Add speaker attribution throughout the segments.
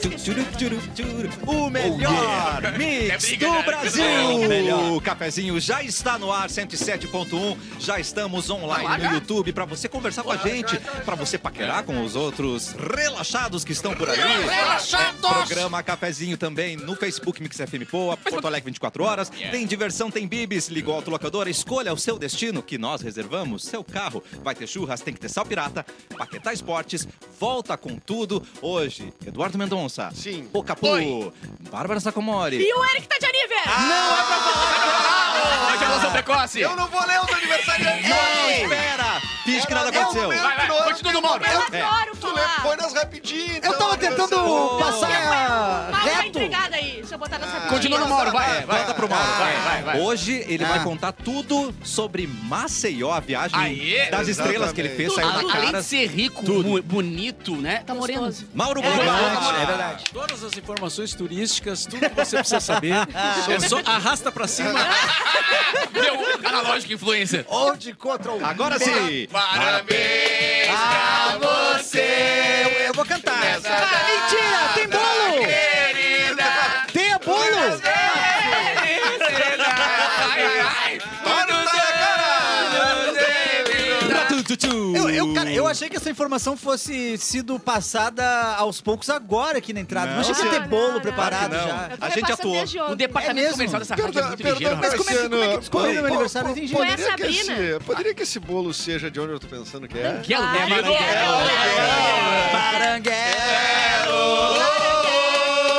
Speaker 1: tchuru, tchuru, o melhor mix do Brasil. é O cafezinho já está no ar, 107.1. Já estamos online no YouTube para você conversar com a gente, para você paquerar com os outros relaxados que estão por aí. Programa Cafezinho também no Facebook Mix FM Poa, Porto Alegre 24 horas. Tem diversão, tem bibis. Ligou a autolocadora, escolha o seu destino que nós reservamos. Seu carro vai ter churras, tem que ter sal pirata. Paquetá Esportes volta com tudo hoje. Eduardo Mendonça.
Speaker 2: Sim.
Speaker 1: O Capu. Bárbara Sacomori.
Speaker 3: E o Eric tá de Aniver!
Speaker 1: Não é pra
Speaker 4: Vai ter relação é precoce.
Speaker 2: Eu não vou ler os aniversariantes!
Speaker 1: Não,
Speaker 2: hoje.
Speaker 1: espera! Finge que nada
Speaker 2: Era eu
Speaker 1: aconteceu.
Speaker 2: mesmo.
Speaker 4: Vai, vai, continua no Mauro.
Speaker 3: Eu
Speaker 1: É.
Speaker 3: adoro
Speaker 2: Tu lê,
Speaker 3: falar!
Speaker 2: põe nas rapidinho.
Speaker 5: Eu
Speaker 2: então,
Speaker 5: tava tentando
Speaker 2: aniversário.
Speaker 5: passar
Speaker 3: Mas tá
Speaker 5: reto.
Speaker 3: entregada aí, deixa eu botar nessa rapidinho.
Speaker 4: Continua no Mauro, vai. vai.
Speaker 5: um
Speaker 1: Volta pro Mauro.
Speaker 4: Vai, vai, vai.
Speaker 1: Hoje ele
Speaker 5: Ah.
Speaker 1: vai contar tudo sobre Maceió, a viagem
Speaker 4: Aê,
Speaker 1: das estrelas que ele fez, saiu
Speaker 4: Além
Speaker 1: na
Speaker 4: além
Speaker 1: cara.
Speaker 4: de ser rico, bu- bonito, né? Tá moreno.
Speaker 3: Gostoso.
Speaker 1: Mauro
Speaker 5: É
Speaker 1: Borba.
Speaker 5: verdade, é verdade.
Speaker 6: Todas as informações turísticas, tudo que você precisa saber, é só arrasta pra cima.
Speaker 4: Meu, é um analógico influencer.
Speaker 5: Onde contra o...
Speaker 1: Agora sim!
Speaker 4: Parabéns
Speaker 5: pra
Speaker 4: você,
Speaker 5: Eu, eu vou cantar.
Speaker 4: Essa-
Speaker 5: Ah, mentira, tem bolo.
Speaker 4: querida.
Speaker 5: Tem bolo.
Speaker 4: Ai, ai,
Speaker 5: Eu, eu, cara,
Speaker 1: Uh.
Speaker 5: eu achei que essa informação fosse sido passada aos poucos agora aqui na entrada. Não, achei que ia
Speaker 3: Não,
Speaker 5: ter
Speaker 3: não,
Speaker 5: bolo
Speaker 3: não.
Speaker 5: preparado
Speaker 1: Claro que não.
Speaker 5: já.
Speaker 3: Eu tô
Speaker 1: A gente
Speaker 3: repassando
Speaker 1: atuou.
Speaker 3: desde ontem.
Speaker 4: O departamento
Speaker 5: mesmo?
Speaker 4: comercial dessa rádio é
Speaker 2: Perdão,
Speaker 4: muito ligeiro,
Speaker 2: perdão,
Speaker 4: rapaz.
Speaker 5: Mas como é que- como é que descobriu
Speaker 2: Oi,
Speaker 5: meu
Speaker 2: po-
Speaker 5: aniversário?
Speaker 2: po-
Speaker 5: Tem gente-
Speaker 2: Poderia
Speaker 3: Essa
Speaker 2: que, esse,
Speaker 3: Brina?
Speaker 2: poderia que esse bolo seja de onde eu tô pensando que é?
Speaker 4: Que é o
Speaker 5: Ah,
Speaker 3: Ai,
Speaker 4: Neymar.
Speaker 3: que é o Neymar.
Speaker 5: Baranguelo.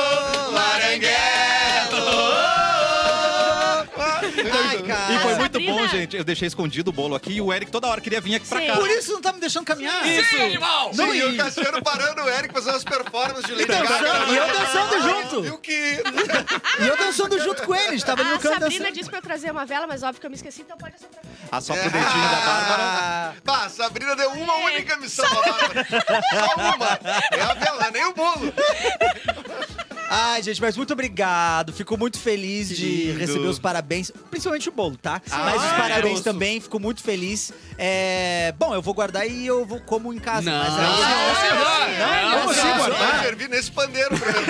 Speaker 5: Ai, cara.
Speaker 1: E foi muito
Speaker 3: Sabrina.
Speaker 1: bom, gente. Eu deixei escondido o bolo aqui e o Eric toda hora queria vir aqui pra
Speaker 3: Sim.
Speaker 1: cá.
Speaker 5: Por isso não tá me deixando caminhar.
Speaker 4: Sim, animal.
Speaker 2: Sim,
Speaker 5: Não, é.
Speaker 2: e o
Speaker 5: e-
Speaker 2: Cassiano parando o Eric fazendo as performances de Lady Gaga.
Speaker 5: dançando, e eu dançando
Speaker 2: Viu
Speaker 5: junto.
Speaker 2: que...
Speaker 5: E eu dançando junto com eles. Tava ali
Speaker 3: A
Speaker 5: no canto
Speaker 3: Ah,
Speaker 5: assim.
Speaker 3: Sabrina
Speaker 5: dançando.
Speaker 3: disse pra eu trazer uma vela, mas óbvio que eu me esqueci, então pode assoprar.
Speaker 1: Ah, só pro dedinho da Bárbara.
Speaker 5: Ah,
Speaker 2: Pá, a Sabrina deu uma única missão pra Bárbara. Só uma. É a vela, nem o bolo.
Speaker 5: Ai, gente, mas muito obrigado. Fico muito feliz de
Speaker 1: Lindo.
Speaker 5: receber os parabéns, principalmente o bolo, tá?
Speaker 1: Ah,
Speaker 5: mas os
Speaker 1: é,
Speaker 5: parabéns
Speaker 1: grosso.
Speaker 5: também, fico muito feliz. É, Bom, eu vou guardar e eu vou como em casa.
Speaker 4: Não,
Speaker 5: mas
Speaker 4: não,
Speaker 5: aí-
Speaker 4: não,
Speaker 5: não,
Speaker 4: não,
Speaker 5: consigo
Speaker 4: não.
Speaker 2: Vai
Speaker 5: guardar.
Speaker 2: servir nesse pandeiro pra ele.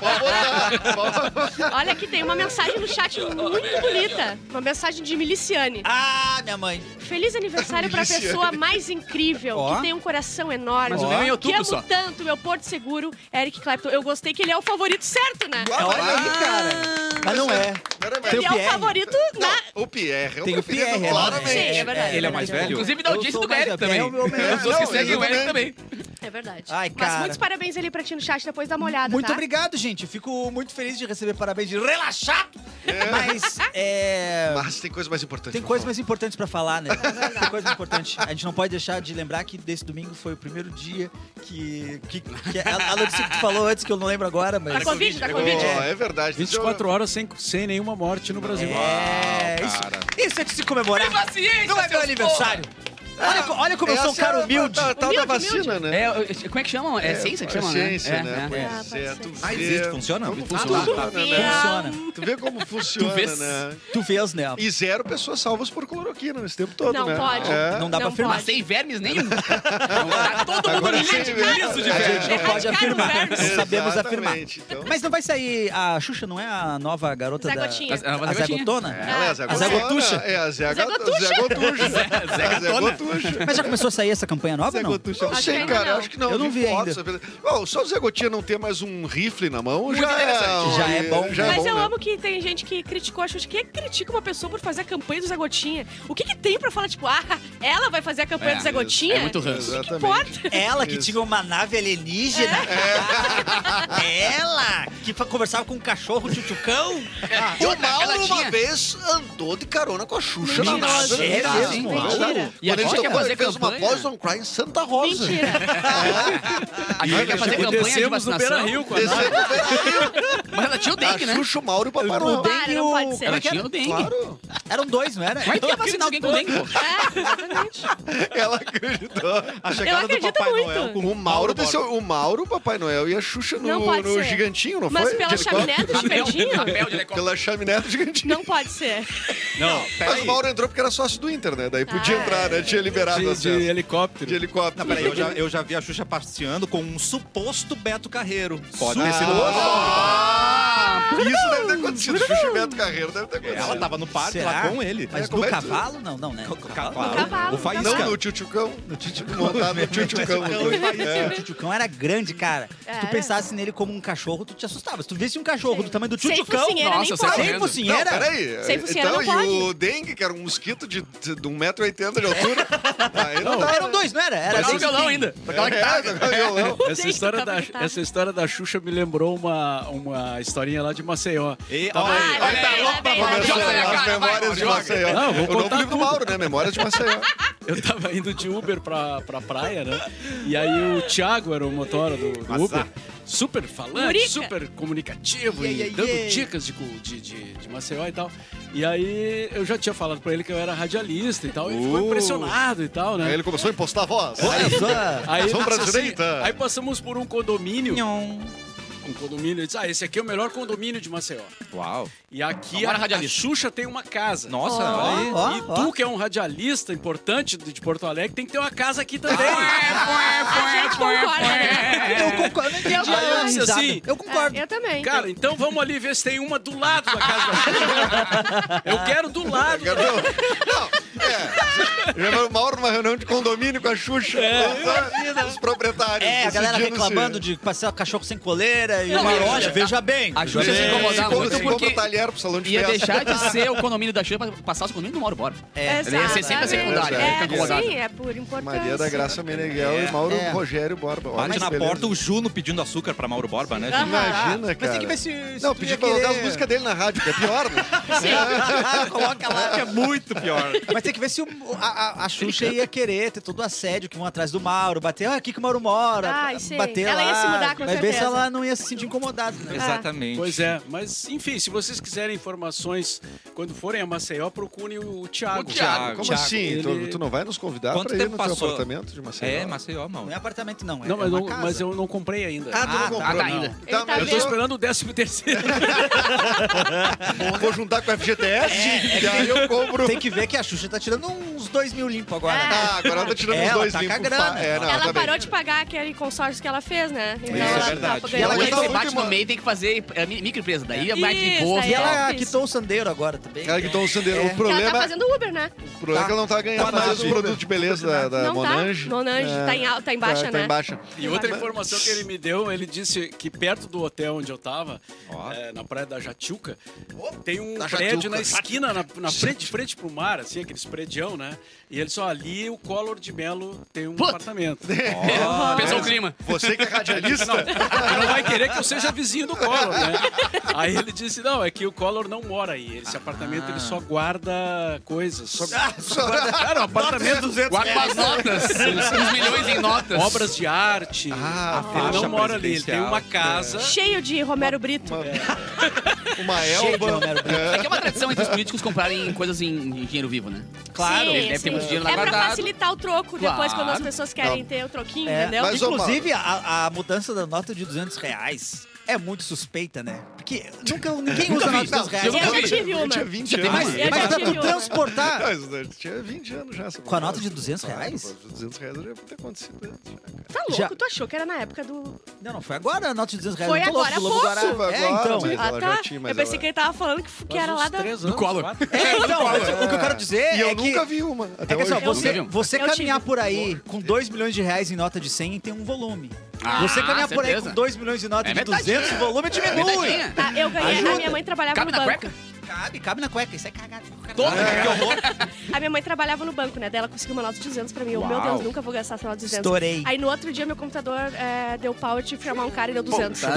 Speaker 2: Pode botar. Pode botar.
Speaker 3: Olha aqui, tem uma mensagem no chat muito bonita. Uma mensagem de Miliciane.
Speaker 5: Ah, minha mãe.
Speaker 3: Feliz aniversário pra
Speaker 2: Miliciane.
Speaker 3: pessoa mais incrível,
Speaker 5: Ó.
Speaker 3: que tem um coração enorme.
Speaker 4: Mas o meu é em
Speaker 3: que
Speaker 4: outubro
Speaker 3: amo
Speaker 4: só.
Speaker 3: tanto, meu porto seguro, Eric Clapton. Eu gostei que ele é o favorito certo, né?
Speaker 5: Olha aí, cara.
Speaker 1: Ah,
Speaker 5: Mas não é.
Speaker 2: Pera, mas-
Speaker 3: Ele é o
Speaker 5: Pierre.
Speaker 3: favorito na...
Speaker 2: O Pierre. é
Speaker 5: Tem
Speaker 2: preferido,
Speaker 5: o Pierre, é
Speaker 3: Sim,
Speaker 2: Claramente.
Speaker 3: é verdade.
Speaker 1: Ele é o mais velho?
Speaker 4: Inclusive da
Speaker 5: Eu
Speaker 4: audiência
Speaker 5: sou
Speaker 4: do
Speaker 5: mais
Speaker 4: Eric
Speaker 5: velho, é o meu
Speaker 4: também.
Speaker 5: melhor.
Speaker 4: As pessoas que
Speaker 2: Não,
Speaker 4: seguem o Eric também.
Speaker 3: É verdade.
Speaker 5: Ai,
Speaker 3: Mas
Speaker 5: cara.
Speaker 3: muitos parabéns ali pra ti no chat, depois dá uma olhada,
Speaker 5: Muito
Speaker 3: tá?
Speaker 5: obrigado, gente. Fico muito feliz de receber parabéns de relaxado. Mas é,
Speaker 2: Mas tem coisa mais importante.
Speaker 5: tem
Speaker 2: pra
Speaker 5: coisas
Speaker 2: falar.
Speaker 5: mais importantes pra falar,
Speaker 3: É
Speaker 5: né? Tem coisa mais importante. A gente não pode deixar de lembrar que desse domingo foi o primeiro dia que. que, que a, a notícia que tu falou antes, que eu não lembro agora, mas.
Speaker 3: Da Covid, da Covid.
Speaker 2: Oh, é verdade.
Speaker 6: 24 horas sem, sem nenhuma morte no Brasil.
Speaker 5: É, isso,
Speaker 1: cara.
Speaker 5: isso é de se comemorar.
Speaker 4: Tem paciência,
Speaker 5: Não é meu
Speaker 4: seus
Speaker 5: aniversário. Olha, co- olha como eu
Speaker 2: É. Essa
Speaker 5: sou um cara
Speaker 2: é a
Speaker 5: humilde.
Speaker 2: tal- tal da
Speaker 3: Humilde,
Speaker 2: vacina, né?
Speaker 4: É, eu- como é que chama? É, ciência que chama, né?
Speaker 2: ciência,
Speaker 4: É,
Speaker 2: né?
Speaker 4: é, é.
Speaker 2: Pois é,
Speaker 3: Ah,
Speaker 2: tu
Speaker 1: Ah,
Speaker 2: vê-
Speaker 1: existe, funciona?
Speaker 2: Como
Speaker 1: Funciona.
Speaker 2: funciona, né?
Speaker 5: Funciona.
Speaker 2: Tu vê como
Speaker 4: Tu
Speaker 2: funciona,
Speaker 4: vês?
Speaker 2: né?
Speaker 5: Tu vês, né?
Speaker 2: E zero pessoas salvas por cloroquina nesse tempo todo,
Speaker 3: Não
Speaker 2: né?
Speaker 3: pode.
Speaker 2: É.
Speaker 5: Não dá pra
Speaker 3: Não
Speaker 5: afirmar.
Speaker 4: Mas sem vermes nenhum. Tá todo mundo
Speaker 2: Agora
Speaker 4: livre
Speaker 2: sim,
Speaker 4: de isso de vermes.
Speaker 2: é.
Speaker 5: A gente não pode
Speaker 3: Erradicar
Speaker 5: afirmar.
Speaker 3: o verbo.
Speaker 5: Não sabemos afirmar.
Speaker 2: Exatamente, Então,
Speaker 5: Mas não vai sair. A Xuxa não é a nova garota da.
Speaker 3: Zagotinha.
Speaker 5: A, a Zagotona?
Speaker 2: ela é a
Speaker 5: A
Speaker 2: Zé
Speaker 5: Zé
Speaker 2: Gotucha.
Speaker 5: Gotucha.
Speaker 2: É a Zé
Speaker 3: Zé
Speaker 2: Gotucha.
Speaker 3: Gotucha.
Speaker 2: Zé Gotucha.
Speaker 4: Zé
Speaker 2: A Zé
Speaker 4: Gatona.
Speaker 2: Gotucha.
Speaker 5: Mas já começou a sair essa campanha nova,
Speaker 2: Zé
Speaker 5: não?
Speaker 2: Gotucha. Não
Speaker 3: Acho que
Speaker 2: sei,
Speaker 3: ainda
Speaker 2: cara.
Speaker 3: não.
Speaker 2: Acho que não.
Speaker 5: Eu não vi
Speaker 2: fotos. Bom, só o Zé Gotinha não ter mais um rifle na mão já é,
Speaker 4: interessante.
Speaker 5: Já é bom,
Speaker 2: Já é
Speaker 3: Mas
Speaker 2: bom,
Speaker 3: eu
Speaker 2: né?
Speaker 3: amo que tem gente que criticou a Xuxa. Quem é que critica uma pessoa por fazer a campanha do Zé Gotinha? O que, que tem pra falar, tipo, ah, ela vai fazer a campanha
Speaker 4: É,
Speaker 3: do Zé Gotinha?
Speaker 4: é muito ranço.
Speaker 3: O que
Speaker 2: Exatamente.
Speaker 3: importa?
Speaker 5: Ela que
Speaker 2: Isso.
Speaker 5: tinha uma nave alienígena.
Speaker 2: É.
Speaker 5: Ela que fa- conversava com um cachorro tchutchucão.
Speaker 2: E
Speaker 4: Ela-
Speaker 2: o Mauro,
Speaker 4: ela
Speaker 2: Ah, uma
Speaker 4: tinha-
Speaker 2: vez, andou de carona com a Xuxa na
Speaker 3: Mentira.
Speaker 2: NASA.
Speaker 5: Mentira.
Speaker 2: Verdade,
Speaker 5: Mentira.
Speaker 4: E
Speaker 2: verdade. Quando
Speaker 4: agora
Speaker 2: a gente
Speaker 4: quer
Speaker 2: tocou,
Speaker 4: fazer
Speaker 2: ele fez uma
Speaker 4: campanha?
Speaker 2: pós on cry em Santa Rosa.
Speaker 3: Mentira.
Speaker 4: A gente quer fazer campanha de
Speaker 6: Descemos no Beira
Speaker 4: vacinação.
Speaker 6: Rio com a
Speaker 2: Esse
Speaker 6: nave.
Speaker 4: Mas ela tinha o
Speaker 2: A
Speaker 4: dengue, né?
Speaker 2: Xuxa, o Mauro e o Papai Noel.
Speaker 3: Para, não pode ser.
Speaker 4: Ela tinha o é dengue.
Speaker 2: Claro.
Speaker 5: Eram dois, não era?
Speaker 4: Como é que ia vacinar alguém com dengue, pô?
Speaker 3: É, exatamente.
Speaker 2: Ela acreditou.
Speaker 1: A chegada do
Speaker 3: acredito
Speaker 1: Papai
Speaker 3: muito.
Speaker 1: Noel com
Speaker 2: O Mauro desceu. O Mauro, o Papai Noel e a Xuxa no,
Speaker 3: Não pode
Speaker 2: no
Speaker 3: ser.
Speaker 2: gigantinho, não
Speaker 3: Mas
Speaker 2: foi?
Speaker 3: pela
Speaker 2: De
Speaker 3: chaminé
Speaker 2: helicóptero?
Speaker 3: do Gigandinho?
Speaker 4: Papel de helicóptero.
Speaker 2: Pela chaminé do gigantinho.
Speaker 3: Não pode ser.
Speaker 1: Não,
Speaker 2: Mas o
Speaker 1: peraí.
Speaker 2: Mauro entrou porque era sócio do Inter, né? Daí podia
Speaker 3: Ah,
Speaker 2: entrar, né? Tinha liberado o
Speaker 6: de, de
Speaker 2: acesso.
Speaker 6: helicóptero.
Speaker 2: De helicóptero.
Speaker 1: Não, peraí, eu já, eu já vi a Xuxa passeando com um suposto Beto Carreiro.
Speaker 6: Pode ter sido
Speaker 1: Suposto.
Speaker 2: Isso deve ter acontecido. Xuxa e Beto Carreiro deve ter acontecido.
Speaker 1: Ela tava no parque
Speaker 5: Será?
Speaker 1: lá com ele.
Speaker 5: Mas
Speaker 2: É, como
Speaker 5: do
Speaker 2: é que-
Speaker 5: cavalo? Não, não, né?
Speaker 1: O
Speaker 3: No cavalo,
Speaker 1: O Faísca.
Speaker 2: Não no tchutchucão. No tchutchucão. Montado no tchutchucão. então. É.
Speaker 5: O Tchutchucão era grande, cara. Se
Speaker 3: Era.
Speaker 5: tu pensasse nele como um cachorro, tu te assustava. Se tu visse um cachorro do tamanho do
Speaker 3: Sem
Speaker 5: Tchutchucão...
Speaker 3: focinheira
Speaker 4: nossa,
Speaker 3: nem
Speaker 4: sem
Speaker 3: pode.
Speaker 5: Sem
Speaker 4: Correndo.
Speaker 2: Não,
Speaker 5: focinheira?
Speaker 2: peraí.
Speaker 3: Sem focinheira
Speaker 2: então,
Speaker 3: não pode.
Speaker 2: e o dengue, que era um mosquito de, de, de 1,80m de altura. Aí não, dá. né?
Speaker 5: Eram dois, não era? Era assim
Speaker 4: Tocava o
Speaker 5: dois
Speaker 4: violão
Speaker 5: e-
Speaker 4: ainda.
Speaker 2: É, né?
Speaker 4: Tocava guitarra.
Speaker 2: tocava violão.
Speaker 6: Essa história, da, essa história da Xuxa me lembrou uma, uma historinha lá de Maceió.
Speaker 1: E,
Speaker 6: Tava-
Speaker 1: olha aí,
Speaker 3: Vai,
Speaker 1: olha
Speaker 3: vai, vai,
Speaker 1: aí.
Speaker 3: vai, vai,
Speaker 2: Começou
Speaker 4: Joga na
Speaker 2: as
Speaker 4: cara, vai,
Speaker 2: memórias de
Speaker 4: joga.
Speaker 2: Maceió.
Speaker 6: Não, vou
Speaker 2: o novo
Speaker 6: contar
Speaker 2: livro do
Speaker 6: tudo.
Speaker 2: Mauro, né? Memórias de Maceió.
Speaker 6: Eu tava indo de Uber pra, pra praia, né? E aí o Thiago era o motora do, do Uber. Super falante,
Speaker 3: Murica.
Speaker 6: super comunicativo
Speaker 5: Yeah,
Speaker 6: e
Speaker 5: yeah,
Speaker 6: dando
Speaker 5: yeah.
Speaker 6: dicas de, cu- de, de, de Maceió e tal. E aí eu já tinha falado pra ele que eu era radialista e tal. Ele ficou
Speaker 2: Uh.
Speaker 6: impressionado e tal, né?
Speaker 2: Aí ele começou a impostar a voz.
Speaker 5: Olha só.
Speaker 6: Aí,
Speaker 2: Passamos pra
Speaker 6: assim,
Speaker 2: direita.
Speaker 6: aí passamos por um condomínio. Um condomínio. e disse, ah, esse aqui é o melhor condomínio de Maceió.
Speaker 1: Uau.
Speaker 6: E aqui
Speaker 4: Agora
Speaker 6: a, a
Speaker 4: radialista.
Speaker 6: Xuxa tem uma casa.
Speaker 1: Nossa,
Speaker 3: Ó.
Speaker 1: olha aí.
Speaker 6: E-
Speaker 5: Ó,
Speaker 6: e
Speaker 5: ó.
Speaker 6: tu, que é um radialista importante de de Porto Alegre, tem que ter uma casa aqui também.
Speaker 3: A gente concorda, né?
Speaker 2: É.
Speaker 5: Eu concordo, eu não entendi
Speaker 3: Eu é,
Speaker 5: a
Speaker 6: disse
Speaker 5: risada.
Speaker 6: assim,
Speaker 5: Eu concordo.
Speaker 3: Eu também.
Speaker 6: Cara, então vamos ali ver se tem uma do lado da casa da Xuxa. Eu quero do lado.
Speaker 2: Gabriel, Não, é. Já foi o Mauro numa reunião de condomínio com a Xuxa. Os- Os proprietários.
Speaker 5: É, a galera
Speaker 2: decidindo um se-
Speaker 5: reclamando de passear cachorro sem coleira e
Speaker 4: Não,
Speaker 5: uma
Speaker 4: e a
Speaker 5: loja.
Speaker 4: Xuxa-
Speaker 5: Veja bem.
Speaker 4: a Xuxa se
Speaker 2: É,
Speaker 4: incomodar
Speaker 2: ficou-
Speaker 4: muito
Speaker 2: ficou
Speaker 4: porque
Speaker 2: pro talher pro salão de
Speaker 4: ia
Speaker 2: festa.
Speaker 4: deixar de ser o condomínio da Xuxa pra passar os condomínios do Mauro Bora.
Speaker 5: É,
Speaker 4: Ele ia ser sempre a secundária,
Speaker 2: ele fica
Speaker 3: É,
Speaker 4: incomodado.
Speaker 3: sim, é por importância.
Speaker 2: Maria da Graça Meneghel e Mauro
Speaker 5: É.
Speaker 2: Rogério Borba. Olha
Speaker 1: Bate
Speaker 2: que
Speaker 1: na
Speaker 2: beleza.
Speaker 1: porta o Juno pedindo açúcar pra Mauro Borba, né? gente?
Speaker 2: Imagina, cara.
Speaker 5: Mas tem que ver se. se
Speaker 2: Não,
Speaker 5: tu
Speaker 2: pedi
Speaker 5: ia
Speaker 2: pra colocar
Speaker 5: querer-
Speaker 2: as músicas dele na rádio, que é pior, né?
Speaker 5: Coloca lá.
Speaker 1: É muito pior.
Speaker 5: Mas tem que ver se o- a, a, a Xuxa ia querer ter todo o assédio que vão atrás do Mauro, bater, ah, aqui que o Mauro mora,
Speaker 3: Ai, sim.
Speaker 5: bater
Speaker 3: Ah, Ela
Speaker 5: lá.
Speaker 3: ia se mudar, com
Speaker 5: Vai ver se
Speaker 3: certeza.
Speaker 5: ela não ia se sentir incomodada, né?
Speaker 1: Exatamente.
Speaker 6: Pois é, mas enfim, se vocês quiserem informações quando forem a Maceió, procurem o Thiago.
Speaker 4: O Thiago.
Speaker 2: Como
Speaker 6: Thiago,
Speaker 2: assim?
Speaker 6: ele-
Speaker 2: Tu, tu não vai nos convidar
Speaker 1: Quanto
Speaker 2: pra ir
Speaker 1: tempo
Speaker 2: no teu
Speaker 1: passou?
Speaker 2: apartamento de Maceió?
Speaker 1: É, Maceió,
Speaker 5: Não
Speaker 1: mano.
Speaker 5: é apartamento, não. É
Speaker 6: Não, mas,
Speaker 5: uma
Speaker 6: não-
Speaker 5: casa.
Speaker 6: mas eu não comprei ainda.
Speaker 2: Ah, tu
Speaker 5: Ah,
Speaker 2: não
Speaker 5: tá,
Speaker 2: comprou,
Speaker 4: tá
Speaker 2: não.
Speaker 4: ainda.
Speaker 2: Tá,
Speaker 3: Ele tá
Speaker 2: mas
Speaker 6: eu tô
Speaker 3: vendo?
Speaker 6: esperando o 13 terceiro.
Speaker 2: eu vou juntar com a FGTS e aí eu compro.
Speaker 5: Tem É, que ver que a Xuxa tá tirando uns dois mil limpo agora. né?
Speaker 2: Ah, agora ela tá tirando os
Speaker 5: Ela
Speaker 2: dois
Speaker 5: tá com a
Speaker 2: limpos.
Speaker 5: grana.
Speaker 2: É, não,
Speaker 3: É, ela
Speaker 2: tá bem.
Speaker 3: parou de pagar aquele consórcio que ela fez, né? Então
Speaker 1: é
Speaker 3: ela
Speaker 1: verdade.
Speaker 3: tá podendo-
Speaker 4: E ela
Speaker 2: Ela
Speaker 4: quando
Speaker 2: gostava
Speaker 4: se
Speaker 2: muito
Speaker 4: bate
Speaker 2: de
Speaker 4: no
Speaker 2: ma-
Speaker 4: meio tem que fazer é, mi- microempresa. Daí é mais de
Speaker 3: Isso,
Speaker 4: imposto.
Speaker 3: daí
Speaker 5: E
Speaker 4: tal.
Speaker 5: ela
Speaker 3: fiz.
Speaker 5: quitou o sandeiro agora também.
Speaker 2: Ela que tá um sandeiro. O
Speaker 3: Porque ela
Speaker 2: problema,
Speaker 3: tá fazendo Uber, né?
Speaker 2: o problema é que ela não tá ganhando
Speaker 1: Tá
Speaker 2: mais os
Speaker 1: fazendo.
Speaker 2: produtos de beleza da, da
Speaker 3: não
Speaker 2: Monange.
Speaker 3: tá. Monange,
Speaker 2: É,
Speaker 3: tá, em, al- tá em baixa,
Speaker 2: tá,
Speaker 3: né?
Speaker 2: Tá em baixa.
Speaker 6: E outra informação que ele me deu, ele disse que perto do hotel onde eu tava, é, na praia da Jatiuca, tem um
Speaker 2: Da
Speaker 6: prédio
Speaker 2: Jatiuca.
Speaker 6: na esquina, na, na frente, de frente pro mar, assim, aqueles predião, né? E ele só ali o Collor de Melo tem um
Speaker 4: Puta.
Speaker 6: apartamento.
Speaker 4: Pensou o clima.
Speaker 2: Você que é radialista,
Speaker 6: Ele não vai querer que eu seja vizinho do Collor, né? Aí ele disse, não, é que o Collor não mora aí. Esse apartamento ele só guarda coisas. Só,
Speaker 2: Ah.
Speaker 6: só guarda, cara, um apartamento,
Speaker 4: Guarda umas notas. Uns milhões em notas.
Speaker 6: obras de arte.
Speaker 2: Ah,
Speaker 6: ele
Speaker 1: faixa
Speaker 6: não mora ali, ele tem
Speaker 1: presidencial.
Speaker 6: uma casa.
Speaker 3: Cheio de Romero Brito.
Speaker 2: é uma
Speaker 5: Cheio de
Speaker 2: elba.
Speaker 5: Romero Brito.
Speaker 4: É que é uma tradição entre os políticos comprarem coisas em, em dinheiro vivo, né?
Speaker 5: Claro.
Speaker 3: Sim,
Speaker 4: ele deve ter
Speaker 3: sim.
Speaker 4: muito dinheiro lá
Speaker 3: É pra
Speaker 4: guardado.
Speaker 3: facilitar o troco depois
Speaker 4: Claro.
Speaker 3: quando as pessoas querem ter o troquinho,
Speaker 5: É,
Speaker 3: entendeu?
Speaker 2: mas- ô,
Speaker 5: Inclusive, a, a mudança da nota de 200 reais é muito suspeita, né? Porque nunca, ninguém usa a nota de 200 reais.
Speaker 4: Eu nunca
Speaker 3: Eu já
Speaker 4: vi.
Speaker 3: tive
Speaker 2: Eu
Speaker 3: uma.
Speaker 2: tinha 20
Speaker 4: tem
Speaker 2: anos.
Speaker 4: mais?
Speaker 5: Mas,
Speaker 3: Eu
Speaker 5: mas
Speaker 3: já
Speaker 5: pra
Speaker 3: tive
Speaker 5: tu
Speaker 3: uma.
Speaker 5: transportar...
Speaker 2: Não, isso eu tinha 20 anos já. essa
Speaker 5: Com a nota de
Speaker 2: conversa.
Speaker 5: 200
Speaker 2: Claro,
Speaker 5: reais?
Speaker 2: com 200 reais já deve ter acontecido antes. já, cara.
Speaker 3: Tá
Speaker 5: Já-
Speaker 3: louco, tu achou que era na época do.
Speaker 5: Não, não, foi agora a nota de 200 reais.
Speaker 3: Foi
Speaker 5: eu tô louco,
Speaker 3: agora há
Speaker 5: do Lobo
Speaker 3: pouco.
Speaker 5: Guará.
Speaker 2: Foi
Speaker 5: É,
Speaker 2: agora,
Speaker 5: então.
Speaker 2: mas-
Speaker 3: Ah,
Speaker 2: ela
Speaker 3: tá.
Speaker 2: já tinha, mas
Speaker 3: eu pensei
Speaker 2: ela-
Speaker 3: que ele tava falando que, que
Speaker 6: Faz
Speaker 3: era
Speaker 6: uns
Speaker 3: lá da.
Speaker 6: três
Speaker 4: Do
Speaker 6: anos,
Speaker 4: Collor.
Speaker 6: quatro.
Speaker 5: É, então, mas o que eu quero dizer
Speaker 2: E eu
Speaker 5: é que...
Speaker 2: nunca vi uma. Até
Speaker 5: É que assim, ó,
Speaker 2: hoje.
Speaker 5: você,
Speaker 4: Nunca vi.
Speaker 5: você
Speaker 3: Eu
Speaker 5: caminhar
Speaker 3: tive.
Speaker 5: por aí com 2 milhões de reais em nota de 100 tem um volume.
Speaker 4: Ah,
Speaker 5: você caminhar por aí
Speaker 4: certeza.
Speaker 5: com 2 milhões de nota
Speaker 4: É
Speaker 5: de
Speaker 4: metadinha.
Speaker 5: 200, o volume diminui.
Speaker 4: Metadinha.
Speaker 3: Tá, eu ganhei. A
Speaker 5: Ajuda.
Speaker 3: minha mãe trabalhava
Speaker 4: Cabe
Speaker 3: no
Speaker 4: na
Speaker 3: banco.
Speaker 4: cueca?
Speaker 5: Cabe, cabe na cueca. Isso é cagado.
Speaker 4: Todo.
Speaker 3: A minha mãe trabalhava no banco, né? Daí ela conseguiu uma nota de 200 pra mim. Eu, meu Deus, nunca vou gastar essa nota de 200.
Speaker 5: Estourei.
Speaker 3: Aí no outro dia meu computador é, deu pau, eu tive que chamar um cara e deu 200.
Speaker 2: Pois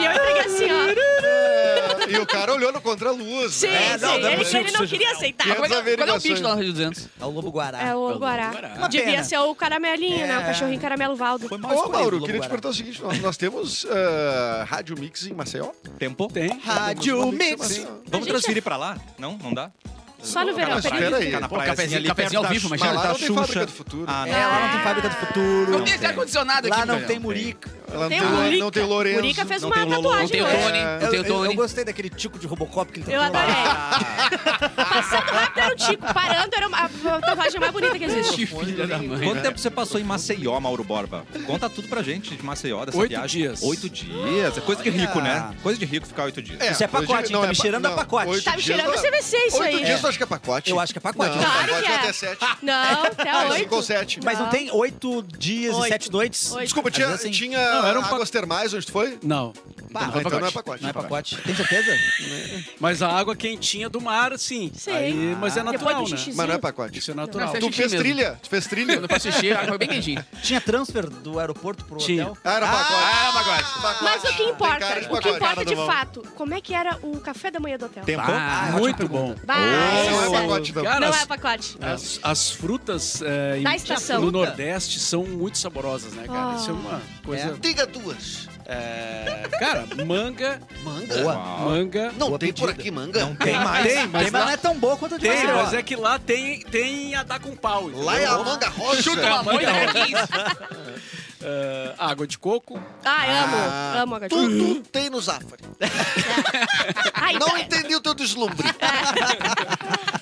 Speaker 3: E eu entreguei assim, ó.
Speaker 2: é. E o cara olhou no contra-luz.
Speaker 3: Sim,
Speaker 2: né?
Speaker 5: não,
Speaker 3: sim.
Speaker 5: não é
Speaker 3: ele,
Speaker 5: possível
Speaker 3: ele
Speaker 5: que
Speaker 3: não
Speaker 5: seja
Speaker 3: queria
Speaker 5: real.
Speaker 3: aceitar.
Speaker 2: Quero
Speaker 4: Qual é, o- qual é o
Speaker 2: averiguações.
Speaker 4: pitch da Rádio 200?
Speaker 5: É o Lobo Guará.
Speaker 3: É o
Speaker 4: Lobo
Speaker 3: Guará.
Speaker 4: Guará.
Speaker 5: Uma
Speaker 3: Devia
Speaker 5: pena.
Speaker 3: ser o caramelinho, né? O
Speaker 5: É.
Speaker 3: cachorrinho caramelo Valdo.
Speaker 5: Foi mal
Speaker 2: Ô,
Speaker 5: escolhido,
Speaker 2: Mauro,
Speaker 5: Lobo
Speaker 2: queria te
Speaker 5: Guará.
Speaker 2: perguntar o seguinte: nós, nós temos ah, Rádio Mix em Maceió?
Speaker 1: Tempo?
Speaker 6: Tem.
Speaker 5: Rádio Mix.
Speaker 1: Vamos
Speaker 3: gente
Speaker 1: transferir pra lá? Não? Não dá?
Speaker 3: Só no verão,
Speaker 2: Ah, mas
Speaker 3: peraí.
Speaker 2: espera aí.
Speaker 1: Ficar na
Speaker 4: Pô,
Speaker 1: praiazinha
Speaker 4: cafezinho-
Speaker 1: ali,
Speaker 4: cafezinho
Speaker 1: perto
Speaker 4: ao
Speaker 1: da
Speaker 4: vivo,
Speaker 1: Xuxa,
Speaker 2: Mas
Speaker 4: imagina.
Speaker 2: lá
Speaker 1: da
Speaker 2: não tem Fábrica
Speaker 1: Xuxa.
Speaker 2: do Futuro.
Speaker 1: Ah,
Speaker 5: É, lá não tem fábrica do futuro.
Speaker 4: Não tem esse ar-condicionado
Speaker 5: Lá
Speaker 4: aqui,
Speaker 5: não
Speaker 4: velho.
Speaker 5: tem murica.
Speaker 7: Ela não
Speaker 3: Tem
Speaker 7: tem,
Speaker 3: o
Speaker 7: Lo-
Speaker 3: Lurica.
Speaker 7: não tem Lourenço.
Speaker 3: Murica fez
Speaker 1: não
Speaker 3: uma
Speaker 1: tem Lolo,
Speaker 3: tatuagem
Speaker 4: Não tem o
Speaker 3: hoje.
Speaker 4: Tony, não tem
Speaker 5: É, Eu,
Speaker 4: o
Speaker 5: eu, eu
Speaker 4: Tony.
Speaker 5: gostei daquele tico de Robocop que ele
Speaker 3: Eu
Speaker 5: tatuou.
Speaker 3: adorei. Passando rápido era o Tico, parando era a a tatuagem mais bonita que existe.
Speaker 4: filha da mãe.
Speaker 1: Quanto tempo você passou em Maceió, Mauro Borba? Conta tudo pra gente de Maceió, dessa
Speaker 6: Oito
Speaker 1: viagem.
Speaker 6: dias.
Speaker 1: Oito dias. É coisa de rico, né?
Speaker 5: Olha.
Speaker 1: Coisa de rico ficar oito dias.
Speaker 5: Isso é pacote,
Speaker 7: hoje-
Speaker 5: hein? Tá me
Speaker 7: pa-
Speaker 5: cheirando a pacote.
Speaker 7: oito
Speaker 3: Tá me
Speaker 7: dias
Speaker 3: cheirando
Speaker 7: não é-
Speaker 3: a CVC isso
Speaker 7: Oito
Speaker 3: aí.
Speaker 7: dias eu acho que é pacote.
Speaker 5: Eu acho que é pacote.
Speaker 7: Não,
Speaker 3: Claro
Speaker 7: pacote
Speaker 3: que é.
Speaker 7: até sete.
Speaker 3: Não, até
Speaker 7: Ah, cinco ou
Speaker 3: oito.
Speaker 7: sete.
Speaker 5: Mas não
Speaker 3: Não.
Speaker 5: tem oito dias
Speaker 3: Oito.
Speaker 5: e sete noites?
Speaker 3: Oito.
Speaker 7: Desculpa,
Speaker 5: Às
Speaker 7: tinha,
Speaker 5: vezes, assim,
Speaker 7: tinha
Speaker 6: Não, era um pa-
Speaker 7: águas termais onde tu foi?
Speaker 6: Não.
Speaker 7: Pá, então não é pacote.
Speaker 5: Não é pacote? Tem certeza?
Speaker 6: Mas a água quentinha do mar, sim.
Speaker 3: Sim.
Speaker 5: Ah,
Speaker 3: Ah,
Speaker 6: Aí- mas é
Speaker 3: Depois
Speaker 6: natural,
Speaker 3: do
Speaker 6: né?
Speaker 3: xixi.
Speaker 7: Mas não é pacote.
Speaker 6: Isso é natural.
Speaker 4: Não,
Speaker 7: Tu fez
Speaker 4: mesmo.
Speaker 7: trilha? Tu fez trilha?
Speaker 4: Quando eu faço xixi, a água foi bem quentinha.
Speaker 5: Tinha transfer do aeroporto pro
Speaker 6: Tinha.
Speaker 5: hotel?
Speaker 7: Ah, era pacote. Ah, pacote.
Speaker 3: Mas o que
Speaker 7: Tem
Speaker 3: importa,
Speaker 7: cara de
Speaker 3: o que
Speaker 7: pacote.
Speaker 3: importa de
Speaker 7: Tá bom.
Speaker 3: fato, como é que era o café da manhã do hotel?
Speaker 1: Tempo?
Speaker 4: Ah,
Speaker 6: Muito bom.
Speaker 3: Bah,
Speaker 7: Não é
Speaker 3: essa-
Speaker 7: pacote, não.
Speaker 6: Cara, assim-
Speaker 3: Não
Speaker 6: as-
Speaker 3: é pacote.
Speaker 6: As, as frutas eh,
Speaker 3: Da
Speaker 6: em-
Speaker 3: estação.
Speaker 6: no Nordeste são muito saborosas, né, cara?
Speaker 3: Ah.
Speaker 6: Isso é uma coisa.
Speaker 7: Diga duas.
Speaker 6: eh, cara, manga. Manga?
Speaker 1: Boa.
Speaker 6: Manga.
Speaker 7: Não
Speaker 5: Boa
Speaker 7: tem por
Speaker 5: pedida.
Speaker 7: aqui manga. Não
Speaker 5: Tem mais. Tem, mas,
Speaker 6: mas lá-
Speaker 5: não é tão boa quanto a de
Speaker 6: Tem,
Speaker 5: Maceió.
Speaker 6: mas é que lá tem, tem a dar com pau. entendeu?
Speaker 7: Lá é a manga roxa.
Speaker 4: Chuta uma
Speaker 6: Manga
Speaker 4: moita,
Speaker 6: rosa.
Speaker 4: era 15.
Speaker 6: Eh, água de coco.
Speaker 3: Ah, amo. Amo a gatinha.
Speaker 7: Tudo tem no Zafari.
Speaker 3: Ai,
Speaker 7: Não
Speaker 3: tá-
Speaker 7: entendi o teu deslumbre.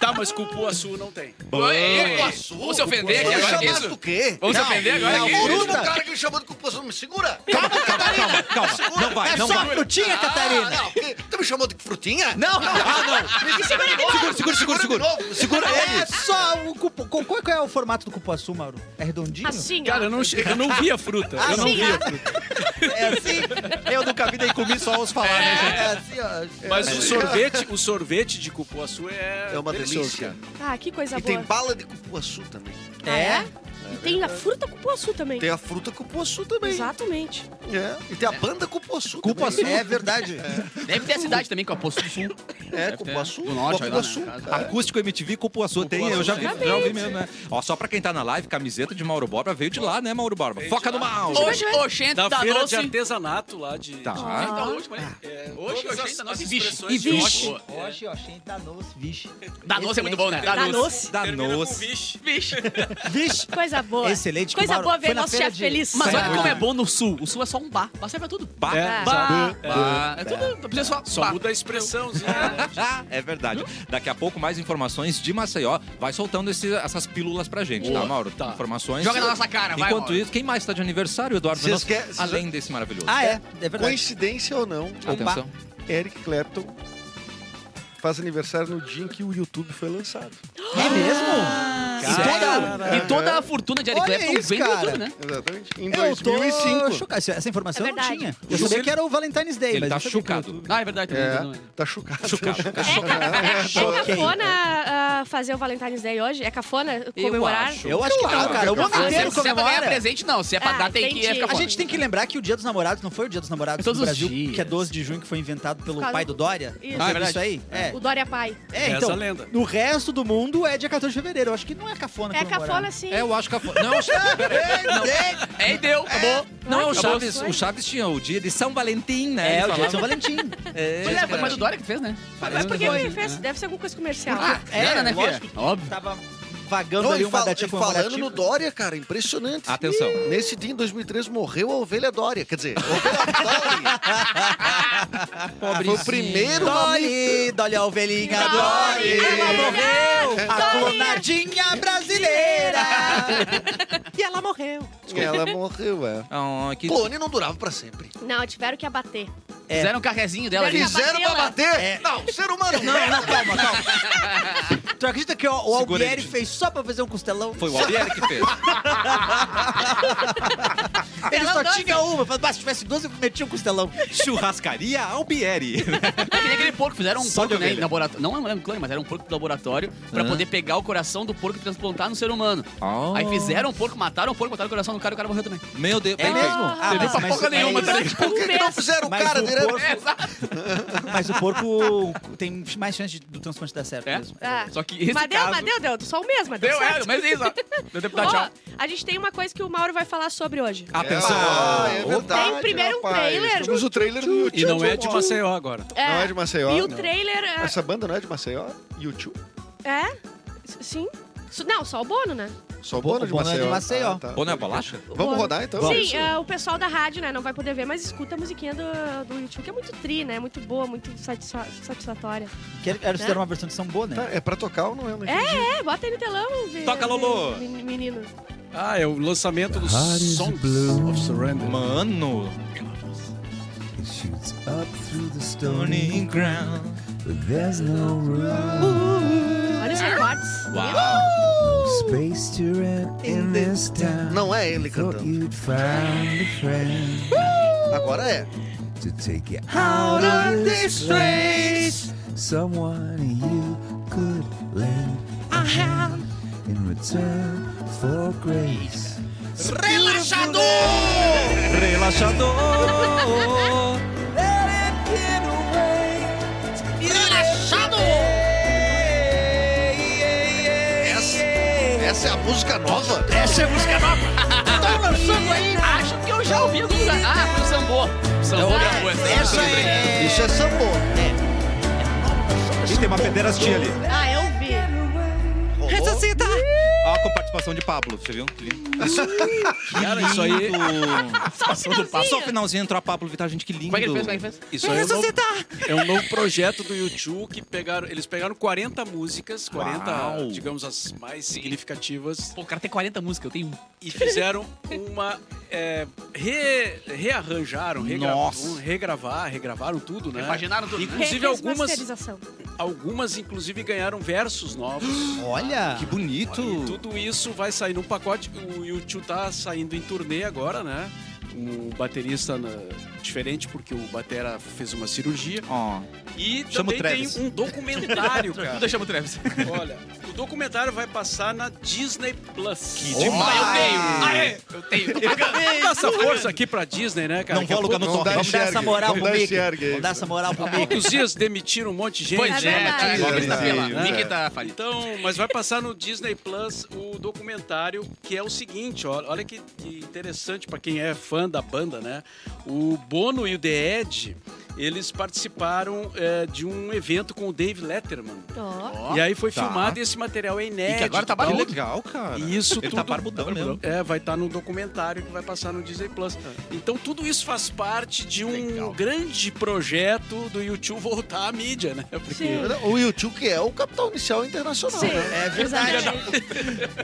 Speaker 6: Tá, mas cupuaçu não tem.
Speaker 4: Ei, ei, Vamos se ofender aqui agora
Speaker 7: Tu
Speaker 4: que
Speaker 7: chamaste o
Speaker 4: É isso?
Speaker 7: quê?
Speaker 4: Vamos se ofender agora
Speaker 7: O
Speaker 4: que
Speaker 7: último
Speaker 4: isso?
Speaker 7: cara que me chamou de cupuaçu. Me segura.
Speaker 1: Calma, calma, calma, calma. Não vai,
Speaker 5: É
Speaker 1: não
Speaker 5: só
Speaker 1: vai.
Speaker 5: frutinha,
Speaker 7: Ah,
Speaker 5: Catarina.
Speaker 7: não. que- Tu me chamou de frutinha?
Speaker 5: Não,
Speaker 1: Ah, não. Segura, segura, segura,
Speaker 7: Segura de
Speaker 1: segura.
Speaker 7: novo.
Speaker 1: Segura ele.
Speaker 5: é só o cupo... Qual qual é o formato do cupuaçu, Mauro? É redondinho?
Speaker 3: Assim, ó.
Speaker 6: Cara, eu não, che- eu não vi a fruta.
Speaker 7: Ah,
Speaker 6: Eu não
Speaker 3: Assim,
Speaker 6: vi
Speaker 3: ó.
Speaker 6: a fruta.
Speaker 5: É assim?
Speaker 1: Eu nunca vi nem comi, só os falar, né, gente?
Speaker 5: É assim, ó.
Speaker 6: Mas o sorvete, o sorvete de cupuaçu é.
Speaker 7: É uma
Speaker 6: delicioso,
Speaker 7: delícia.
Speaker 3: Ah, que coisa
Speaker 7: E tem
Speaker 3: boa.
Speaker 7: bala de cupuaçu também.
Speaker 3: Ah,
Speaker 5: É?
Speaker 3: E tem a fruta cupuaçu também.
Speaker 7: Tem a fruta cupuaçu também.
Speaker 3: Exatamente.
Speaker 7: É. E tem a banda cupuaçu
Speaker 5: Cupuaçu.
Speaker 7: também.
Speaker 5: É verdade.
Speaker 4: Deve ter a cidade também, com a Poço do Sul.
Speaker 7: É,
Speaker 4: Deve ter.
Speaker 7: cupuaçu.
Speaker 4: Do norte, olha lá,
Speaker 7: Cupuaçu.
Speaker 4: né?
Speaker 1: Acústico MTV Cupuaçu tem, eu já vi, já ouvi mesmo, né? Ó, só pra quem tá na live, camiseta de Mauro Borba veio de lá, né, Mauro Borba? Foca no Mauro!
Speaker 4: Hoje, Oxente tá da,
Speaker 6: Da feira
Speaker 4: Noce.
Speaker 6: de artesanato lá de.
Speaker 1: Tá.
Speaker 6: de-
Speaker 1: Ah.
Speaker 4: Da Noce, mas- é, Hoje,
Speaker 6: Todas
Speaker 4: Oxente da
Speaker 6: as-
Speaker 4: Noce e
Speaker 6: as
Speaker 4: Vixe.
Speaker 6: expressões
Speaker 4: E
Speaker 6: de
Speaker 4: Vixe.
Speaker 6: Oxente.
Speaker 5: Oxi, Oxente, Danos, vixe.
Speaker 4: Da Noce é muito bom, né?
Speaker 6: Tá
Speaker 3: Da noce.
Speaker 1: Da
Speaker 6: Termina com
Speaker 1: noce.
Speaker 6: vixe.
Speaker 4: Vixe.
Speaker 5: Vixe.
Speaker 3: Coisa boa.
Speaker 5: Excelente,
Speaker 3: Coisa
Speaker 5: Mauro.
Speaker 3: boa ver
Speaker 5: Foi na
Speaker 3: nosso
Speaker 5: feira
Speaker 3: chefe
Speaker 5: de-
Speaker 3: feliz.
Speaker 4: Mas
Speaker 1: Sim.
Speaker 4: olha como é bom no Sul. O Sul é só um bar. Bar serve pra tudo.
Speaker 1: Bah.
Speaker 3: Ah.
Speaker 6: É.
Speaker 4: Bah. Bah. É tudo. Não precisa só.
Speaker 6: Só
Speaker 4: bah.
Speaker 6: muda a expressãozinha,
Speaker 3: Ah,
Speaker 6: né?
Speaker 1: É verdade. Daqui a pouco mais informações de Maceió. Vai soltando esse- essas pílulas pra gente, tá, Mauro?
Speaker 6: Tá.
Speaker 1: Informações.
Speaker 4: Joga na nossa cara, vai.
Speaker 1: Enquanto
Speaker 4: Mauro.
Speaker 1: isso, quem mais tá de aniversário, Eduardo?
Speaker 7: Vocês
Speaker 1: Mendonça?
Speaker 7: querem- vocês-
Speaker 1: Além desse maravilhoso.
Speaker 5: Ah, é? É verdade.
Speaker 7: Coincidência ou não,
Speaker 1: Atenção.
Speaker 7: Eric Clapton faz aniversário no dia em que o YouTube foi lançado.
Speaker 5: É mesmo?
Speaker 4: E Ah, toda, e toda a fortuna de Eric
Speaker 5: Olha
Speaker 4: Clapton
Speaker 5: isso,
Speaker 4: vem do
Speaker 5: cara.
Speaker 4: YouTube, né?
Speaker 7: Exatamente. Em
Speaker 5: Eu tô
Speaker 7: 2005.
Speaker 5: chocado. Essa- Essa informação
Speaker 3: É
Speaker 5: eu não
Speaker 3: verdade.
Speaker 5: tinha. Eu sabia que era o Valentine's Day,
Speaker 1: Ele
Speaker 5: mas
Speaker 1: tá
Speaker 5: não sabia que era o
Speaker 1: chocado.
Speaker 5: YouTube.
Speaker 4: Ah, é verdade também. não
Speaker 7: É,
Speaker 4: é?
Speaker 7: tá chocado.
Speaker 3: É, ca- é, é cafona ah, fazer o Valentine's Day hoje? É cafona comemorar?
Speaker 1: acho.
Speaker 5: Eu acho que não,
Speaker 1: Claro,
Speaker 5: cara. O
Speaker 7: cara.
Speaker 5: mundo
Speaker 4: Não,
Speaker 5: inteiro
Speaker 4: se, se é pra ganhar
Speaker 5: comemora.
Speaker 4: presente, não. Se é pra
Speaker 3: Ah,
Speaker 4: dar, tem que
Speaker 3: entendi.
Speaker 4: é ficar
Speaker 5: A
Speaker 4: fora.
Speaker 5: gente tem que lembrar que o Dia dos Namorados não foi o Dia dos
Speaker 4: É
Speaker 5: Namorados
Speaker 4: todos
Speaker 5: no
Speaker 4: os
Speaker 5: Brasil,
Speaker 4: dias.
Speaker 5: que é 12 de junho, que foi inventado pelo
Speaker 3: Por causa
Speaker 5: pai do Dória.
Speaker 3: Isso.
Speaker 4: Ah, é
Speaker 5: Você viu isso aí? É.
Speaker 3: O Dória Pai.
Speaker 5: É,
Speaker 6: Essa
Speaker 5: então,
Speaker 6: lenda.
Speaker 5: no resto do mundo é dia 14 de fevereiro. Eu acho que não é cafona
Speaker 3: É
Speaker 5: comemorar.
Speaker 3: cafona sim.
Speaker 1: É, eu acho que a... Não, eu acho que- pera aí.
Speaker 4: É, e deu. Acabou.
Speaker 1: Não, é o
Speaker 3: Acabou.
Speaker 1: Chaves. O Chaves tinha o dia de São Valentim, né?
Speaker 5: É,
Speaker 1: Ele
Speaker 5: o dia de São
Speaker 1: falava.
Speaker 5: Valentim.
Speaker 4: Pois é,
Speaker 1: cara.
Speaker 4: foi mais do Dória que fez, né?
Speaker 3: Mas por que que ele fez? Deve ser alguma coisa né? comercial.
Speaker 4: Ah,
Speaker 5: É,
Speaker 4: é, né,
Speaker 5: lógico.
Speaker 4: filha? Óbvio.
Speaker 5: Tava vagando
Speaker 7: Não,
Speaker 5: ali
Speaker 7: e
Speaker 5: uma um
Speaker 7: fal-
Speaker 5: datinha
Speaker 7: e falando no
Speaker 5: comemorativa.
Speaker 7: Dória, cara, impressionante.
Speaker 1: Atenção.
Speaker 7: Ih, Nesse dia, em 2003, morreu a ovelha Dória. Quer dizer, a ovelha Dória.
Speaker 4: Ah,
Speaker 7: Foi o primeiro
Speaker 5: Dolly,
Speaker 7: mamífero.
Speaker 5: Dolly a ovelhinha,
Speaker 3: Dolly,
Speaker 5: Dolly,
Speaker 3: ela
Speaker 5: ah, morreu, a clonadinha brasileira. e ela morreu.
Speaker 7: Ela morreu, é.
Speaker 1: Ah, que...
Speaker 7: Clone não durava pra sempre.
Speaker 3: Não, tiveram que abater.
Speaker 5: É.
Speaker 4: Fizeram um carrezinho dela ali.
Speaker 3: Fiz-
Speaker 7: Fizeram pra
Speaker 3: bateu,
Speaker 7: bater? Não, ser humano.
Speaker 5: Não, não, calma, calma. tu acredita que o, o
Speaker 1: Segura
Speaker 5: Albieri
Speaker 1: ele.
Speaker 5: fez só pra fazer um costelão?
Speaker 1: Foi o Albieri que fez.
Speaker 5: Ele
Speaker 3: Ela
Speaker 5: só
Speaker 3: dança.
Speaker 5: tinha uma. Falei, "Bah, se tivesse duas, eu metia um costelão.
Speaker 1: Churrascaria Albieri.
Speaker 4: É que nem aquele porco. Fizeram um
Speaker 1: Só de
Speaker 4: porco, né,
Speaker 1: ovelha.
Speaker 4: em laboratório. Não lembro clone, mas era um porco do laboratório pra poder pegar o coração do porco e transplantar no ser humano.
Speaker 1: Ah.
Speaker 4: Aí fizeram o porco, mataram o porco, botaram o coração no cara e o cara morreu também.
Speaker 1: Meu Deus.
Speaker 5: É
Speaker 1: bem
Speaker 5: mesmo?
Speaker 1: feito.
Speaker 5: Ah,
Speaker 4: Serviu pra porra nenhuma, tá
Speaker 3: ligado?
Speaker 7: Por que, que não fizeram o
Speaker 5: Mas
Speaker 7: cara
Speaker 5: o
Speaker 7: direto?
Speaker 5: porco- Mas o porco tem mais chance de- do transplante dar certo
Speaker 4: É?
Speaker 5: mesmo.
Speaker 3: Ah.
Speaker 4: Só que esse
Speaker 3: mas deu,
Speaker 4: caso-
Speaker 3: mas deu, deu. Só o mesmo, mas deu,
Speaker 4: Deu,
Speaker 3: certo.
Speaker 4: é, mas é isso. ó. Deu tempo de dar tchau.
Speaker 3: Ó, a gente tem uma coisa que o Mauro vai falar sobre hoje.
Speaker 1: Atenção.
Speaker 7: Ah, é verdade,
Speaker 3: Tem primeiro um
Speaker 7: rapaz.
Speaker 3: trailer.
Speaker 7: Temos o trailer do YouTube.
Speaker 6: E não é de Maceió agora.
Speaker 7: Não é de Maceió,
Speaker 3: E o
Speaker 7: não.
Speaker 3: trailer... é-
Speaker 7: Essa banda não é de Maceió? YouTube.
Speaker 3: É? S- Sim. Su- Não, só o Bono, né?
Speaker 7: Só o
Speaker 5: Bo-
Speaker 7: Bona de
Speaker 5: Bona
Speaker 7: Maceió.
Speaker 5: de Maceió.
Speaker 7: Ah, tá.
Speaker 1: Boné é bolacha?
Speaker 7: Vamos rodar então?
Speaker 3: Sim, ah, o pessoal da rádio, né, não vai poder ver, mas escuta a musiquinha do, do YouTube, que é muito tri, né? Muito boa, muito satisfa- satisfatória.
Speaker 5: Que era- era fizeram uma versão de Sambô,
Speaker 7: Tá,
Speaker 5: né?
Speaker 7: é pra tocar ou não é? Não entendi.
Speaker 3: É, bota aí no telão. vê-
Speaker 1: Toca, Lolo.
Speaker 3: vê- men- Menino.
Speaker 6: Ah, é o lançamento do Songs of Surrender.
Speaker 1: Mano.
Speaker 8: shoots up through the stony,
Speaker 1: Turning ground.
Speaker 8: but there's no room,
Speaker 3: Olha os recordes.
Speaker 8: space to rent in this town.
Speaker 7: Não é ele
Speaker 8: Thought
Speaker 7: cantando.
Speaker 8: you'd find a friend
Speaker 7: Agora é.
Speaker 8: to take you out of this place. Someone you could lend a hand in return for grace.
Speaker 1: Relaxador.
Speaker 7: Essa, essa é a música nova?
Speaker 4: Essa é a música nova. Estão lançando aí. Acho que eu já ouvi. algum lugar. Ah, foi o Sambô. Sambô gravou essa.
Speaker 7: Essa é. Isso é sambô.
Speaker 1: Ih, tem uma pederastia ali.
Speaker 3: Ah, eu vi.
Speaker 7: Rolou.
Speaker 1: Ó, com participação de Pablo, você viu?
Speaker 6: Cara, isso aí,
Speaker 3: Só o
Speaker 1: Passou o
Speaker 3: finalzinho.
Speaker 1: finalzinho, entrou a Pablo Vittar, gente, que lindo.
Speaker 4: Como é que ele fez? Como é que ele fez?
Speaker 6: isso aí é, um novo, é um novo projeto do YouTube que pegaram. Eles pegaram 40 músicas, 40,
Speaker 1: Uau.
Speaker 6: digamos, as mais significativas,
Speaker 4: Pô, o cara tem 40 músicas, eu tenho um.
Speaker 6: e fizeram uma. é, re- rearranjaram, regra-
Speaker 1: Nossa.
Speaker 6: um, regravar, regravaram tudo, né?
Speaker 4: Imaginaram tudo.
Speaker 6: Inclusive algumas,
Speaker 3: Masterização.
Speaker 6: algumas inclusive ganharam versos novos.
Speaker 5: Olha!
Speaker 1: Que bonito.
Speaker 6: E tudo isso vai sair num pacote. O YouTube tá saindo em turnê agora, né? Um baterista na- diferente, porque o batera fez uma cirurgia.
Speaker 1: Ó,
Speaker 6: E
Speaker 1: Chama o
Speaker 6: também
Speaker 1: Travis.
Speaker 6: tem um documentário, cara.
Speaker 4: Tudo eu chamo o Travis.
Speaker 6: Olha, o documentário vai passar na Disney Plus. Que
Speaker 4: Opa, eu tenho.
Speaker 6: Ah, é?
Speaker 4: Aê, eu tenho. Tô pagando.
Speaker 6: Dá essa força aqui pra Disney, né, cara?
Speaker 1: não
Speaker 6: Daqui
Speaker 1: vou
Speaker 6: a
Speaker 1: alugar no
Speaker 7: Não
Speaker 1: torrent.
Speaker 5: é
Speaker 7: dá
Speaker 5: Vamos dar essa
Speaker 7: enxergue,
Speaker 5: moral
Speaker 7: não
Speaker 5: pro
Speaker 7: dá
Speaker 5: Mick.
Speaker 7: enxergue.
Speaker 5: Vamos dar essa moral pro
Speaker 6: pouco
Speaker 5: Mick.
Speaker 6: os dias demitiram um monte de gente.
Speaker 4: Pois
Speaker 3: É
Speaker 4: é,
Speaker 3: verdade.
Speaker 4: o Mickey tá pelado.
Speaker 1: É.
Speaker 4: O Mickey tá falhando.
Speaker 6: Então, mas vai passar no Disney Plus o documentário que é o seguinte, ó, olha que, que interessante pra quem é fã da banda, né? O Bono e o The Ed, eles participaram eh, de um evento com o Dave Letterman.
Speaker 3: Ó.
Speaker 6: e aí foi
Speaker 1: tá.
Speaker 6: filmado e esse material é inédito.
Speaker 4: E que agora tá
Speaker 6: tal.
Speaker 1: Que
Speaker 4: barbudo.
Speaker 1: legal, cara.
Speaker 6: E isso
Speaker 1: Ele
Speaker 6: tudo
Speaker 1: tá barbudão mesmo.
Speaker 6: É, vai estar no documentário que vai passar no Disney Plus. Então tudo isso faz parte de um grande projeto do YouTube voltar à mídia, né? Porque
Speaker 3: Sim.
Speaker 7: O YouTube que é o capital inicial internacional,
Speaker 3: Sim,
Speaker 7: né?
Speaker 5: É verdade.
Speaker 3: exatamente.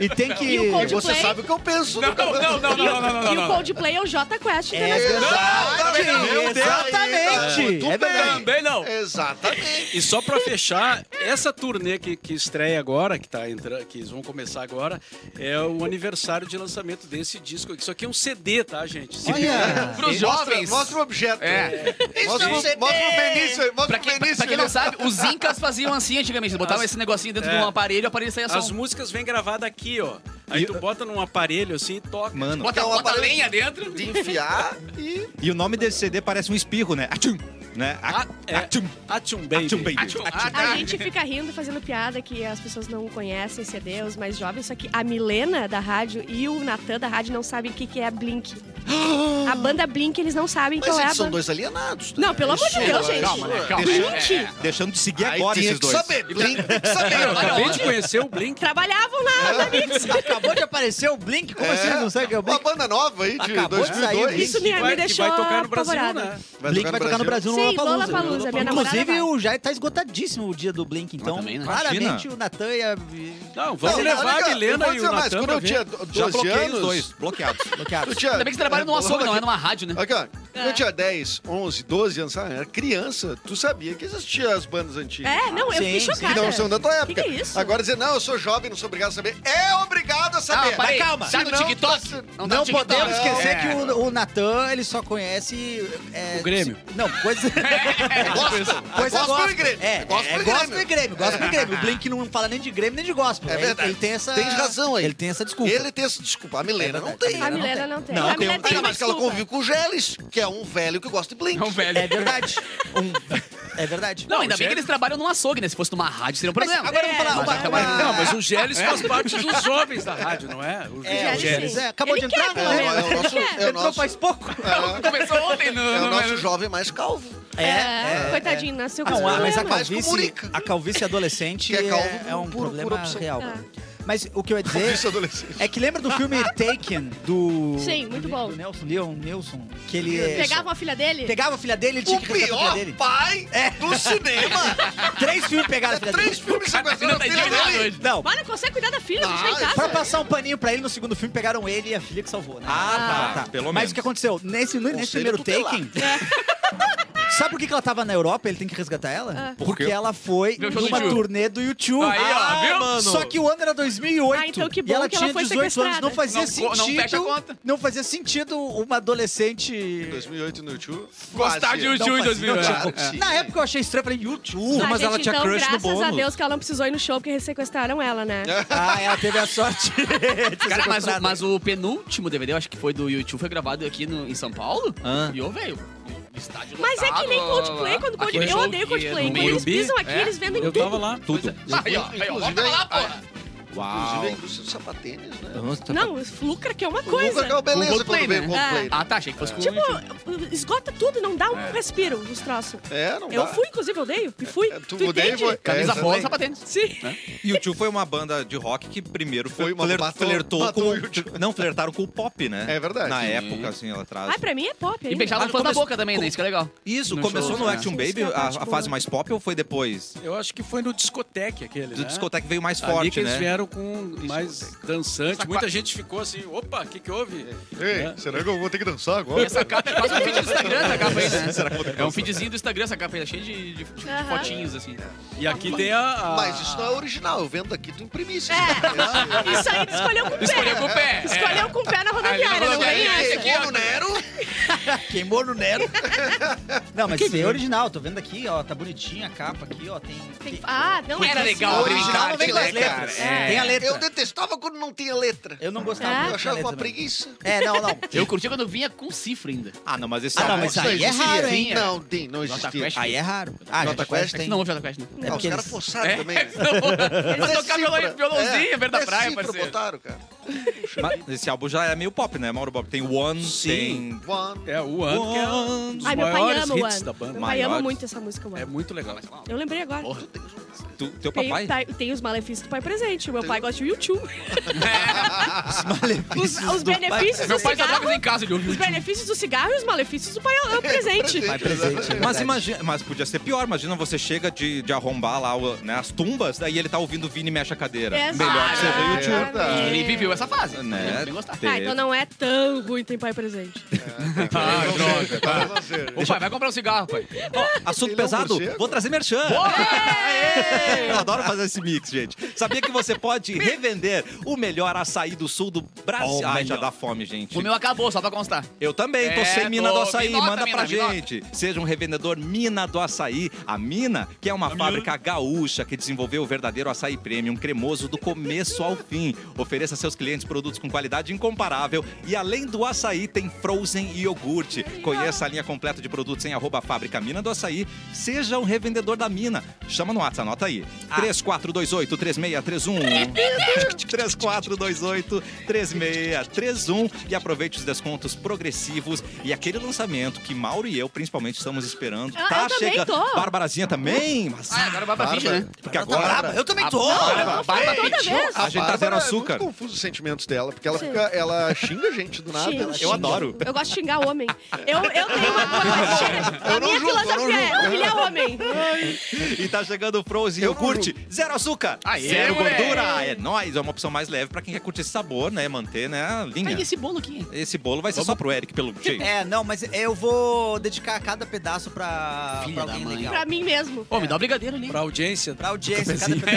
Speaker 5: E tem que.
Speaker 3: E o
Speaker 7: E Você
Speaker 3: Coldplay?
Speaker 7: sabe o que eu penso.
Speaker 4: Não, não, não, não, não, não, não,
Speaker 3: E o
Speaker 4: não.
Speaker 3: Coldplay é o J Quest
Speaker 5: É
Speaker 3: internacional.
Speaker 5: verdade! Exatamente!
Speaker 7: Muito
Speaker 5: É verdade.
Speaker 6: Também não.
Speaker 7: Exatamente.
Speaker 6: E só pra fechar, essa turnê que, que estreia agora, que tá entrando, que eles vão começar agora, é o aniversário de lançamento desse disco. Isso aqui é um CD, tá, gente? Se-
Speaker 5: Olha!
Speaker 4: Pros
Speaker 7: Mostra,
Speaker 4: jovens.
Speaker 7: mostra o objeto.
Speaker 4: É.
Speaker 7: Mostra, o- mostra o Benício aí. Mostra
Speaker 4: Pra
Speaker 7: o
Speaker 4: quem,
Speaker 7: Benício.
Speaker 4: pra quem não
Speaker 7: né?
Speaker 4: sabe, os incas faziam assim antigamente. Eles botavam esse negocinho dentro
Speaker 6: É.
Speaker 4: de um aparelho, o aparelho saía
Speaker 6: As
Speaker 4: som.
Speaker 6: músicas vêm gravadas aqui, ó. Aí tu bota num aparelho assim e toca.
Speaker 1: Mano,
Speaker 4: Bota,
Speaker 7: é um
Speaker 4: bota
Speaker 7: aparelho
Speaker 4: lenha dentro.
Speaker 7: De enfiar e...
Speaker 1: e o nome desse CD parece um espirro, né? Atchum, né?
Speaker 6: Ah, é.
Speaker 1: Atchum,
Speaker 6: Atchum Baby.
Speaker 1: Atchum Baby.
Speaker 4: Atchum, ah,
Speaker 3: A
Speaker 4: tá.
Speaker 3: gente fica rindo, fazendo piada que as pessoas não conhecem CD, os mais jovens, só que a Milena da rádio e o Natan da rádio não sabem o que, que é a Blink. a banda Blink, eles não sabem
Speaker 7: Mas
Speaker 3: qual é a
Speaker 7: eles são
Speaker 3: banda.
Speaker 7: dois alienados. né?
Speaker 3: Não, pelo amor de
Speaker 7: Isso,
Speaker 3: Deus,
Speaker 7: é.
Speaker 3: gente.
Speaker 4: Calma, né? Calma.
Speaker 1: Deixa-
Speaker 4: É, é.
Speaker 1: Deixando de seguir
Speaker 7: Aí
Speaker 1: agora
Speaker 7: tinha
Speaker 1: esses
Speaker 7: que
Speaker 1: dois.
Speaker 7: saber. Blink tem que saber.
Speaker 4: Olha,
Speaker 6: Acabei
Speaker 4: olha.
Speaker 6: de conhecer o Blink.
Speaker 3: Trabalhavam na, na Mix.
Speaker 5: Acabou de aparecer o Blink? Como assim? Não sabe o que é o
Speaker 7: Uma
Speaker 5: Blink?
Speaker 7: banda nova aí de
Speaker 5: Acabou de sair
Speaker 7: 2002.
Speaker 5: isso.
Speaker 3: Isso me,
Speaker 6: que
Speaker 3: me
Speaker 6: vai, que
Speaker 3: deixou
Speaker 6: vai tocar no Brasil,
Speaker 3: apavorada.
Speaker 6: né?
Speaker 5: Blink vai tocar no Brasil no
Speaker 3: Sim,
Speaker 5: Lollapalooza.
Speaker 3: Lollapalooza, minha namorada
Speaker 5: Inclusive,
Speaker 3: vai.
Speaker 5: o já tá esgotadíssimo o dia do Blink, então
Speaker 4: também, né?
Speaker 5: claramente
Speaker 1: Imagina.
Speaker 5: o Natan e a...
Speaker 6: Não,
Speaker 7: Não,
Speaker 6: vamos
Speaker 7: olha,
Speaker 6: levar a
Speaker 7: eu
Speaker 6: Milena
Speaker 7: vou
Speaker 6: e
Speaker 7: dizer
Speaker 6: o
Speaker 7: mais,
Speaker 6: Natan
Speaker 7: Quando
Speaker 6: pra
Speaker 7: eu
Speaker 6: ver.
Speaker 7: tinha 12
Speaker 1: Já bloqueei
Speaker 7: anos,
Speaker 1: os dois, bloqueados.
Speaker 7: eu tinha-
Speaker 4: Ainda bem que você trabalha num açougue, não é numa rádio, né?
Speaker 7: Aqui, ó. Quando eu tinha 10, 11, 12 anos, sabe? Era criança, tu sabia que existia as bandas antigas.
Speaker 3: É, não, eu
Speaker 5: Sim,
Speaker 3: fiquei
Speaker 5: sim.
Speaker 3: chocada.
Speaker 7: Que não são da tua época.
Speaker 3: Que que é isso?
Speaker 7: Agora dizer, não, eu sou jovem, não sou obrigado a saber. É obrigado a saber.
Speaker 4: Ah, parei.
Speaker 7: calma.
Speaker 4: Tá no
Speaker 7: Se não,
Speaker 4: TikTok?
Speaker 7: tá-
Speaker 4: Não tá no
Speaker 5: Não
Speaker 4: TikTok.
Speaker 5: podemos esquecer
Speaker 4: É.
Speaker 5: que o, o Natan, ele só conhece... é,
Speaker 6: O Grêmio.
Speaker 5: se- Não, coisa...
Speaker 7: Gospel.
Speaker 5: Coisa
Speaker 7: É, gospel
Speaker 5: gospel.
Speaker 7: e Grêmio.
Speaker 5: É,
Speaker 7: Gospel
Speaker 5: gospel,
Speaker 7: e
Speaker 5: é,
Speaker 7: Grêmio.
Speaker 5: gospel e Grêmio. Gospel e Grêmio. O Blink não fala nem de Grêmio nem de gospel.
Speaker 7: É
Speaker 5: Ele-
Speaker 7: verdade.
Speaker 5: Ele tem essa...
Speaker 7: Tem razão aí.
Speaker 5: Ele tem essa desculpa.
Speaker 7: Ele tem essa desculpa. A Milena não tem.
Speaker 3: A Milena não tem.
Speaker 1: Não,
Speaker 3: a Milena
Speaker 1: tem-
Speaker 3: tem
Speaker 7: Ainda
Speaker 3: uma
Speaker 7: mais que ela
Speaker 3: desculpa.
Speaker 7: convive com o Geles, que é um velho que gosta de Blink.
Speaker 4: É um velho.
Speaker 5: É verdade. Um- É verdade.
Speaker 4: Não, ainda bem
Speaker 6: gente.
Speaker 4: que eles trabalham num açougue, né? Se fosse numa rádio, seria um
Speaker 5: Mas
Speaker 4: problema.
Speaker 5: agora eu vou falar
Speaker 4: Mas
Speaker 5: uma-
Speaker 4: já que trabalha-
Speaker 5: uma-
Speaker 6: Não, mas o Gélis faz parte dos jovens da rádio, não é? O
Speaker 5: É, o
Speaker 3: Gélis,
Speaker 5: Gélis.
Speaker 3: sim.
Speaker 5: é, Acabou
Speaker 3: Ele
Speaker 5: de entrar,
Speaker 3: quer,
Speaker 5: né?
Speaker 3: pelo
Speaker 7: É, é o nosso, é o
Speaker 5: Entrou
Speaker 7: nosso,
Speaker 5: faz pouco.
Speaker 4: Começou ontem no...
Speaker 7: é o
Speaker 4: no-
Speaker 7: nosso jovem mais calvo.
Speaker 3: É, coitadinho, nasceu com
Speaker 5: Não,
Speaker 3: esse
Speaker 5: mas a
Speaker 3: problema.
Speaker 7: Mais com
Speaker 5: calvície,
Speaker 7: murica.
Speaker 5: a calvície adolescente
Speaker 7: Que é calvo
Speaker 5: é, é um
Speaker 7: por- por
Speaker 5: problema
Speaker 7: opção.
Speaker 5: real.
Speaker 3: É.
Speaker 5: Mas o que eu ia dizer
Speaker 7: Isso, adolescente.
Speaker 5: é que lembra do filme Taken do.
Speaker 3: Sim, muito
Speaker 5: do-
Speaker 3: bom.
Speaker 5: do Nelson Leon, Nelson. Que ele.
Speaker 3: Pegavam a filha dele?
Speaker 5: Pegava a filha dele, ele tinha
Speaker 7: O
Speaker 5: que resgatar a filha dele. É.
Speaker 7: pior pai do cinema.
Speaker 5: Três filmes pegaram a filha
Speaker 7: Três
Speaker 5: dele.
Speaker 7: filmes sequestraram a
Speaker 4: tá
Speaker 7: filha
Speaker 4: endividado
Speaker 7: dele.
Speaker 4: hoje.
Speaker 5: Não,
Speaker 3: Mas não consegue cuidar da filha, a gente tá em
Speaker 7: Ah,
Speaker 3: casa.
Speaker 5: Pra passar um paninho pra ele no segundo filme, pegaram ele e a filha que salvou, né?
Speaker 1: Ah, tá. Pelo
Speaker 5: Mas
Speaker 1: menos.
Speaker 5: o que aconteceu? Nesse, nesse
Speaker 7: Conselho
Speaker 5: primeiro
Speaker 7: tutelar.
Speaker 5: taking.
Speaker 4: É.
Speaker 5: Sabe por que que ela tava na Europa? Ele tem que resgatar ela?
Speaker 3: Ah.
Speaker 1: Por
Speaker 5: Porque
Speaker 1: quê?
Speaker 5: ela foi
Speaker 4: Meu show do
Speaker 5: numa
Speaker 4: YouTube.
Speaker 5: turnê do YouTube. Ah,
Speaker 4: Aí, ó, viu?
Speaker 5: Só que o ano era 2008.
Speaker 3: Ah, então que
Speaker 5: e
Speaker 3: bom
Speaker 5: ela
Speaker 3: que ela
Speaker 5: tinha
Speaker 3: foi
Speaker 5: 18 anos. Não
Speaker 3: sequestrada.
Speaker 5: fazia
Speaker 4: Não co-
Speaker 5: sentido.
Speaker 4: não fecha a conta.
Speaker 5: não fazia sentido uma adolescente.
Speaker 7: 2008 no YouTube.
Speaker 4: Gostar de
Speaker 5: Não
Speaker 4: YouTube em
Speaker 5: fazia, não
Speaker 4: 2008.
Speaker 5: tinha- Na época eu achei estranho, falei, YouTube.
Speaker 3: Ah,
Speaker 1: mas
Speaker 3: gente,
Speaker 1: ela tinha
Speaker 3: então,
Speaker 1: crush no
Speaker 3: graças a
Speaker 1: bônus.
Speaker 3: Deus que ela não precisou ir no show, porque sequestraram ela, né?
Speaker 5: Ah, ela teve a sorte. de ser
Speaker 4: Cara, mas, o-
Speaker 5: sequestrada.
Speaker 4: mas o penúltimo DVD, eu acho que foi do YouTube, foi gravado aqui no, em São Paulo.
Speaker 1: Ah.
Speaker 4: E eu, velho, estádio
Speaker 3: Mas é que nem
Speaker 4: lotado,
Speaker 3: Coldplay, quando
Speaker 4: aquele
Speaker 3: Coldplay. Eu
Speaker 4: show
Speaker 3: odeio
Speaker 4: que é
Speaker 3: Coldplay.
Speaker 4: no
Speaker 3: Quando eles
Speaker 6: Morumbi,
Speaker 3: pisam aqui,
Speaker 4: é.
Speaker 3: eles vendem
Speaker 6: Eu
Speaker 3: tudo.
Speaker 6: tava lá.
Speaker 1: Tudo.
Speaker 4: Aí, ó, aí, ó,
Speaker 7: Inclusive,
Speaker 4: volta
Speaker 5: é,
Speaker 4: lá,
Speaker 7: a-
Speaker 4: porra.
Speaker 7: Inclusive, a indústria dos sapatênis, né?
Speaker 3: Não, lucra que é uma
Speaker 7: O Lucas
Speaker 3: coisa.
Speaker 7: é o
Speaker 4: Com
Speaker 7: beleza
Speaker 4: Coldplay,
Speaker 7: quando veio o
Speaker 4: né?
Speaker 5: é.
Speaker 7: Coldplay.
Speaker 4: Ah, tá, achei que fosse com o
Speaker 3: Tipo,
Speaker 4: YouTube.
Speaker 3: esgota tudo, não dá um respiro nos troços.
Speaker 7: É, não
Speaker 3: Eu
Speaker 7: dá.
Speaker 3: fui, inclusive, eu odeio. E fui.
Speaker 7: É, tu
Speaker 3: Tu
Speaker 7: mudei,
Speaker 3: entende?
Speaker 7: foi-
Speaker 4: Camisa
Speaker 7: é,
Speaker 4: fora,
Speaker 7: também.
Speaker 4: sapatênis.
Speaker 3: Sim.
Speaker 1: YouTube foi uma banda de rock que primeiro
Speaker 7: Foi
Speaker 1: foi
Speaker 7: uma-
Speaker 1: fler,
Speaker 7: matou-
Speaker 1: flertou
Speaker 7: matou o
Speaker 1: com
Speaker 7: U2.
Speaker 1: não flertaram com o pop, né?
Speaker 7: É verdade.
Speaker 1: Na
Speaker 7: Sim.
Speaker 1: época assim ela traz.
Speaker 3: Ai, pra mim é pop.
Speaker 4: E
Speaker 3: ainda.
Speaker 4: beijava
Speaker 1: Ah,
Speaker 4: no fã da
Speaker 5: assim?
Speaker 1: começou-
Speaker 4: boca também, né? Isso que é legal.
Speaker 1: Isso
Speaker 4: No
Speaker 1: começou
Speaker 4: shows,
Speaker 1: no
Speaker 4: né?
Speaker 1: Action
Speaker 3: Sim,
Speaker 1: Baby,
Speaker 3: isso que é a
Speaker 1: a,
Speaker 3: parte
Speaker 1: a
Speaker 3: boa.
Speaker 1: fase mais pop ou foi depois?
Speaker 6: Eu acho que foi no discoteque aquele,
Speaker 1: Do
Speaker 6: né?
Speaker 1: discoteca veio mais
Speaker 6: Ali que
Speaker 1: forte,
Speaker 6: eles
Speaker 1: né?
Speaker 6: vieram com mais dançante. Muita gente ficou assim, opa, o que que houve?
Speaker 7: Ei, será que eu vou ter que dançar
Speaker 4: E
Speaker 7: agora?
Speaker 4: essa capa é quase um feed do Instagram, essa capa aí, né?
Speaker 1: Será que eu vou ter que
Speaker 4: É um
Speaker 1: dançar?
Speaker 4: feedzinho do Instagram, essa capa aí, é cheia de, de- de
Speaker 3: Aham.
Speaker 4: fotinhos, assim.
Speaker 5: É.
Speaker 6: E aqui tem
Speaker 5: Ah.
Speaker 6: a... a-
Speaker 7: Mas isso não é original, eu vendo aqui do imprimício.
Speaker 3: Isso aí tu escolheu com o pé.
Speaker 4: Escolheu com o pé. é.
Speaker 3: É. Escolheu com o pé na rodoviária, não tem
Speaker 4: rodoviária,
Speaker 3: essa.
Speaker 4: aqui, ó.
Speaker 7: Como Nero?
Speaker 5: Queimou no Nero. Não, mas isso é original. Tô vendo aqui, ó. Tá bonitinha a capa aqui, ó. Tem...
Speaker 3: Tem- Ah, não
Speaker 4: Porque
Speaker 3: era
Speaker 4: legal,
Speaker 3: assim.
Speaker 4: original,
Speaker 5: original não vem com as
Speaker 7: né, cara?
Speaker 5: letras.
Speaker 3: É.
Speaker 5: Tem a letra.
Speaker 7: Eu detestava quando não tinha letra.
Speaker 5: Eu não gostava
Speaker 3: É?
Speaker 5: muito
Speaker 7: Eu
Speaker 5: da
Speaker 7: achava
Speaker 5: letra
Speaker 7: uma
Speaker 5: também.
Speaker 7: preguiça.
Speaker 5: É, não, não.
Speaker 4: Eu curti quando vinha com cifra ainda. Tá,
Speaker 1: Ah, não, mas esse
Speaker 5: Ah, não,
Speaker 1: álbum-
Speaker 5: mas aí é raro, hein?
Speaker 4: hein?
Speaker 7: Não, Dim, não
Speaker 4: Jota
Speaker 7: existia.
Speaker 4: Quest.
Speaker 5: Aí é raro. Ah,
Speaker 7: Jota
Speaker 5: Jota
Speaker 7: Quest
Speaker 5: Quest
Speaker 4: É que
Speaker 5: tem.
Speaker 4: não houve JQuest, né?
Speaker 5: É
Speaker 7: Ah, os
Speaker 5: porque
Speaker 7: caras
Speaker 5: eles-
Speaker 7: forçaram também. né?
Speaker 4: Eles
Speaker 7: Até
Speaker 4: tocavam violão-
Speaker 7: cifra.
Speaker 4: violãozinho,
Speaker 7: É,
Speaker 4: verde da
Speaker 7: até
Speaker 4: praia,
Speaker 7: cifra
Speaker 4: parceiro.
Speaker 7: botaram, cara.
Speaker 1: Mas esse álbum já é meio pop, né, Mauro Bob? Tem One,
Speaker 6: Sim.
Speaker 7: One.
Speaker 6: É, o One, que é um dos
Speaker 3: Ai, meu pai
Speaker 6: maiores
Speaker 3: ama o
Speaker 6: hits
Speaker 3: One.
Speaker 6: da
Speaker 3: Meu
Speaker 6: banda.
Speaker 3: pai ama
Speaker 1: Maiores.
Speaker 3: muito essa música,
Speaker 6: É
Speaker 3: One.
Speaker 6: muito legal.
Speaker 3: Eu lembrei agora.
Speaker 1: tem... Tu, teu
Speaker 3: Tem,
Speaker 1: papai?
Speaker 3: tá- tem os malefícios do pai presente. O meu pai gosta de YouTube. os, os
Speaker 5: do pai.
Speaker 3: benefícios do
Speaker 4: Meu pai só
Speaker 3: cigarro.
Speaker 4: tava em casa de
Speaker 3: Os
Speaker 4: ouvir.
Speaker 3: benefícios do cigarro e os malefícios do pai é o presente.
Speaker 5: Vai presente. é
Speaker 1: Mas
Speaker 5: imagina.
Speaker 1: imagina, mas podia ser pior. Imagina você chega de, de arrombar lá o- né, as tumbas, daí ele tá ouvindo o Vini mexe a cadeira.
Speaker 3: Exatamente.
Speaker 1: Melhor que você veio
Speaker 7: YouTube.
Speaker 3: Exatamente.
Speaker 4: Ele viveu essa fase.
Speaker 1: Né?
Speaker 4: Ele gostar.
Speaker 3: Tá, então não é tão ruim tem pai presente.
Speaker 4: Ah, droga.
Speaker 7: Pra você.
Speaker 4: Ô, pai, vai comprar um cigarro, pai.
Speaker 1: Assunto
Speaker 7: Ele é um
Speaker 1: pesado,
Speaker 7: morcego?
Speaker 1: vou trazer merchan. Eu adoro fazer esse mix, gente. Sabia que você pode revender o melhor açaí do sul do Brasil?
Speaker 5: Oh,
Speaker 1: Ai, já
Speaker 5: melhor.
Speaker 1: dá fome, gente.
Speaker 4: O meu acabou, só pra constar.
Speaker 1: Eu também, tô
Speaker 4: É,
Speaker 1: sem mina
Speaker 4: tô-
Speaker 1: do açaí.
Speaker 4: me nota,
Speaker 1: Manda pra
Speaker 4: mina, me
Speaker 1: gente. Seja um revendedor mina do açaí. A Mina, que é uma fábrica gaúcha que desenvolveu o verdadeiro açaí premium, cremoso do começo ao fim. Ofereça a seus clientes produtos com qualidade incomparável. E além do açaí, tem frozen e iogurte. Conheça a linha completa de produtos em arroba fábrica Mina do Açaí. Seja um revendedor da Mina. Chama no WhatsApp, anota aí. 3428-3631. 3428-3631 e aproveite os descontos progressivos e aquele lançamento que Mauro e eu principalmente estamos esperando.
Speaker 3: Eu-
Speaker 1: tá
Speaker 3: eu também
Speaker 1: chegando.
Speaker 3: tô.
Speaker 1: Barbarazinha também, mas
Speaker 4: Ah, agora vai pra ficha,
Speaker 7: Bárbara.
Speaker 4: né?
Speaker 1: porque agora
Speaker 5: Eu também tô. Tá
Speaker 4: Barba
Speaker 3: Toda
Speaker 4: Pitch.
Speaker 3: vez.
Speaker 1: a gente tá zero
Speaker 7: Bárbara, É
Speaker 1: açúcar.
Speaker 7: muito confuso os sentimentos dela, porque ela,
Speaker 3: Sim.
Speaker 7: fica, ela xinga a gente do nada.
Speaker 3: Xingo,
Speaker 2: né?
Speaker 7: ela
Speaker 3: xingo.
Speaker 7: xinga.
Speaker 1: adoro.
Speaker 3: Eu gosto de xingar homem. Eu, eu tenho uma
Speaker 7: Eu
Speaker 3: A
Speaker 7: não
Speaker 3: minha
Speaker 7: julgo, eu não
Speaker 3: filosofia
Speaker 7: julgo.
Speaker 3: é humilhar homem.
Speaker 1: E tá chegando o Frozen
Speaker 7: Eu
Speaker 1: iogurte, zero açúcar,
Speaker 4: Aê,
Speaker 1: zero
Speaker 4: moleque.
Speaker 1: gordura. É nóis, é uma opção mais leve pra quem quer curtir esse sabor, né? Manter, né, a linha.
Speaker 4: Ai, esse bolo aqui.
Speaker 1: Esse bolo vai ser só pro Eric, pelo jeito.
Speaker 5: É, não, mas eu vou dedicar cada pedaço pra,
Speaker 4: Filha
Speaker 5: pra
Speaker 4: da
Speaker 5: alguém
Speaker 4: mãe.
Speaker 5: legal.
Speaker 3: Pra mim mesmo.
Speaker 4: Pô, me dá um brigadeiro ali.
Speaker 6: Pra audiência.
Speaker 5: Pra audiência, cada pedaço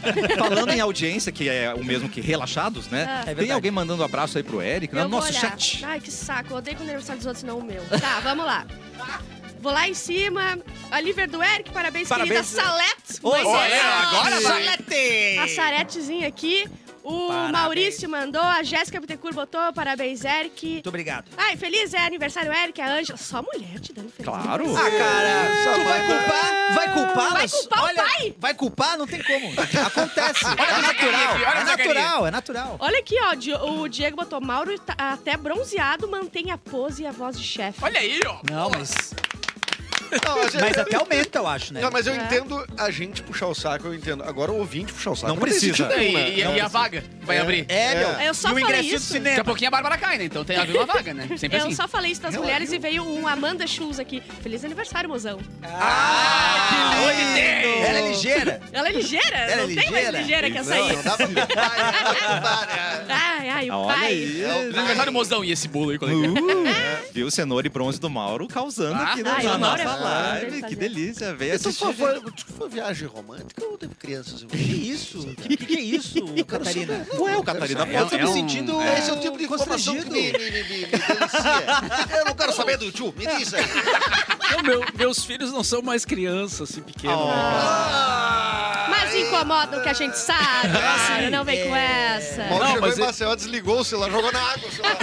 Speaker 5: pra audiência.
Speaker 1: Falando em audiência, que é o mesmo que relaxados, né?
Speaker 3: Ah. É
Speaker 1: Tem
Speaker 5: verdade.
Speaker 1: alguém mandando abraço aí pro Eric, né?
Speaker 3: Eu vou
Speaker 1: Nosso
Speaker 3: olhar.
Speaker 1: chat.
Speaker 3: Ai, que saco. Eu odeio quando o aniversário dos outros, não o meu. Tá, vamos lá. Vou lá em cima. A Liver do Eric, parabéns,
Speaker 1: Parabéns.
Speaker 3: querida. Salete.
Speaker 5: Ô,
Speaker 4: é, agora vai.
Speaker 3: A Saretezinha aqui. O
Speaker 5: Parabéns.
Speaker 3: Maurício mandou. A Jéssica Bittencourt botou. Parabéns, Eric.
Speaker 5: Muito obrigado.
Speaker 3: Ai, feliz é aniversário, Eric, a Ângela. Só mulher te dando feliz.
Speaker 1: Claro.
Speaker 5: Ah, cara, tu vai culpar? Vai culpar?
Speaker 3: Vai
Speaker 5: mas
Speaker 3: culpar o
Speaker 5: olha,
Speaker 3: pai?
Speaker 5: Vai culpar? Não tem como. Acontece.
Speaker 4: Olha
Speaker 5: é
Speaker 4: essa carinha
Speaker 5: natural.
Speaker 4: aqui, olha
Speaker 5: é
Speaker 4: essa carinha.
Speaker 5: natural, é natural.
Speaker 3: Olha aqui, ó. Di- O Diego botou Mauro tá até bronzeado, mantém a pose e a voz de chefe.
Speaker 4: Olha aí, ó.
Speaker 5: Não, mas.
Speaker 7: Não, é a gente-
Speaker 5: Mas até aumenta, eu acho, né?
Speaker 7: Não, mas eu
Speaker 3: É.
Speaker 7: entendo a gente puxar o saco, eu entendo. Agora o ouvinte puxar o saco.
Speaker 1: Não
Speaker 7: tem
Speaker 1: precisa.
Speaker 7: sentido nenhum, né?
Speaker 4: E, e- e a vaga vai abrir.
Speaker 5: É, meu.
Speaker 3: Eu só
Speaker 5: e o
Speaker 3: falei
Speaker 5: ingressinho do
Speaker 3: isso.
Speaker 5: cinema.
Speaker 4: Daqui a pouquinho a Bárbara cai, né? Então tem a ver uma vaga, né? Sempre
Speaker 3: Eu
Speaker 4: assim.
Speaker 3: só falei isso das mulheres e veio um Amanda Schulz aqui. Feliz aniversário, mozão.
Speaker 5: Ah,
Speaker 4: que lindo!
Speaker 5: Ela é ligeira.
Speaker 3: Ela é ligeira,
Speaker 5: Ela é
Speaker 3: não tem mais
Speaker 5: ligeira?
Speaker 3: ligeira que essa
Speaker 7: Não,
Speaker 3: aí.
Speaker 7: não dá pra brincar.
Speaker 3: Ai, ai, o
Speaker 1: Ah, Olha
Speaker 3: pai.
Speaker 1: aí.
Speaker 4: Feliz aniversário, mozão. E esse bolo aí, colega?
Speaker 1: Uh, viu cenoura e bronze do Mauro causando
Speaker 4: Ah,
Speaker 1: aqui
Speaker 3: ah, eu
Speaker 1: na
Speaker 3: adoro
Speaker 1: nossa
Speaker 3: essa
Speaker 1: live.
Speaker 3: coisa.
Speaker 1: Que delícia, velho.
Speaker 7: Então, por favor, se for viagem romântica ou teve crianças? é
Speaker 5: Que isso? Que, que, que é isso, Catarina?
Speaker 1: Ué, o Catarina
Speaker 4: É,
Speaker 1: Pontes, eu
Speaker 4: é
Speaker 1: me
Speaker 4: um-
Speaker 1: sentindo...
Speaker 7: É esse é o tipo de informação que
Speaker 5: Constrangido.
Speaker 7: me, me, me, me delicia. Eu não quero saber do tio, me diz aí.
Speaker 6: Não, meu- meus filhos não são mais crianças, assim, pequenos.
Speaker 7: Oh.
Speaker 5: Ah,
Speaker 3: Mas incomoda o que a gente sabe, cara. Não vem com essa.
Speaker 7: Paulo
Speaker 6: Não,
Speaker 7: chegou
Speaker 6: mas é-
Speaker 7: em
Speaker 6: ele-
Speaker 7: Maceió, desligou o celular, jogou na água o celular.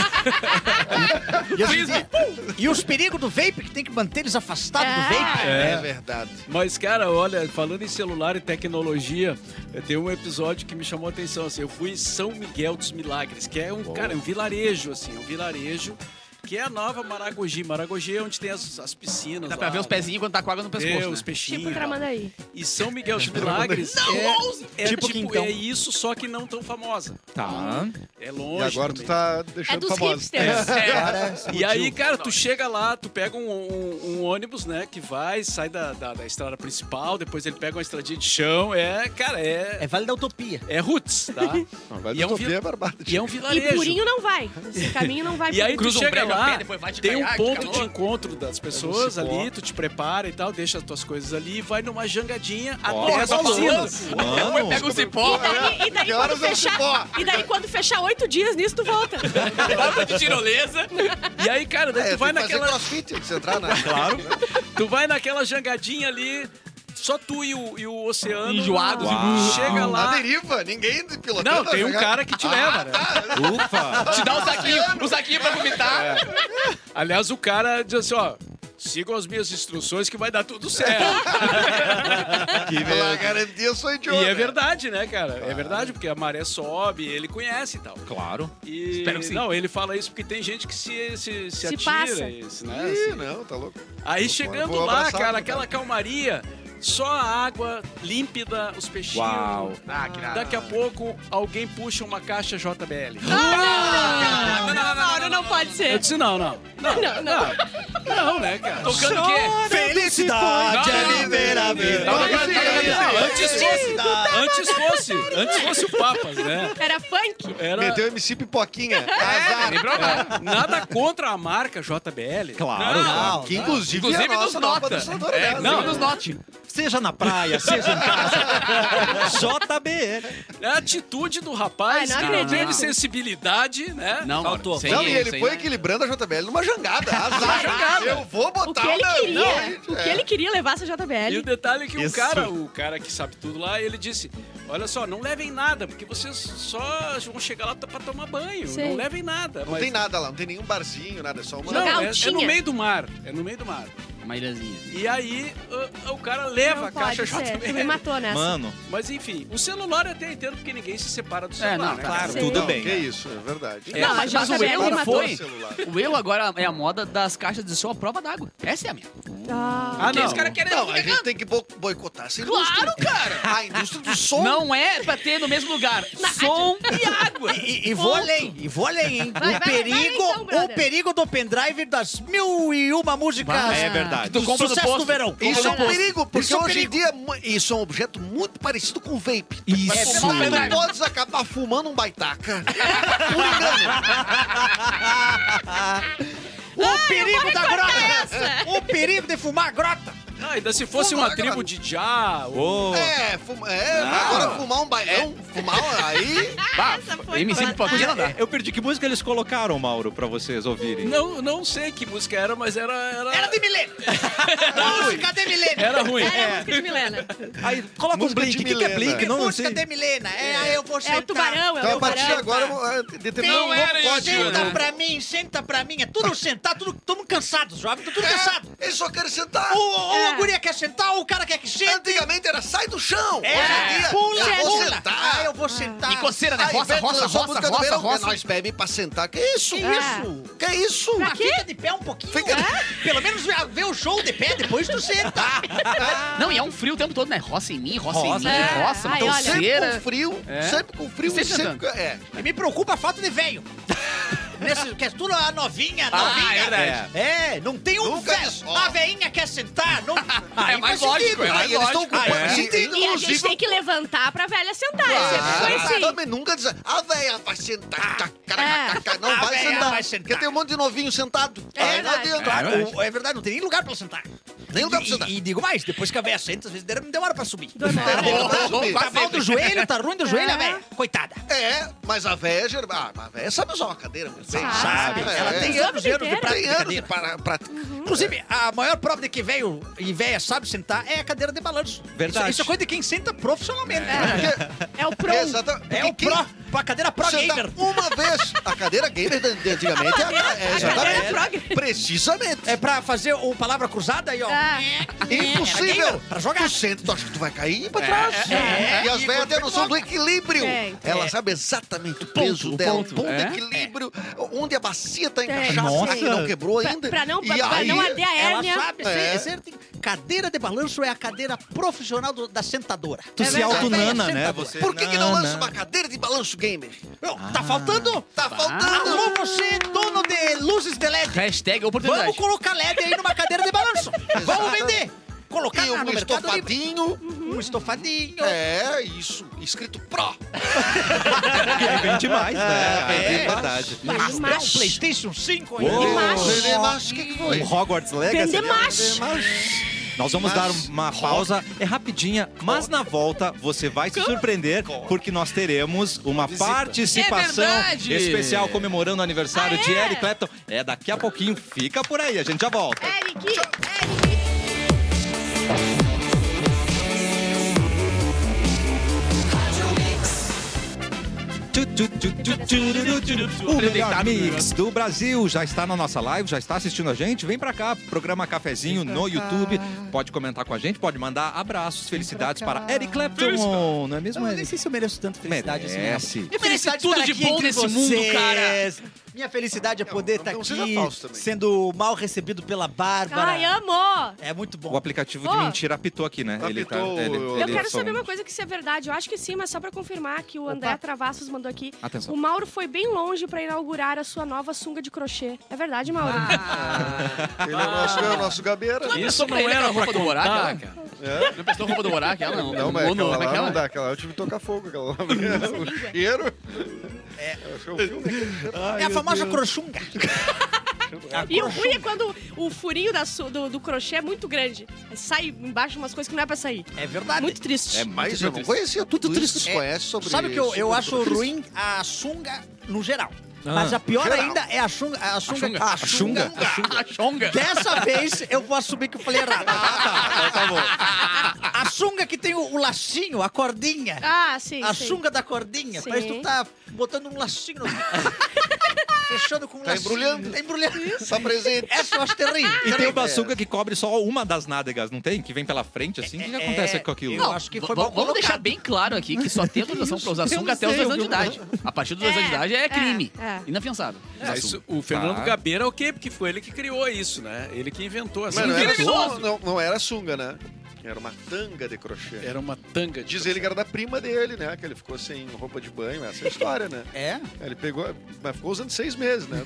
Speaker 5: E os perigos do vape, que tem que manter eles afastados do
Speaker 3: Ah.
Speaker 5: vape.
Speaker 7: É, verdade.
Speaker 6: Mas, cara, olha, falando em celular e tecnologia, eh, tem um episódio que me chamou a atenção. Assim, eu fui em São Miguel dos Milagres, que é um, cara, um vilarejo, assim, um vilarejo que é a nova Maragogi. Maragogi é onde tem as, as piscinas.
Speaker 4: Dá pra
Speaker 6: lá,
Speaker 4: ver os pezinhos quando tá com água no
Speaker 6: Vê
Speaker 4: pescoço, né?
Speaker 6: os peixinhos.
Speaker 3: Tipo,
Speaker 6: e tal.
Speaker 3: Tramandaí.
Speaker 6: E São Miguel dos Milagres é, é
Speaker 5: Tipo
Speaker 6: tipo,
Speaker 5: Quintão.
Speaker 6: é isso, só que não tão famosa.
Speaker 1: Tá.
Speaker 6: É
Speaker 7: E
Speaker 6: longe.
Speaker 7: agora tu
Speaker 6: também.
Speaker 7: tá
Speaker 3: É
Speaker 7: deixando
Speaker 3: dos
Speaker 7: famoso.
Speaker 3: hipsters.
Speaker 5: Agora
Speaker 6: E
Speaker 5: explodiu.
Speaker 6: aí, cara, tu chega lá, tu pega um, um- um ônibus, né, que vai, sai da, da, da estrada principal, depois ele pega uma estradinha de chão, é, cara, é,
Speaker 5: É Vale da Utopia.
Speaker 6: é roots, tá?
Speaker 7: Não, vai
Speaker 6: E é um
Speaker 7: utopia, é barbada.
Speaker 6: E é um
Speaker 3: E
Speaker 6: vilarejo.
Speaker 3: purinho não vai. Esse caminho não vai.
Speaker 6: E aí tu
Speaker 4: Cruza um
Speaker 6: chega
Speaker 4: prédio a
Speaker 6: lá,
Speaker 4: pé, depois vai de
Speaker 6: tem um
Speaker 4: caiaque,
Speaker 6: ponto de
Speaker 4: canoa.
Speaker 6: encontro das pessoas
Speaker 7: cipó.
Speaker 6: ali, tu te prepara e tal, deixa as tuas coisas ali, vai numa jangadinha
Speaker 1: Ó,
Speaker 6: até as
Speaker 4: tá
Speaker 6: piscinas.
Speaker 4: Depois pega o cipó,
Speaker 3: E daí, e daí
Speaker 7: Que
Speaker 3: quando
Speaker 7: horas é o cipó?
Speaker 3: fechar, e daí quando fechar oito dias nisso, tu volta.
Speaker 4: volta de tirolesa.
Speaker 6: E aí, cara, daí
Speaker 7: É,
Speaker 6: tu vai
Speaker 7: tem que fazer
Speaker 6: naquela
Speaker 7: crossfit antes de entrar né? na... Claro.
Speaker 6: Tu vai naquela jangadinha ali, só tu e o, e o oceano.
Speaker 4: Enjoados.
Speaker 1: Uau.
Speaker 6: Chega
Speaker 7: Na
Speaker 6: lá.
Speaker 7: deriva, ninguém pilotando.
Speaker 6: Não,
Speaker 2: tá
Speaker 6: tem um
Speaker 7: jogar-
Speaker 6: cara que te leva, né?
Speaker 1: Ufa.
Speaker 4: Te dá um saquinho, um saquinho pra vomitar.
Speaker 6: Aliás, o cara diz assim, ó. Sigam as minhas instruções que vai dar tudo certo.
Speaker 7: Que pela garantia, eu sou
Speaker 6: e
Speaker 7: idiota.
Speaker 6: é verdade, né, cara? É verdade, porque a maré sobe, ele conhece e tal.
Speaker 1: Claro.
Speaker 6: E-
Speaker 4: Espero que sim.
Speaker 6: Não, ele fala isso porque tem gente que se, se, se, atira.
Speaker 3: passa.
Speaker 6: Isso, né?
Speaker 7: Ih, não, tá louco.
Speaker 6: Aí
Speaker 7: Vou-
Speaker 6: chegando
Speaker 7: vou
Speaker 6: lá,
Speaker 7: abraçar,
Speaker 6: cara,
Speaker 7: né,
Speaker 6: aquela calmaria, só a água límpida, os peixinhos.
Speaker 1: Uau.
Speaker 4: Ah, que
Speaker 6: Daqui a pouco, alguém puxa uma caixa JBL.
Speaker 3: Ah, Não, não, Mauro, não pode
Speaker 6: Eu
Speaker 3: ser.
Speaker 6: disse, não, não. Não, não. Não, né, cara? Tocando o quê?
Speaker 5: Felicidade
Speaker 6: Não, não,
Speaker 5: é
Speaker 6: Não, não,
Speaker 5: liberar
Speaker 6: não,
Speaker 7: é
Speaker 6: não, não. Antes fosse, antes fosse, antes fosse o Papas, né?
Speaker 3: Era funk.
Speaker 6: Era É,
Speaker 7: Meteu MC Pipoquinha. Azar.
Speaker 6: nada contra a marca JBL.
Speaker 1: Claro.
Speaker 5: Não,
Speaker 7: Que inclusive,
Speaker 4: Inclusive
Speaker 7: é a
Speaker 4: nos
Speaker 7: nossa nova
Speaker 4: nota.
Speaker 7: patrocinadora né?
Speaker 4: É,
Speaker 7: dela.
Speaker 4: não, nos note.
Speaker 1: Seja na praia, seja em casa. JBL.
Speaker 6: É A atitude do rapaz,
Speaker 3: Ai, não
Speaker 6: que não
Speaker 3: acredito.
Speaker 6: teve sensibilidade, né?
Speaker 4: Não,
Speaker 5: Faltou.
Speaker 4: Mauro, sem
Speaker 7: Não, e
Speaker 4: isso
Speaker 7: ele
Speaker 4: aí,
Speaker 7: foi
Speaker 4: né?
Speaker 7: equilibrando a JBL numa jangada. Azar. Eu vou botar
Speaker 3: O que ele
Speaker 7: na-
Speaker 3: queria, né?
Speaker 7: Não, é.
Speaker 3: o que ele queria levar essa
Speaker 6: E o
Speaker 3: JBL.
Speaker 6: detalhe é que
Speaker 1: Isso.
Speaker 6: o cara, o cara que sabe tudo lá, ele disse: Olha só, não levem nada, porque vocês só vão chegar lá pra tomar banho.
Speaker 3: Sim.
Speaker 6: Não levem nada.
Speaker 7: Não
Speaker 6: Mas-
Speaker 7: tem nada lá, não tem nenhum barzinho, nada, é só uma.
Speaker 6: Não,
Speaker 3: Jogar
Speaker 6: é, é no
Speaker 3: altinha.
Speaker 6: meio do mar. É no meio do mar.
Speaker 4: Uma ilhazinha.
Speaker 6: E aí o, o cara leva
Speaker 3: Não
Speaker 6: a caixa
Speaker 3: pode ser. Tu me
Speaker 6: JBL.
Speaker 3: matou nessa.
Speaker 1: Mano,
Speaker 6: Mas enfim, o celular eu até entendo porque ninguém se separa do celular,
Speaker 4: não,
Speaker 6: né?
Speaker 4: claro.
Speaker 3: Sim.
Speaker 1: tudo
Speaker 7: Não,
Speaker 1: bem.
Speaker 7: Que
Speaker 1: né?
Speaker 7: isso, é verdade.
Speaker 6: É,
Speaker 4: Não,
Speaker 3: mas
Speaker 4: mas,
Speaker 3: já
Speaker 4: o
Speaker 3: sabia,
Speaker 4: erro
Speaker 3: ele
Speaker 4: não
Speaker 3: matou
Speaker 4: foi.
Speaker 7: o celular.
Speaker 4: O erro agora é a moda das caixas de som à prova d'água. Essa é a minha.
Speaker 3: Ah,
Speaker 6: Ah,
Speaker 4: Porque
Speaker 6: não.
Speaker 4: os caras querem...
Speaker 7: Não, a gente tem que bo- boicotar essa indústria.
Speaker 4: Claro, cara!
Speaker 7: A indústria do som.
Speaker 4: Não é pra ter no mesmo lugar. Som e água.
Speaker 5: E, e vou além, e vou além, hein?
Speaker 3: Vai,
Speaker 5: o,
Speaker 3: vai,
Speaker 5: perigo,
Speaker 3: vai então, brother.
Speaker 5: o perigo do pendrive das mil e uma músicas.
Speaker 4: Vai,
Speaker 1: é verdade.
Speaker 5: Do
Speaker 4: Tu compra no
Speaker 5: sucesso
Speaker 4: posto.
Speaker 5: do verão.
Speaker 7: Isso é um
Speaker 4: Não,
Speaker 7: perigo, porque
Speaker 5: isso é um
Speaker 7: hoje em
Speaker 5: perigo.
Speaker 7: dia mu- isso é um objeto muito parecido com vape.
Speaker 4: Isso.
Speaker 7: Só que tu podes acabar fumando um baitaca.
Speaker 5: O perigo da grota! O perigo de fumar a grota!
Speaker 6: Ah, ainda se fosse uma tribo de já, ou
Speaker 5: Oh.
Speaker 1: Ô,
Speaker 7: É, fuma, é agora fumar um
Speaker 5: É.
Speaker 7: bailão, fumar um- aí.
Speaker 3: essa foi É,
Speaker 4: MC
Speaker 3: foda.
Speaker 4: Pipoquinha não dá.
Speaker 1: Ah, eu perdi. Que música eles colocaram, Mauro, pra vocês ouvirem?
Speaker 6: não, não sei que música era, mas era era,
Speaker 5: Era de milênio! Música de milênio!
Speaker 6: era ruim.
Speaker 3: Era a música de é Milena.
Speaker 1: Aí, coloca um
Speaker 7: Música de
Speaker 1: é
Speaker 7: Milena.
Speaker 2: É
Speaker 5: Que
Speaker 1: Não, não
Speaker 5: música
Speaker 1: sei.
Speaker 5: de Milena, é aí eu vou
Speaker 3: É
Speaker 5: sentar.
Speaker 3: o tubarão, é
Speaker 7: Então
Speaker 3: o
Speaker 7: a partir de
Speaker 3: tubarão.
Speaker 7: agora eu vou, é, determinar
Speaker 4: Não
Speaker 7: um novo
Speaker 4: era isso,
Speaker 7: código.
Speaker 4: né?
Speaker 5: Senta pra mim, senta pra mim. É tudo sentar, tudo, todo mundo cansado, jovem, tá tudo cansado.
Speaker 7: É, ele só quer sentar.
Speaker 5: Ou, ou
Speaker 3: É.
Speaker 5: a guria quer sentar, ou o cara quer que sente.
Speaker 7: Antigamente era sai do chão.
Speaker 5: É,
Speaker 7: Hoje em dia,
Speaker 5: pula,
Speaker 7: eu vou
Speaker 5: pula.
Speaker 7: sentar.
Speaker 5: Ah, eu vou sentar.
Speaker 4: E coceira, né?
Speaker 5: roça,
Speaker 7: Ivete
Speaker 5: roça,
Speaker 7: lançou tá. a
Speaker 5: roça,
Speaker 7: música do
Speaker 5: roça,
Speaker 7: verão, que
Speaker 5: roça.
Speaker 7: Nós bebe pra sentar. Que isso?
Speaker 3: Que
Speaker 7: isso? Que isso?
Speaker 5: Ah, Fica de pé um pouquinho.
Speaker 7: Fica-
Speaker 5: é? Pelo menos já vê o show de pé, depois tu senta. Não, e é um frio o tempo todo, né? Roça em mim, roça,
Speaker 1: Roça.
Speaker 5: em mim,
Speaker 3: É.
Speaker 5: roça,
Speaker 3: Ai,
Speaker 5: então
Speaker 3: olha.
Speaker 7: Sempre com
Speaker 5: cera.
Speaker 7: frio,
Speaker 5: É.
Speaker 7: sempre com frio,
Speaker 5: E sempre
Speaker 7: sempre. É.
Speaker 5: E me preocupa a falta de velho. Nesse, que é tudo a novinha,
Speaker 1: Ah,
Speaker 5: novinha.
Speaker 1: é verdade.
Speaker 5: É, não tem um
Speaker 7: Nunca
Speaker 5: velho.
Speaker 7: diz, ó.
Speaker 5: A veinha quer sentar. Não...
Speaker 6: Ah, é
Speaker 5: Aí
Speaker 6: mais
Speaker 5: faz
Speaker 6: lógico,
Speaker 5: sentido.
Speaker 6: é mais
Speaker 7: Aí eles estão
Speaker 6: lógico.
Speaker 7: ocupando.
Speaker 1: é.
Speaker 7: sentido,
Speaker 3: E a gente
Speaker 7: inclusive, Tá
Speaker 3: tem que levantar pra velha sentar.
Speaker 7: Claro,
Speaker 3: Sempre foi é assim.
Speaker 7: Também nunca diz, a véia vai sentar, tá, cara,
Speaker 3: É.
Speaker 7: tá, cara, não
Speaker 5: A
Speaker 7: vai
Speaker 5: véia
Speaker 7: sentar,
Speaker 5: vai sentar.
Speaker 7: porque tem um monte de novinho sentado.
Speaker 3: É
Speaker 7: Aí não
Speaker 3: verdade.
Speaker 7: adianta.
Speaker 5: Claro, o- é verdade, não tem nem lugar pra ela sentar.
Speaker 7: Nem lugar pra
Speaker 5: E-
Speaker 7: sentar.
Speaker 5: E, e digo mais, depois que a véia senta, às vezes não demora pra subir.
Speaker 7: Oh, oh, oh,
Speaker 5: Tá mal do joelho, tá ruim do joelho,
Speaker 3: É.
Speaker 5: a véia. Coitada.
Speaker 7: É, mas a véia, gera- ah, mas a véia sabe usar uma cadeira muito bem.
Speaker 3: Sabe, sabe.
Speaker 7: É,
Speaker 5: Ela
Speaker 7: é.
Speaker 5: tem
Speaker 3: Sobre
Speaker 5: anos e anos de
Speaker 3: inteira.
Speaker 7: Tem
Speaker 5: prática.
Speaker 7: anos de
Speaker 5: cadeira.
Speaker 7: para- prática.
Speaker 5: Inclusive, a maior prova de que velho e véia sabe sentar é a cadeira de balanço.
Speaker 1: Verdade.
Speaker 5: Isso, isso é coisa de quem senta profissionalmente. né?
Speaker 3: É o pro.
Speaker 7: Exatamente.
Speaker 5: É, o
Speaker 7: Porque
Speaker 5: pro, a cadeira pro
Speaker 7: sentar
Speaker 5: gamer.
Speaker 7: uma vez, a cadeira gamer de- de antigamente é, a- é
Speaker 3: cadeira pro
Speaker 7: exatamente,
Speaker 3: gamer.
Speaker 7: precisamente.
Speaker 5: É pra fazer o palavra cruzada aí, ó.
Speaker 3: É.
Speaker 7: Impossível!
Speaker 5: pra jogar.
Speaker 7: Tu senta, tu acha que tu vai cair pra trás.
Speaker 5: é,
Speaker 7: E as
Speaker 5: e
Speaker 7: velhas têm
Speaker 5: continua.
Speaker 7: a noção do equilíbrio.
Speaker 3: É, então.
Speaker 7: Ela sabe exatamente o peso
Speaker 5: ponto, o
Speaker 7: dela, o
Speaker 5: ponto.
Speaker 7: ponto de
Speaker 6: É.
Speaker 7: equilíbrio, onde a bacia tá
Speaker 3: É,
Speaker 7: encaixada,
Speaker 3: Nossa.
Speaker 7: que não quebrou
Speaker 3: Pra-
Speaker 7: ainda.
Speaker 3: pra não-
Speaker 7: E
Speaker 3: pra- pra
Speaker 7: aí,
Speaker 3: não ader a
Speaker 5: Ela
Speaker 3: hérnia.
Speaker 5: sabe, né?
Speaker 7: É.
Speaker 5: ser- ser- tem- cadeira de balanço é a cadeira profissional do- da sentadora.
Speaker 1: Tu
Speaker 5: É
Speaker 1: se
Speaker 5: verdade.
Speaker 1: autonana,
Speaker 5: É,
Speaker 1: né?
Speaker 5: sentadora.
Speaker 1: Você
Speaker 7: Por que, que não
Speaker 1: nana.
Speaker 7: lança uma cadeira de balanço gamer?
Speaker 5: Meu, Tá faltando?
Speaker 7: Tá faltando.
Speaker 5: Alô, você, dono de luzes de LED.
Speaker 4: Hashtag oportunidade.
Speaker 5: Vamos colocar LED aí numa cadeira de balanço. Vamos vender. Colocar
Speaker 7: E
Speaker 5: na- no
Speaker 7: um
Speaker 5: mercado livre.
Speaker 7: estofadinho.
Speaker 5: Um estofadinho.
Speaker 7: É, isso. Escrito Pro.
Speaker 1: Que vende mais, É né?
Speaker 5: É.
Speaker 1: É verdade.
Speaker 3: Vale
Speaker 5: Astral,
Speaker 3: mais.
Speaker 5: Playstation 5
Speaker 1: Uou.
Speaker 3: Macho.
Speaker 7: Mas o que, que foi?
Speaker 1: Um Hogwarts Legacy.
Speaker 3: Vender macho.
Speaker 1: Nós vamos
Speaker 7: Mas-
Speaker 1: dar uma pausa, é rapidinha, mas na volta você vai se surpreender, porque nós teremos uma participação
Speaker 4: É verdade!
Speaker 1: especial comemorando o aniversário
Speaker 3: Ah,
Speaker 1: de
Speaker 3: é?
Speaker 1: Eric Clapton. É daqui a pouquinho, fica por aí, a gente já volta.
Speaker 3: Eric, Eric.
Speaker 1: Tu, tu, tu, tu, tu, tu, tu, tu. O melhor mix do Brasil já está na nossa live, já está assistindo a gente. Vem pra cá, programa Cafezinho no YouTube. Pode comentar com a gente, pode mandar abraços, felicidades para Eric Clapton. Não é mesmo,
Speaker 9: Eu nem
Speaker 1: Eric?
Speaker 9: sei se eu mereço tanta felicidade assim. né?
Speaker 1: Merece.
Speaker 9: Minha
Speaker 4: Merece
Speaker 9: felicidade
Speaker 4: tudo
Speaker 5: tá
Speaker 9: estar
Speaker 4: de
Speaker 9: aqui
Speaker 4: bom
Speaker 9: entre
Speaker 4: nesse mundo, cara.
Speaker 9: vocês. Minha felicidade é poder
Speaker 7: não-
Speaker 9: estar
Speaker 5: tá
Speaker 7: não seja
Speaker 9: aqui
Speaker 7: falso também.
Speaker 9: sendo mal recebido pela Bárbara.
Speaker 3: Ai, amo.
Speaker 9: É muito
Speaker 1: O
Speaker 9: bom.
Speaker 1: aplicativo de
Speaker 3: Ô.
Speaker 1: mentira apitou aqui, né?
Speaker 7: Apitou, eu-
Speaker 3: Eu
Speaker 7: Ele
Speaker 3: quero
Speaker 1: só-
Speaker 9: um
Speaker 3: saber uma coisa que se é verdade. Eu acho que sim, mas só pra confirmar que o André Travassos mandou aqui.
Speaker 1: Atenção.
Speaker 3: O Mauro foi bem longe pra inaugurar a sua nova sunga de crochê. É verdade, Mauro?
Speaker 9: Ah,
Speaker 7: Ele é o nosso, é o nosso gabeira.
Speaker 5: Isso
Speaker 4: Pra ele
Speaker 6: um
Speaker 4: era a roupa do Borá, aquela, cara. Não prestou a roupa do Borá, aquela, não.
Speaker 2: Não, mas
Speaker 4: Ou
Speaker 2: aquela
Speaker 4: como é
Speaker 2: lá
Speaker 4: que
Speaker 2: não
Speaker 4: ela?
Speaker 2: dá, aquela lá eu tive que tocar fogo, aquela lá. o cheiro. É. Acho que eu vi um
Speaker 5: É a famosa crochunga.
Speaker 3: E o ruim é quando o furinho da su- do, do crochê é muito grande. Sai embaixo umas coisas que não é pra sair.
Speaker 5: É
Speaker 9: Ah,
Speaker 5: verdade.
Speaker 3: Muito triste.
Speaker 7: É, mas eu não conhecia tudo isso. Tu conhece sobre
Speaker 5: Sabe o que eu, eu
Speaker 7: sobre
Speaker 5: acho
Speaker 7: tudo isso?
Speaker 5: ruim? A sunga no geral. Mas a pior
Speaker 7: Geral.
Speaker 5: ainda é a sunga. A sunga. A sunga.
Speaker 4: A chonga.
Speaker 5: Dessa vez eu vou assumir que eu falei errado. A sunga que tem o, o lacinho, a cordinha.
Speaker 3: Ah, sim.
Speaker 5: a
Speaker 3: sim.
Speaker 5: sunga da cordinha.
Speaker 3: Sim.
Speaker 5: Parece que tu tá botando um lacinho. no- Fechando com um
Speaker 7: Tá
Speaker 5: lacinho.
Speaker 7: embrulhando.
Speaker 5: Tá embrulhando.
Speaker 7: Tá presente.
Speaker 5: Essa eu acho
Speaker 9: é
Speaker 5: terrível.
Speaker 1: E tem o bazuca que cobre só uma das nádegas, não tem? Que vem pela frente, assim? O que que acontece
Speaker 5: É,
Speaker 1: com aquilo?
Speaker 5: Eu acho que foi
Speaker 4: Vamos-
Speaker 5: mal
Speaker 4: Vamos
Speaker 5: colocado.
Speaker 4: deixar bem claro aqui que só tem autorização pra usar
Speaker 1: Eu não
Speaker 4: sunga até os
Speaker 1: sei,
Speaker 4: dois anos de
Speaker 1: eu-
Speaker 4: idade. A partir dos dois
Speaker 3: É,
Speaker 4: anos de idade é
Speaker 3: é,
Speaker 4: crime.
Speaker 3: é.
Speaker 4: Inafiançável. Usar
Speaker 6: Mas
Speaker 4: sunga.
Speaker 6: o Fernando
Speaker 1: Tá.
Speaker 6: Gabeira é o quê? Porque foi ele que criou isso, né? Ele que inventou essa.
Speaker 2: Mas não era,
Speaker 4: Invejoso.
Speaker 2: sunga, não, não era sunga, né? Era uma tanga de crochê.
Speaker 6: Era uma tanga de.
Speaker 2: Diz ele que era da prima dele, né? Que ele ficou sem roupa de banho, essa é a história, né?
Speaker 9: É?
Speaker 2: Ele pegou, mas ficou usando seis meses, né?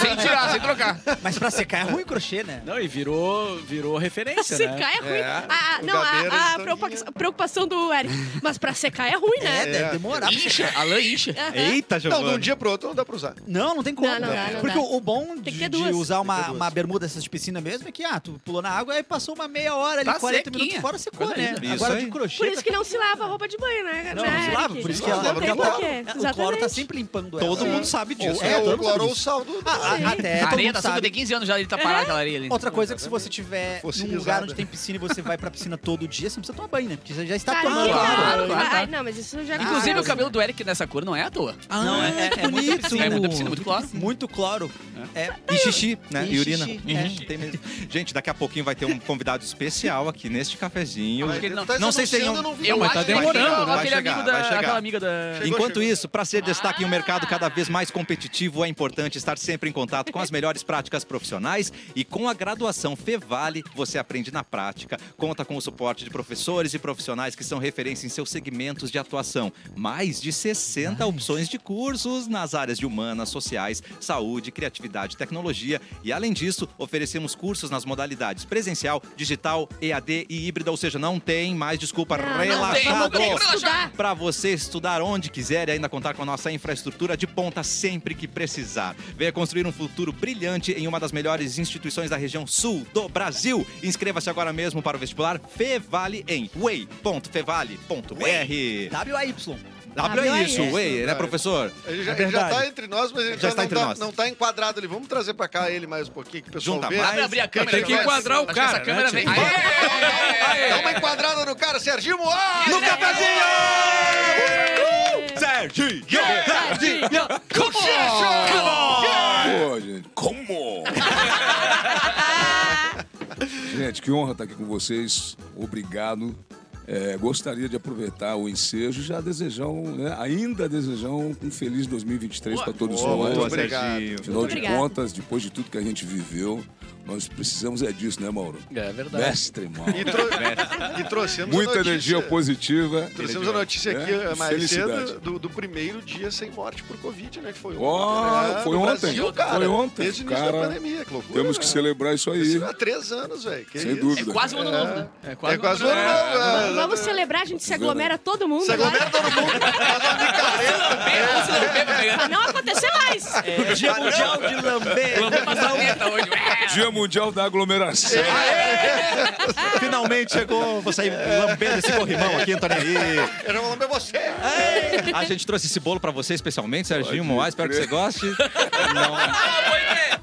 Speaker 4: Sem tirar, sem trocar.
Speaker 9: Mas pra secar é ruim o crochê, né?
Speaker 6: Não, e virou, virou referência, né?
Speaker 3: Secar é ruim.
Speaker 2: É,
Speaker 3: Ah, ah,
Speaker 2: o
Speaker 3: não, a-
Speaker 2: gabeira
Speaker 3: a,
Speaker 9: então,
Speaker 2: de
Speaker 3: preocupação,
Speaker 2: tanguinha.
Speaker 3: preocupação do Eric. Mas pra secar é ruim,
Speaker 9: né? É,
Speaker 3: né?
Speaker 9: deve demorar. pra secar.
Speaker 4: Incha, a lã incha.
Speaker 1: Eita,
Speaker 2: Não, de um
Speaker 1: Giovanni.
Speaker 2: dia pro outro não dá pra usar.
Speaker 9: Não, não tem como.
Speaker 3: É. Não, não dá, não
Speaker 9: Porque
Speaker 3: dá.
Speaker 9: o o bom
Speaker 3: Tem que
Speaker 9: de,
Speaker 3: ter
Speaker 9: de
Speaker 3: duas.
Speaker 9: usar
Speaker 2: Tem que
Speaker 9: uma,
Speaker 2: ter duas.
Speaker 9: uma bermuda dessas de piscina mesmo é que, ah, tu pulou na água e passou uma meia hora ali,
Speaker 4: Tá
Speaker 9: 40
Speaker 4: sequinha.
Speaker 9: minutos fora, secou,
Speaker 4: Coisa
Speaker 9: né?
Speaker 1: linda. Isso
Speaker 9: Agora
Speaker 1: aí.
Speaker 9: de crochê. tá-
Speaker 3: Por isso que não se lava a roupa de banho, né?
Speaker 9: Não,
Speaker 3: né,
Speaker 9: não se
Speaker 3: Eric?
Speaker 9: lava, por isso que
Speaker 2: Não,
Speaker 9: ela
Speaker 2: lava
Speaker 3: Não tem
Speaker 2: porque
Speaker 9: ela-
Speaker 2: cloro.
Speaker 3: porquê.
Speaker 9: O cloro tá
Speaker 3: Exatamente.
Speaker 9: sempre limpando ela.
Speaker 1: Todo mundo sabe
Speaker 2: Ou,
Speaker 1: disso.
Speaker 2: é,
Speaker 1: né?
Speaker 2: ou
Speaker 9: todo mundo
Speaker 2: clorou
Speaker 9: sabe
Speaker 2: o saldo.
Speaker 9: Ah, ah,
Speaker 3: Sim.
Speaker 9: até
Speaker 5: É,
Speaker 4: A
Speaker 9: todo
Speaker 4: areia
Speaker 9: mundo
Speaker 4: da sunga
Speaker 9: sabe.
Speaker 4: tem 15 anos já, ele tá parado aquela areia ali.
Speaker 9: Outra coisa é que se você tiver num
Speaker 2: Fossilizada.
Speaker 9: lugar onde tem piscina e você vai pra piscina todo dia, você não precisa tomar banho, né? Porque você já está
Speaker 3: Tá,
Speaker 9: tomando
Speaker 3: que
Speaker 9: banho.
Speaker 3: não,
Speaker 4: claro,
Speaker 3: vai- Não, mas isso já
Speaker 4: Inclusive,
Speaker 3: Ah,
Speaker 4: o cabelo do Eric nessa cor não é à toa.
Speaker 5: Ah,
Speaker 9: Não, é, é, é muita piscina,
Speaker 5: né?
Speaker 4: É muita piscina, muito claro.
Speaker 9: Muito cloro. É.
Speaker 1: E xixi, né?
Speaker 9: E
Speaker 1: E, urina.
Speaker 9: xixi,
Speaker 1: Uhum.
Speaker 9: é.
Speaker 1: Tem mesmo. Gente, daqui a pouquinho vai ter um convidado especial aqui neste cafezinho.
Speaker 4: Acho que ele não-
Speaker 2: tá
Speaker 1: Não sei se tem um-
Speaker 7: eu não vi.
Speaker 4: Eu
Speaker 1: mas
Speaker 4: acho
Speaker 1: tá
Speaker 4: que é um
Speaker 1: demorando,
Speaker 2: né?
Speaker 4: aquele,
Speaker 1: vai
Speaker 4: aquele
Speaker 1: chegar,
Speaker 4: amigo da,
Speaker 1: vai chegar.
Speaker 4: aquela amiga da...
Speaker 2: Chegou,
Speaker 1: Enquanto
Speaker 2: chegou.
Speaker 1: isso, para ser destaque em um mercado cada vez mais competitivo, é importante estar sempre em contato com as melhores práticas profissionais e com a graduação Fevale, você aprende na prática, conta com o suporte de professores e profissionais que são referência em seus segmentos de atuação. Mais de 60 opções de cursos nas áreas de humanas, sociais, saúde, criatividade, e tecnologia e além disso, oferecemos cursos nas modalidades presencial, digital, EAD e híbrida, ou seja, não tem mais desculpa,
Speaker 3: Não, não tem,
Speaker 1: relaxado.
Speaker 4: nunca tem
Speaker 3: Estudar.
Speaker 1: Para você estudar onde quiser e ainda contar com a nossa infraestrutura de ponta sempre que precisar. Venha construir um futuro brilhante em uma das melhores instituições da região sul do Brasil. Inscreva-se agora mesmo para o vestibular Fevale em
Speaker 5: É
Speaker 1: way.fevale.br.
Speaker 5: WAY.
Speaker 1: Abra Tá isso,
Speaker 5: WAY.
Speaker 1: Way, né, professor?
Speaker 2: Ele já, ele já
Speaker 5: É verdade.
Speaker 2: tá entre nós, mas ele
Speaker 1: Já
Speaker 2: já,
Speaker 1: está
Speaker 2: não,
Speaker 1: entre
Speaker 2: tá,
Speaker 1: nós.
Speaker 2: não tá enquadrado ali. Vamos trazer pra cá ele mais um pouquinho que o pessoal
Speaker 1: Junta
Speaker 2: vê.
Speaker 1: mais.
Speaker 4: Abre, abrir a câmera.
Speaker 6: Tem que
Speaker 4: vai- É.
Speaker 6: enquadrar o
Speaker 4: acho que
Speaker 6: cara,
Speaker 4: Essa
Speaker 6: né,
Speaker 4: câmera vem...
Speaker 6: tipo-
Speaker 4: Aê!
Speaker 2: Dá uma enquadrada no cara, Serginho Moá!
Speaker 4: é
Speaker 1: No cafezinho! Serginho!
Speaker 8: Pô, gente, como? gente, É que honra estar aqui com vocês. Obrigado. É, gostaria de aproveitar o ensejo e já desejar, um, né, ainda desejar um um feliz 2023 para todos nós.
Speaker 1: Boa,
Speaker 2: obrigado.
Speaker 1: Serginho.
Speaker 8: Afinal
Speaker 3: Muito
Speaker 8: de
Speaker 3: obrigada.
Speaker 8: contas, depois de tudo que a gente viveu, nós precisamos é disso, né, Mauro?
Speaker 6: É verdade.
Speaker 8: Mestre Mauro.
Speaker 2: E, trou- e trouxemos
Speaker 8: Muita
Speaker 2: a notícia.
Speaker 8: energia positiva.
Speaker 2: Trouxemos a notícia aqui
Speaker 8: É,
Speaker 2: eh, mais
Speaker 8: felicidade.
Speaker 2: cedo do, do primeiro dia sem morte por Covid, né? Que foi
Speaker 8: Ó,
Speaker 2: né,
Speaker 8: foi
Speaker 2: no
Speaker 8: ontem,
Speaker 2: Brasil, cara,
Speaker 8: foi ontem,
Speaker 2: Desde o início
Speaker 8: cara.
Speaker 2: da pandemia, que loucura.
Speaker 8: Temos que
Speaker 2: né?
Speaker 8: celebrar isso aí.
Speaker 2: Isso há três anos, velho. que
Speaker 8: Sem
Speaker 2: isso.
Speaker 8: dúvida.
Speaker 4: É quase um né? ano novo, né?
Speaker 2: É
Speaker 6: quase
Speaker 2: quase,
Speaker 6: um
Speaker 2: um
Speaker 6: ano
Speaker 2: ano
Speaker 6: novo.
Speaker 2: novo, é.
Speaker 3: Vamos celebrar, a gente se aglomera todo mundo.
Speaker 2: Se aglomera
Speaker 3: agora.
Speaker 2: todo mundo. Nós vamos de careta.
Speaker 4: Bem, se não bem, pra pegar.
Speaker 3: Pra Ah, não acontecer mais.
Speaker 5: É, Dia Mundial de Lamber.
Speaker 4: Vamos passar a teta hoje.
Speaker 8: Dia Mundial da Aglomeração.
Speaker 5: É.
Speaker 1: Finalmente chegou, vou sair lambendo esse corrimão aqui, Antônio.
Speaker 2: Eu não vou lamber você.
Speaker 1: Ah, A gente trouxe esse bolo pra você especialmente, Serginho Moá. Espero que
Speaker 8: crer.
Speaker 1: você goste. Não,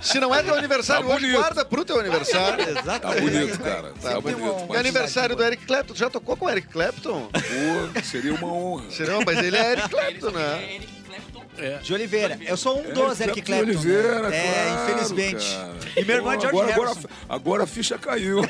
Speaker 2: Se não é teu aniversário
Speaker 8: Tá
Speaker 2: hoje,
Speaker 8: bonito.
Speaker 2: guarda pro teu aniversário.
Speaker 8: Tá
Speaker 1: exatamente.
Speaker 8: bonito, cara. Tá,
Speaker 2: Tá
Speaker 8: bonito.
Speaker 2: É aniversário do Eric Clapton. Tu já tocou com o Eric Clapton?
Speaker 8: Pô, seria uma honra.
Speaker 2: Será? Mas ele é Eric Clapton, né?
Speaker 5: De Oliveira. Eu sou um dos Eric Clapton. né?
Speaker 8: é Oliveira,
Speaker 5: É,
Speaker 8: claro,
Speaker 5: infelizmente.
Speaker 8: cara.
Speaker 5: E meu irmão é
Speaker 8: Pô,
Speaker 5: George
Speaker 8: agora, agora,
Speaker 5: Harrison.
Speaker 8: agora a ficha caiu.
Speaker 4: Em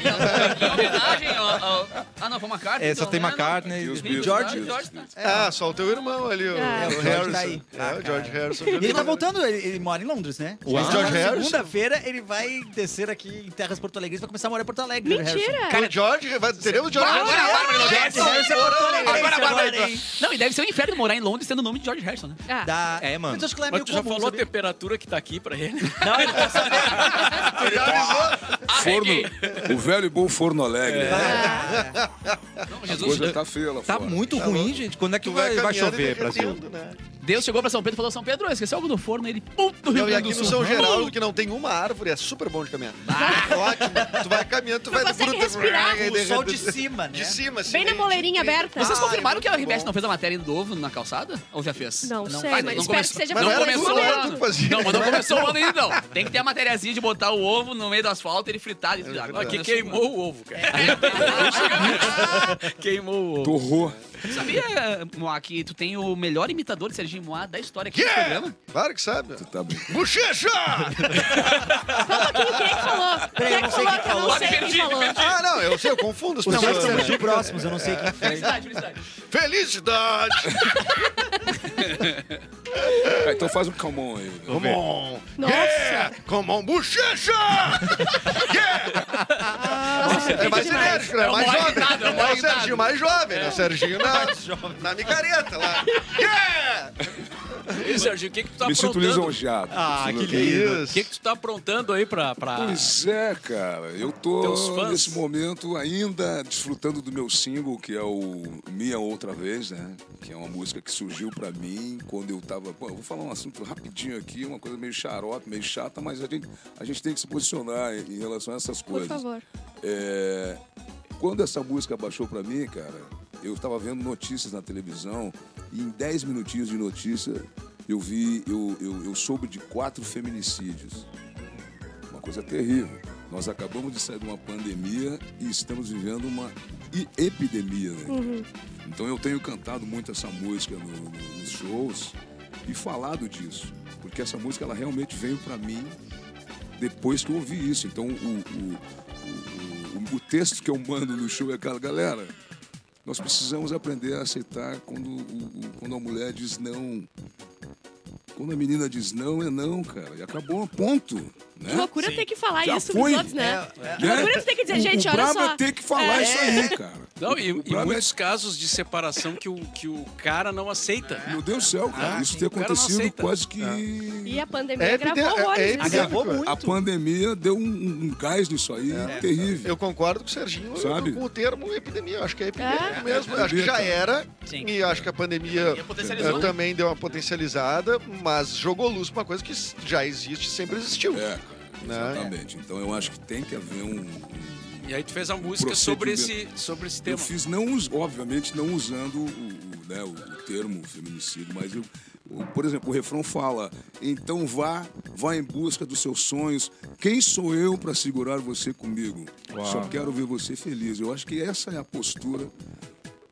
Speaker 4: homenagem ao... ao- Ah, não, foi uma carta. né?
Speaker 1: É, só tem
Speaker 8: E os
Speaker 1: McCartney.
Speaker 8: Beatles,
Speaker 5: George-
Speaker 8: os
Speaker 4: George
Speaker 8: Beatles.
Speaker 2: Ah, só o teu irmão ali, o,
Speaker 3: Ah,
Speaker 2: o
Speaker 5: o George
Speaker 2: Harrison.
Speaker 5: tá aí.
Speaker 2: É, o George Harrison.
Speaker 5: E ele tá voltando, ele, ele mora em Londres, né?
Speaker 1: Uau.
Speaker 5: Mas
Speaker 2: George
Speaker 5: agora,
Speaker 2: Harrison?
Speaker 5: Segunda-feira ele vai descer aqui em terras porto-alegres vai começar a morar em Porto Alegre. Harrison.
Speaker 3: Mentira.
Speaker 2: O George, vai, teremos o George
Speaker 4: Agora a Bárbara
Speaker 2: Harrison.
Speaker 5: George Harrison é porto-alegrense
Speaker 4: Agora a Bárbara
Speaker 5: agora, hein?
Speaker 4: Não, e deve ser um inferno morar em Londres tendo o nome de George Harrison, né?
Speaker 3: Ah,
Speaker 5: Da...
Speaker 1: É, mano.
Speaker 5: Mas acho que lá é
Speaker 6: Mas
Speaker 5: meio
Speaker 6: tu já
Speaker 5: comum,
Speaker 6: falou a
Speaker 5: sabia?
Speaker 6: temperatura que tá aqui pra ele?
Speaker 5: Não, ele tá sabendo.
Speaker 2: Ele tá avisou.
Speaker 4: Ah, é
Speaker 8: Forno, o velho e bom forno
Speaker 5: É.
Speaker 8: alegre. né?
Speaker 4: Não,
Speaker 8: A
Speaker 4: Jesus,
Speaker 8: coisa tá feia lá
Speaker 1: Tá
Speaker 8: fora.
Speaker 1: muito ruim, gente. Quando é que
Speaker 2: Tu
Speaker 1: vai, vai
Speaker 2: caminhando e
Speaker 1: chover,
Speaker 2: derretendo,
Speaker 1: Brasil?
Speaker 2: né?
Speaker 4: Deus chegou pra São Pedro e falou, São Pedro, eu esqueci algo do forno. Ele, pum, do Rio
Speaker 2: Não, e
Speaker 4: Grande
Speaker 2: aqui
Speaker 4: do Sul.
Speaker 2: no São
Speaker 4: Pum.
Speaker 2: Geraldo, que não tem uma árvore, é super bom de caminhar. Ótimo. Tu vai caminhando, tu vai...
Speaker 3: consegue respirar.
Speaker 2: E
Speaker 5: O sol
Speaker 2: derrete-
Speaker 5: de cima, né?
Speaker 2: De cima, assim.
Speaker 3: Bem na moleirinha aberta.
Speaker 4: Vocês
Speaker 2: Ah,
Speaker 4: confirmaram
Speaker 2: é
Speaker 4: que a
Speaker 2: muito
Speaker 4: RBS
Speaker 2: bom.
Speaker 4: não fez a matéria do ovo na calçada? Ou já fez?
Speaker 3: Não, sei,
Speaker 4: faz,
Speaker 3: mas
Speaker 4: não
Speaker 3: espero
Speaker 4: começou-
Speaker 3: que seja
Speaker 2: Mas
Speaker 4: Não
Speaker 2: era
Speaker 4: começou
Speaker 2: tu,
Speaker 4: o
Speaker 2: era
Speaker 4: ano.
Speaker 2: tu que fazia.
Speaker 4: Não, mas não começou o ano ainda, não. Tem que ter a matériazinha de botar o ovo no meio do asfalto, ele fritado.
Speaker 8: É
Speaker 4: e tudo. Agora
Speaker 6: Aqui
Speaker 4: começou o ano.
Speaker 6: queimou o ovo, cara. queimou o ovo.
Speaker 8: Torrou.
Speaker 4: Sabia, Moá, que tu tem o melhor imitador de Serginho Moá da história aqui
Speaker 2: Yeah!
Speaker 4: no programa?
Speaker 2: Claro que sabe.
Speaker 8: Tá bem.
Speaker 2: Bochecha!
Speaker 3: Quem é que falou? Quem é
Speaker 5: eu
Speaker 3: que
Speaker 5: não sei
Speaker 3: falou que eu
Speaker 5: quem
Speaker 3: não
Speaker 5: falou.
Speaker 3: sei
Speaker 4: Me
Speaker 3: quem
Speaker 4: perdi, me
Speaker 3: falou?
Speaker 4: perdi.
Speaker 2: Ah, não, eu sei, eu confundo as
Speaker 5: Os dois
Speaker 2: pessoas.
Speaker 5: são
Speaker 2: né?
Speaker 5: muito próximos, eu não sei quem foi.
Speaker 4: Felicidade, felicidade.
Speaker 2: Felicidade!
Speaker 8: Ah, então faz um calmão aí. né?
Speaker 2: Come on!
Speaker 3: Nossa.
Speaker 2: Yeah! Come on, bochecha! yeah!
Speaker 3: Nossa,
Speaker 2: É mais
Speaker 3: demais.
Speaker 2: enérgico, né?
Speaker 4: É o
Speaker 2: Mais
Speaker 4: maior
Speaker 2: jovem.
Speaker 4: irritado, é o
Speaker 2: É
Speaker 4: maior
Speaker 2: o Serginho
Speaker 4: irritado.
Speaker 2: mais jovem, né? O Serginho na, na micareta lá. Yeah!
Speaker 6: E, Serginho, o que, que tu tá
Speaker 8: Me sinto
Speaker 6: aprontando?
Speaker 8: lisonjeado.
Speaker 1: Ah,
Speaker 8: Me sinto
Speaker 1: que
Speaker 8: lisonjeado.
Speaker 2: lindo.
Speaker 6: O que, que tu tá aprontando aí pra. pra...
Speaker 8: Pois é, cara. Eu
Speaker 6: Teus
Speaker 8: tô
Speaker 6: fãs.
Speaker 8: nesse momento ainda desfrutando do meu single, que é o Minha Outra Vez, né? Que é uma música que surgiu pra mim quando eu tava. Pô, eu vou falar um assunto rapidinho aqui, uma coisa meio xarope, meio chata, mas a gente, a gente tem que se posicionar em em relação a essas
Speaker 3: Por
Speaker 8: coisas.
Speaker 3: favor.
Speaker 8: É, quando essa música baixou pra mim, cara, eu tava vendo notícias na televisão e em 10 minutinhos de notícia eu vi, eu, eu, eu soube de quatro feminicídios. Uma coisa terrível. Nós acabamos de sair de uma pandemia e estamos vivendo uma i- epidemia, né? Então eu tenho cantado muito essa música no- no- nos shows e falado disso, porque essa música ela realmente veio pra mim depois que eu ouvi isso. Então o, o- o- o- o, o texto que eu mando no show é aquela galera. Nós precisamos aprender a aceitar quando, o- o- quando a mulher diz não. Quando a menina diz não, é não, cara. E acabou, ponto. Né?
Speaker 3: Que loucura ter que falar
Speaker 8: Já
Speaker 3: isso
Speaker 8: foi.
Speaker 3: pros outros, né?
Speaker 6: É.
Speaker 3: Que
Speaker 8: Né?
Speaker 3: loucura tu ter que dizer,
Speaker 8: O-
Speaker 3: gente,
Speaker 8: o
Speaker 3: olha
Speaker 8: brabo
Speaker 3: só.
Speaker 8: é ter que falar
Speaker 3: É.
Speaker 8: isso aí, cara.
Speaker 6: Não, e,
Speaker 8: O
Speaker 6: e
Speaker 8: brabo é-
Speaker 6: muitos casos de separação que o, que o cara não aceita.
Speaker 8: é, Meu Deus do céu, cara.
Speaker 6: Ah,
Speaker 8: isso
Speaker 6: sim,
Speaker 8: tem
Speaker 6: o cara não
Speaker 8: acontecido
Speaker 6: aceita. Ah.
Speaker 8: quase que.
Speaker 3: E a pandemia
Speaker 2: É
Speaker 3: gravou
Speaker 2: epidem- é-
Speaker 3: horrores,
Speaker 2: é
Speaker 3: né?
Speaker 2: epidem-
Speaker 7: Agravou muito.
Speaker 8: A pandemia deu um, um gás nisso aí
Speaker 6: É.
Speaker 8: terrível.
Speaker 2: Eu concordo com o Serginho
Speaker 8: Sabe?
Speaker 2: com o termo epidemia. Eu acho que é epidemia
Speaker 3: É.
Speaker 2: mesmo.
Speaker 8: É,
Speaker 2: acho que já
Speaker 8: cara.
Speaker 2: era.
Speaker 5: Sim.
Speaker 2: E acho que a pandemia
Speaker 10: E
Speaker 2: eh,
Speaker 10: potencializou. né?
Speaker 2: também deu uma potencializada, mas jogou luz pra uma coisa que s- já existe, sempre existiu.
Speaker 8: É,
Speaker 2: Né?
Speaker 8: exatamente. Então eu acho que tem que haver um.
Speaker 6: E aí tu fez a música sobre esse, sobre esse
Speaker 8: Eu
Speaker 6: tema.
Speaker 8: fiz, não, us- obviamente, não usando o, o, né, o- o termo feminicídio, mas eu. o- Por exemplo, o refrão fala: então vá, vá em busca dos seus sonhos. Quem sou eu para segurar você comigo? Só quero ver você feliz. Eu acho que essa é a postura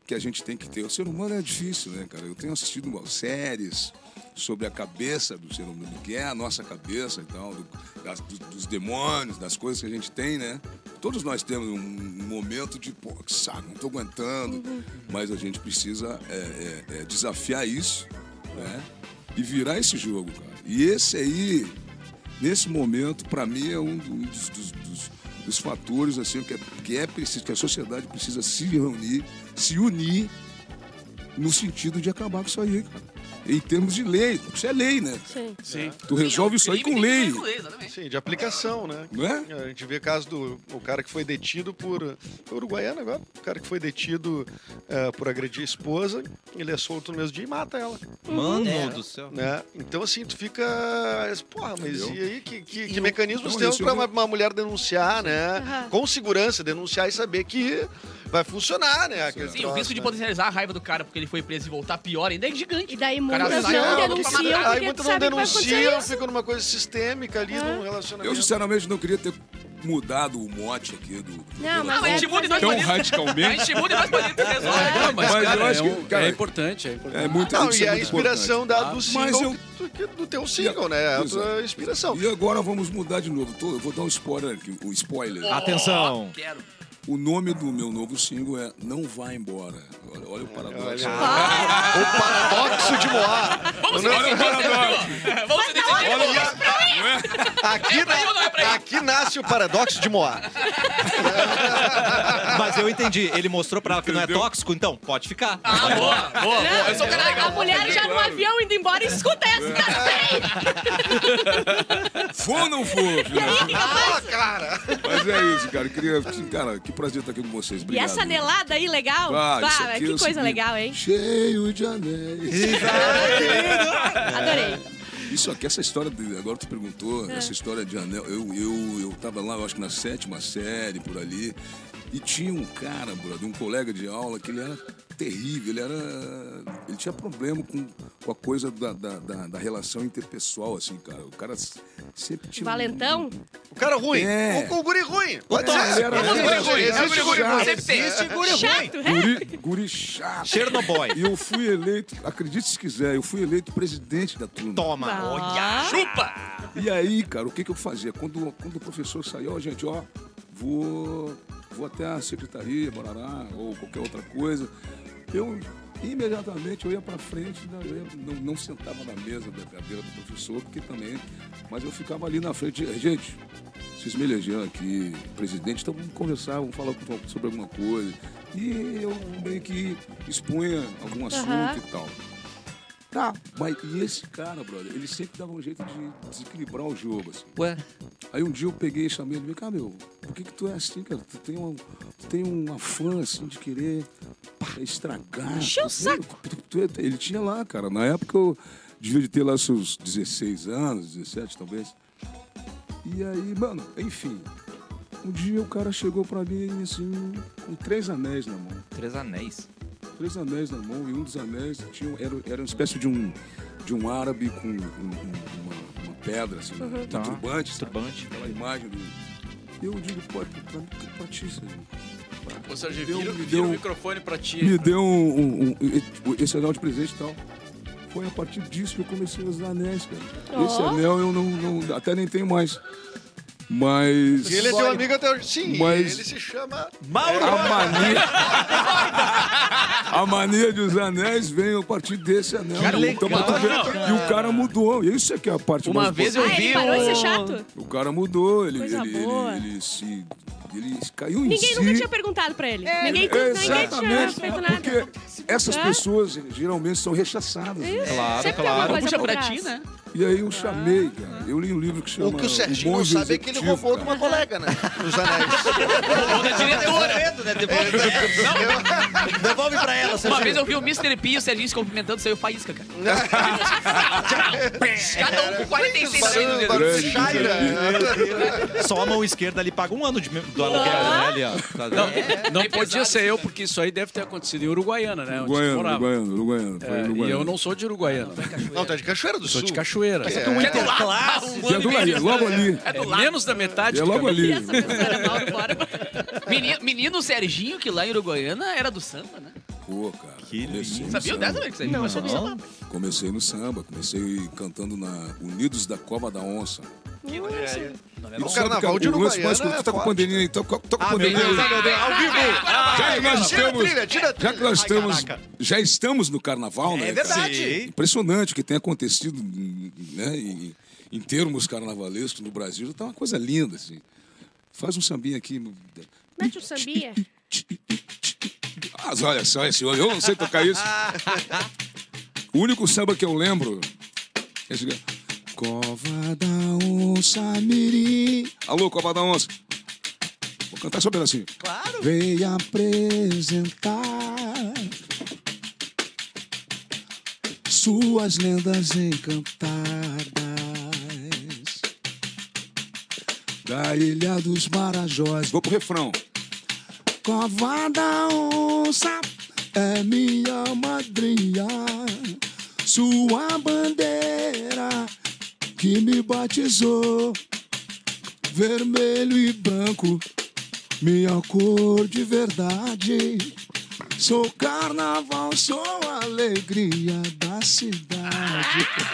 Speaker 8: que a gente tem que ter. O ser humano é difícil, né, cara? Eu tenho assistido umas séries sobre a cabeça do ser humano, que é a nossa cabeça e tal, do- das- do- dos demônios, das coisas que a gente tem, né? Todos nós temos um momento de, pô, que saco, não tô aguentando. Mas a gente precisa é, é, é, desafiar isso, né? E virar esse jogo, cara. E esse aí, nesse momento, para mim, é um do- um dos, dos- dos- dos fatores assim, que, é, que, é preciso, que a sociedade precisa se reunir, se unir, no sentido de acabar com isso aí, cara. Em termos de lei, isso é lei, né?
Speaker 3: Sim.
Speaker 6: Sim.
Speaker 8: Tu resolve isso aí
Speaker 10: Crime
Speaker 8: com
Speaker 10: tem que
Speaker 8: lei,
Speaker 10: ver
Speaker 4: né?
Speaker 10: com lei, exatamente.
Speaker 2: Sim, de aplicação, né?
Speaker 8: não é?
Speaker 2: A gente vê o caso do o cara que foi detido por. foi Uruguaiano agora? O cara que foi detido eh, por agredir a esposa, ele é solto no mesmo dia e mata ela.
Speaker 1: Mano do céu.
Speaker 2: Né? Então, assim, tu fica. Porra, mas
Speaker 8: Entendeu?
Speaker 2: e aí? Que, que, que
Speaker 8: eu-
Speaker 2: mecanismos
Speaker 8: então,
Speaker 2: temos
Speaker 8: isso
Speaker 2: pra
Speaker 8: eu-
Speaker 2: uma, uma mulher denunciar, né?
Speaker 3: Aham.
Speaker 2: Com segurança, denunciar e saber que vai funcionar, né? Aquele
Speaker 10: Sim, o risco de potencializar a raiva do cara porque ele foi preso e voltar pior ainda é gigante.
Speaker 3: E daí
Speaker 10: Cara,
Speaker 3: muitas
Speaker 2: ah,
Speaker 10: sai,
Speaker 3: não
Speaker 10: não,
Speaker 3: denunciam
Speaker 2: né? Aí
Speaker 3: porque tu
Speaker 2: muitos não
Speaker 3: sabe que vai acontecer
Speaker 2: denunciam,
Speaker 3: isso.
Speaker 2: ficam numa coisa sistêmica ali
Speaker 3: É.
Speaker 2: num
Speaker 8: Eu,
Speaker 2: relacionamento.
Speaker 8: sinceramente, não queria ter mudado o mote aqui do... do
Speaker 3: Não,
Speaker 10: Ah,
Speaker 3: mas
Speaker 8: programa
Speaker 10: mas
Speaker 3: é
Speaker 10: a gente muda e nós
Speaker 8: Tão
Speaker 10: bonito. A
Speaker 8: radicalmente.
Speaker 10: gente muda e nós bonito. Resolve.
Speaker 6: Não, mas,
Speaker 8: Mas
Speaker 6: cara,
Speaker 8: eu acho
Speaker 6: é um-
Speaker 8: que, cara,
Speaker 6: é importante. É importante.
Speaker 8: É muito
Speaker 2: Não,
Speaker 8: isso
Speaker 2: e
Speaker 8: é
Speaker 2: a
Speaker 8: muito
Speaker 2: inspiração
Speaker 8: importante.
Speaker 2: da, do
Speaker 8: Mas
Speaker 2: single,
Speaker 8: eu-
Speaker 2: do, do teu single, né? A tua
Speaker 8: Exato.
Speaker 2: inspiração.
Speaker 8: é. E agora vamos mudar de novo. Tô- eu vou dar um spoiler aqui. O spoiler.
Speaker 1: Ah. Atenção.
Speaker 10: Quero.
Speaker 8: O nome do meu novo single é Não Vá Embora. Olha, olha o paradoxo.
Speaker 2: Paradoxo de Moá.
Speaker 10: Vamos se decidir, Serginho. Vamos se decidir.
Speaker 2: Aqui,
Speaker 10: pra ele ou não é pra ele?
Speaker 2: aqui nasce o paradoxo de Moá.
Speaker 1: Mas eu entendi. Ele mostrou pra ela que não é tóxico, então pode ficar.
Speaker 10: Ah, boa, boa, boa. Eu sou um cara
Speaker 3: Não, né? a
Speaker 10: legal.
Speaker 3: mulher já no avião indo embora escuta essa.
Speaker 8: Vou ou não vou? filho?
Speaker 2: Ah, cara!
Speaker 8: Mas é isso, cara. Queria, cara, que prazer estar aqui com vocês.
Speaker 3: E
Speaker 8: Obrigado.
Speaker 3: essa anelada aí legal?
Speaker 8: Ah, isso
Speaker 3: Bah,
Speaker 8: aqui
Speaker 3: que
Speaker 8: é o
Speaker 3: coisa
Speaker 8: seguinte,
Speaker 3: legal, hein?
Speaker 8: Cheio de anéis.
Speaker 3: Adorei.
Speaker 8: Isso aqui, essa história, de, agora tu
Speaker 3: Ah.
Speaker 8: perguntou, essa história de anel. Eu, eu, eu tava lá, eu acho que na sétima série, por ali, e tinha um cara, brother, um colega de aula, que ele era terrível, ele era. Ele tinha problema com, com a coisa da, da, da- da relação interpessoal, assim, cara. O cara s- sempre tinha. um-
Speaker 3: Valentão?
Speaker 2: O cara ruim.
Speaker 8: É.
Speaker 7: um
Speaker 2: O, o guri ruim.
Speaker 8: É, ele
Speaker 2: né?
Speaker 8: era, ele era-
Speaker 2: guri ruim,
Speaker 8: ele era
Speaker 2: existe guri
Speaker 8: chato,
Speaker 10: Sempre tem.
Speaker 3: Chato, é?
Speaker 8: Guri, guri chato.
Speaker 1: Chernobyl.
Speaker 8: E eu fui eleito, acredite se quiser, eu fui eleito presidente da turma.
Speaker 1: Toma.
Speaker 3: Olha.
Speaker 10: Chupa.
Speaker 8: E aí, cara, o que, que eu fazia? Quando, quando o professor saiu, ó, gente, ó, vou, vou até a secretaria, barará, ou qualquer outra coisa. Eu imediatamente eu ia pra frente, né, eu ia- não, não sentava na mesa da cadeira do professor, porque também. Mas eu ficava ali na frente, gente, vocês me elegeram aqui, presidente, então vamos conversar, vamos falar com- sobre alguma coisa. E eu meio que expunha algum assunto
Speaker 3: Aham.
Speaker 8: e tal. Tá, mas e esse cara, brother, ele sempre dava um jeito de desequilibrar o jogo, assim.
Speaker 5: Ué,
Speaker 8: Aí um dia eu peguei e chamei ele, vem cá, meu, por que que tu é assim, cara? Tu tem uma, tu tem uma fã, assim, de querer pá, estragar.
Speaker 3: Encheu o
Speaker 8: Tu-
Speaker 3: saco.
Speaker 8: tu- tu- tu- ele tinha lá, cara, na época eu devia de ter lá seus 16 anos, 17 talvez. E aí, mano, enfim, um dia o cara chegou pra mim, assim, com três anéis na mão
Speaker 11: Três anéis.
Speaker 8: três anéis na mão e um dos anéis tinha, era, era uma espécie de um, de um árabe com um- um- uma, uma pedra, assim, um
Speaker 11: Tá.
Speaker 8: turbante, sabe?
Speaker 11: Turbante.
Speaker 8: aquela imagem do. E eu digo, pô, pra, pra, pra ti, Sérgio.
Speaker 6: Ô, Sérgio,
Speaker 8: Deu-
Speaker 6: vira,
Speaker 8: me
Speaker 6: vira o
Speaker 8: deu-
Speaker 6: microfone pra ti.
Speaker 8: Me deu um, um- um- e- esse anel de presente e tal. Foi a partir disso que eu comecei a usar anéis, cara. Esse
Speaker 3: Ó.
Speaker 8: anel eu não, não- até nem tenho mais. Mas.
Speaker 2: E ele é teu amigo até hoje. Sim,
Speaker 8: Mas-
Speaker 2: ele se chama.
Speaker 8: A mania. a mania de os anéis vem a partir desse anel.
Speaker 10: Cara,
Speaker 8: então, pra tu
Speaker 10: legal,
Speaker 8: ver que o cara mudou. E isso é que é a parte
Speaker 10: Uma
Speaker 8: mais
Speaker 10: vez
Speaker 3: Ah,
Speaker 10: Eu
Speaker 3: ele
Speaker 10: vi um-
Speaker 3: parou de
Speaker 10: o-
Speaker 3: ser chato?
Speaker 8: O cara mudou, ele,
Speaker 3: Coisa
Speaker 8: ele, ele-
Speaker 3: boa.
Speaker 8: ele se. Ele caiu em
Speaker 3: Ninguém
Speaker 8: si.
Speaker 3: nunca tinha perguntado pra ele. ninguém,
Speaker 8: É,
Speaker 3: ninguém tinha
Speaker 8: Exatamente.
Speaker 3: feito nada.
Speaker 8: Porque essas
Speaker 3: É.
Speaker 8: pessoas eh, geralmente são rechaçadas. né?
Speaker 1: Claro,
Speaker 3: Sempre tem
Speaker 1: claro.
Speaker 3: alguma coisa
Speaker 10: Puxa
Speaker 3: por
Speaker 10: pra
Speaker 3: trás.
Speaker 10: ti, né?
Speaker 8: E aí eu chamei, cara. Eu li um livro que chama.
Speaker 7: O que o Serginho não
Speaker 8: Monge
Speaker 7: sabe é que ele
Speaker 8: Executivo,
Speaker 7: roubou de
Speaker 8: cara.
Speaker 7: uma colega, né? Os anéis.
Speaker 10: Ou da diretora.
Speaker 5: Medo, né? Depois-
Speaker 7: Devolve pra ela,
Speaker 10: Uma
Speaker 7: Serginho.
Speaker 10: vez eu vi o Mr. P e o Serginho se cumprimentando, saiu faísca, cara. Cada um com 46 anos.
Speaker 2: Samba,
Speaker 8: Grande,
Speaker 2: Shaira.
Speaker 3: né?
Speaker 1: Só a mão esquerda ali paga um ano de, do aluguel, né? Ali, ó. Tá-
Speaker 6: Não, É, não podia ser eu, porque isso aí deve ter acontecido em Uruguaiana,
Speaker 10: É,
Speaker 6: né? Onde eu
Speaker 8: Uruguaiano,
Speaker 6: morava.
Speaker 8: Uruguaiano, Uruguaiano. Foi
Speaker 6: É, e
Speaker 8: Uruguaiana.
Speaker 6: eu não sou de Uruguaiana, né?
Speaker 2: Não, tá de Cachoeira do
Speaker 6: sou
Speaker 2: Sul.
Speaker 6: de Cachoeira.
Speaker 2: É.
Speaker 10: Interclasse.
Speaker 8: E é do ali, logo ali.
Speaker 10: É
Speaker 6: É
Speaker 10: do lado.
Speaker 6: menos da metade
Speaker 8: É
Speaker 6: do
Speaker 8: logo
Speaker 6: caminho.
Speaker 8: ali.
Speaker 3: Essa pessoa era Mauro, bora.
Speaker 10: Menino, menino Serginho, que lá em Uruguaiana era do samba, né?
Speaker 8: Pô, cara. é
Speaker 1: Que
Speaker 8: comecei no
Speaker 10: Sabia
Speaker 8: samba.
Speaker 10: dessa, né, Alex? Não, eu sou do samba.
Speaker 8: Comecei no samba, comecei cantando na Unidos da Cova da Onça. é, E tu sabe,
Speaker 2: carnaval
Speaker 8: cara,
Speaker 2: de
Speaker 8: o lance
Speaker 2: Uruguaiana
Speaker 8: mais curto, tu tá
Speaker 2: é
Speaker 8: com a
Speaker 2: forte.
Speaker 8: pandemia aí, tá com tá com a
Speaker 1: Ah, meu
Speaker 8: pandemia
Speaker 1: Deus,
Speaker 8: aí.
Speaker 1: meu Deus. Ao vivo!
Speaker 2: Ah,
Speaker 8: Já que nós
Speaker 2: Tira a
Speaker 8: estamos,
Speaker 2: trilha, tira a trilha.
Speaker 8: já que nós estamos, já estamos no carnaval, né?
Speaker 10: É
Speaker 8: cara?
Speaker 10: verdade.
Speaker 8: Impressionante o que tem acontecido, né, em, em termos carnavalescos no Brasil, já tá uma coisa linda, assim. Faz um sambinha aqui.
Speaker 3: Mete o sambinha.
Speaker 8: Ah, olha só esse homem, eu não sei tocar isso. O único samba que eu lembro é esse aqui. Cova da Onça Mirim. Alô, Cova da Onça. Vou cantar só um pedacinho. Claro. Vem apresentar suas lendas encantadas da Ilha dos Marajós. Vou pro refrão. Cova da onça é minha madrinha, sua bandeira que me batizou, vermelho e branco, minha cor de verdade. Sou carnaval, sou a alegria da cidade.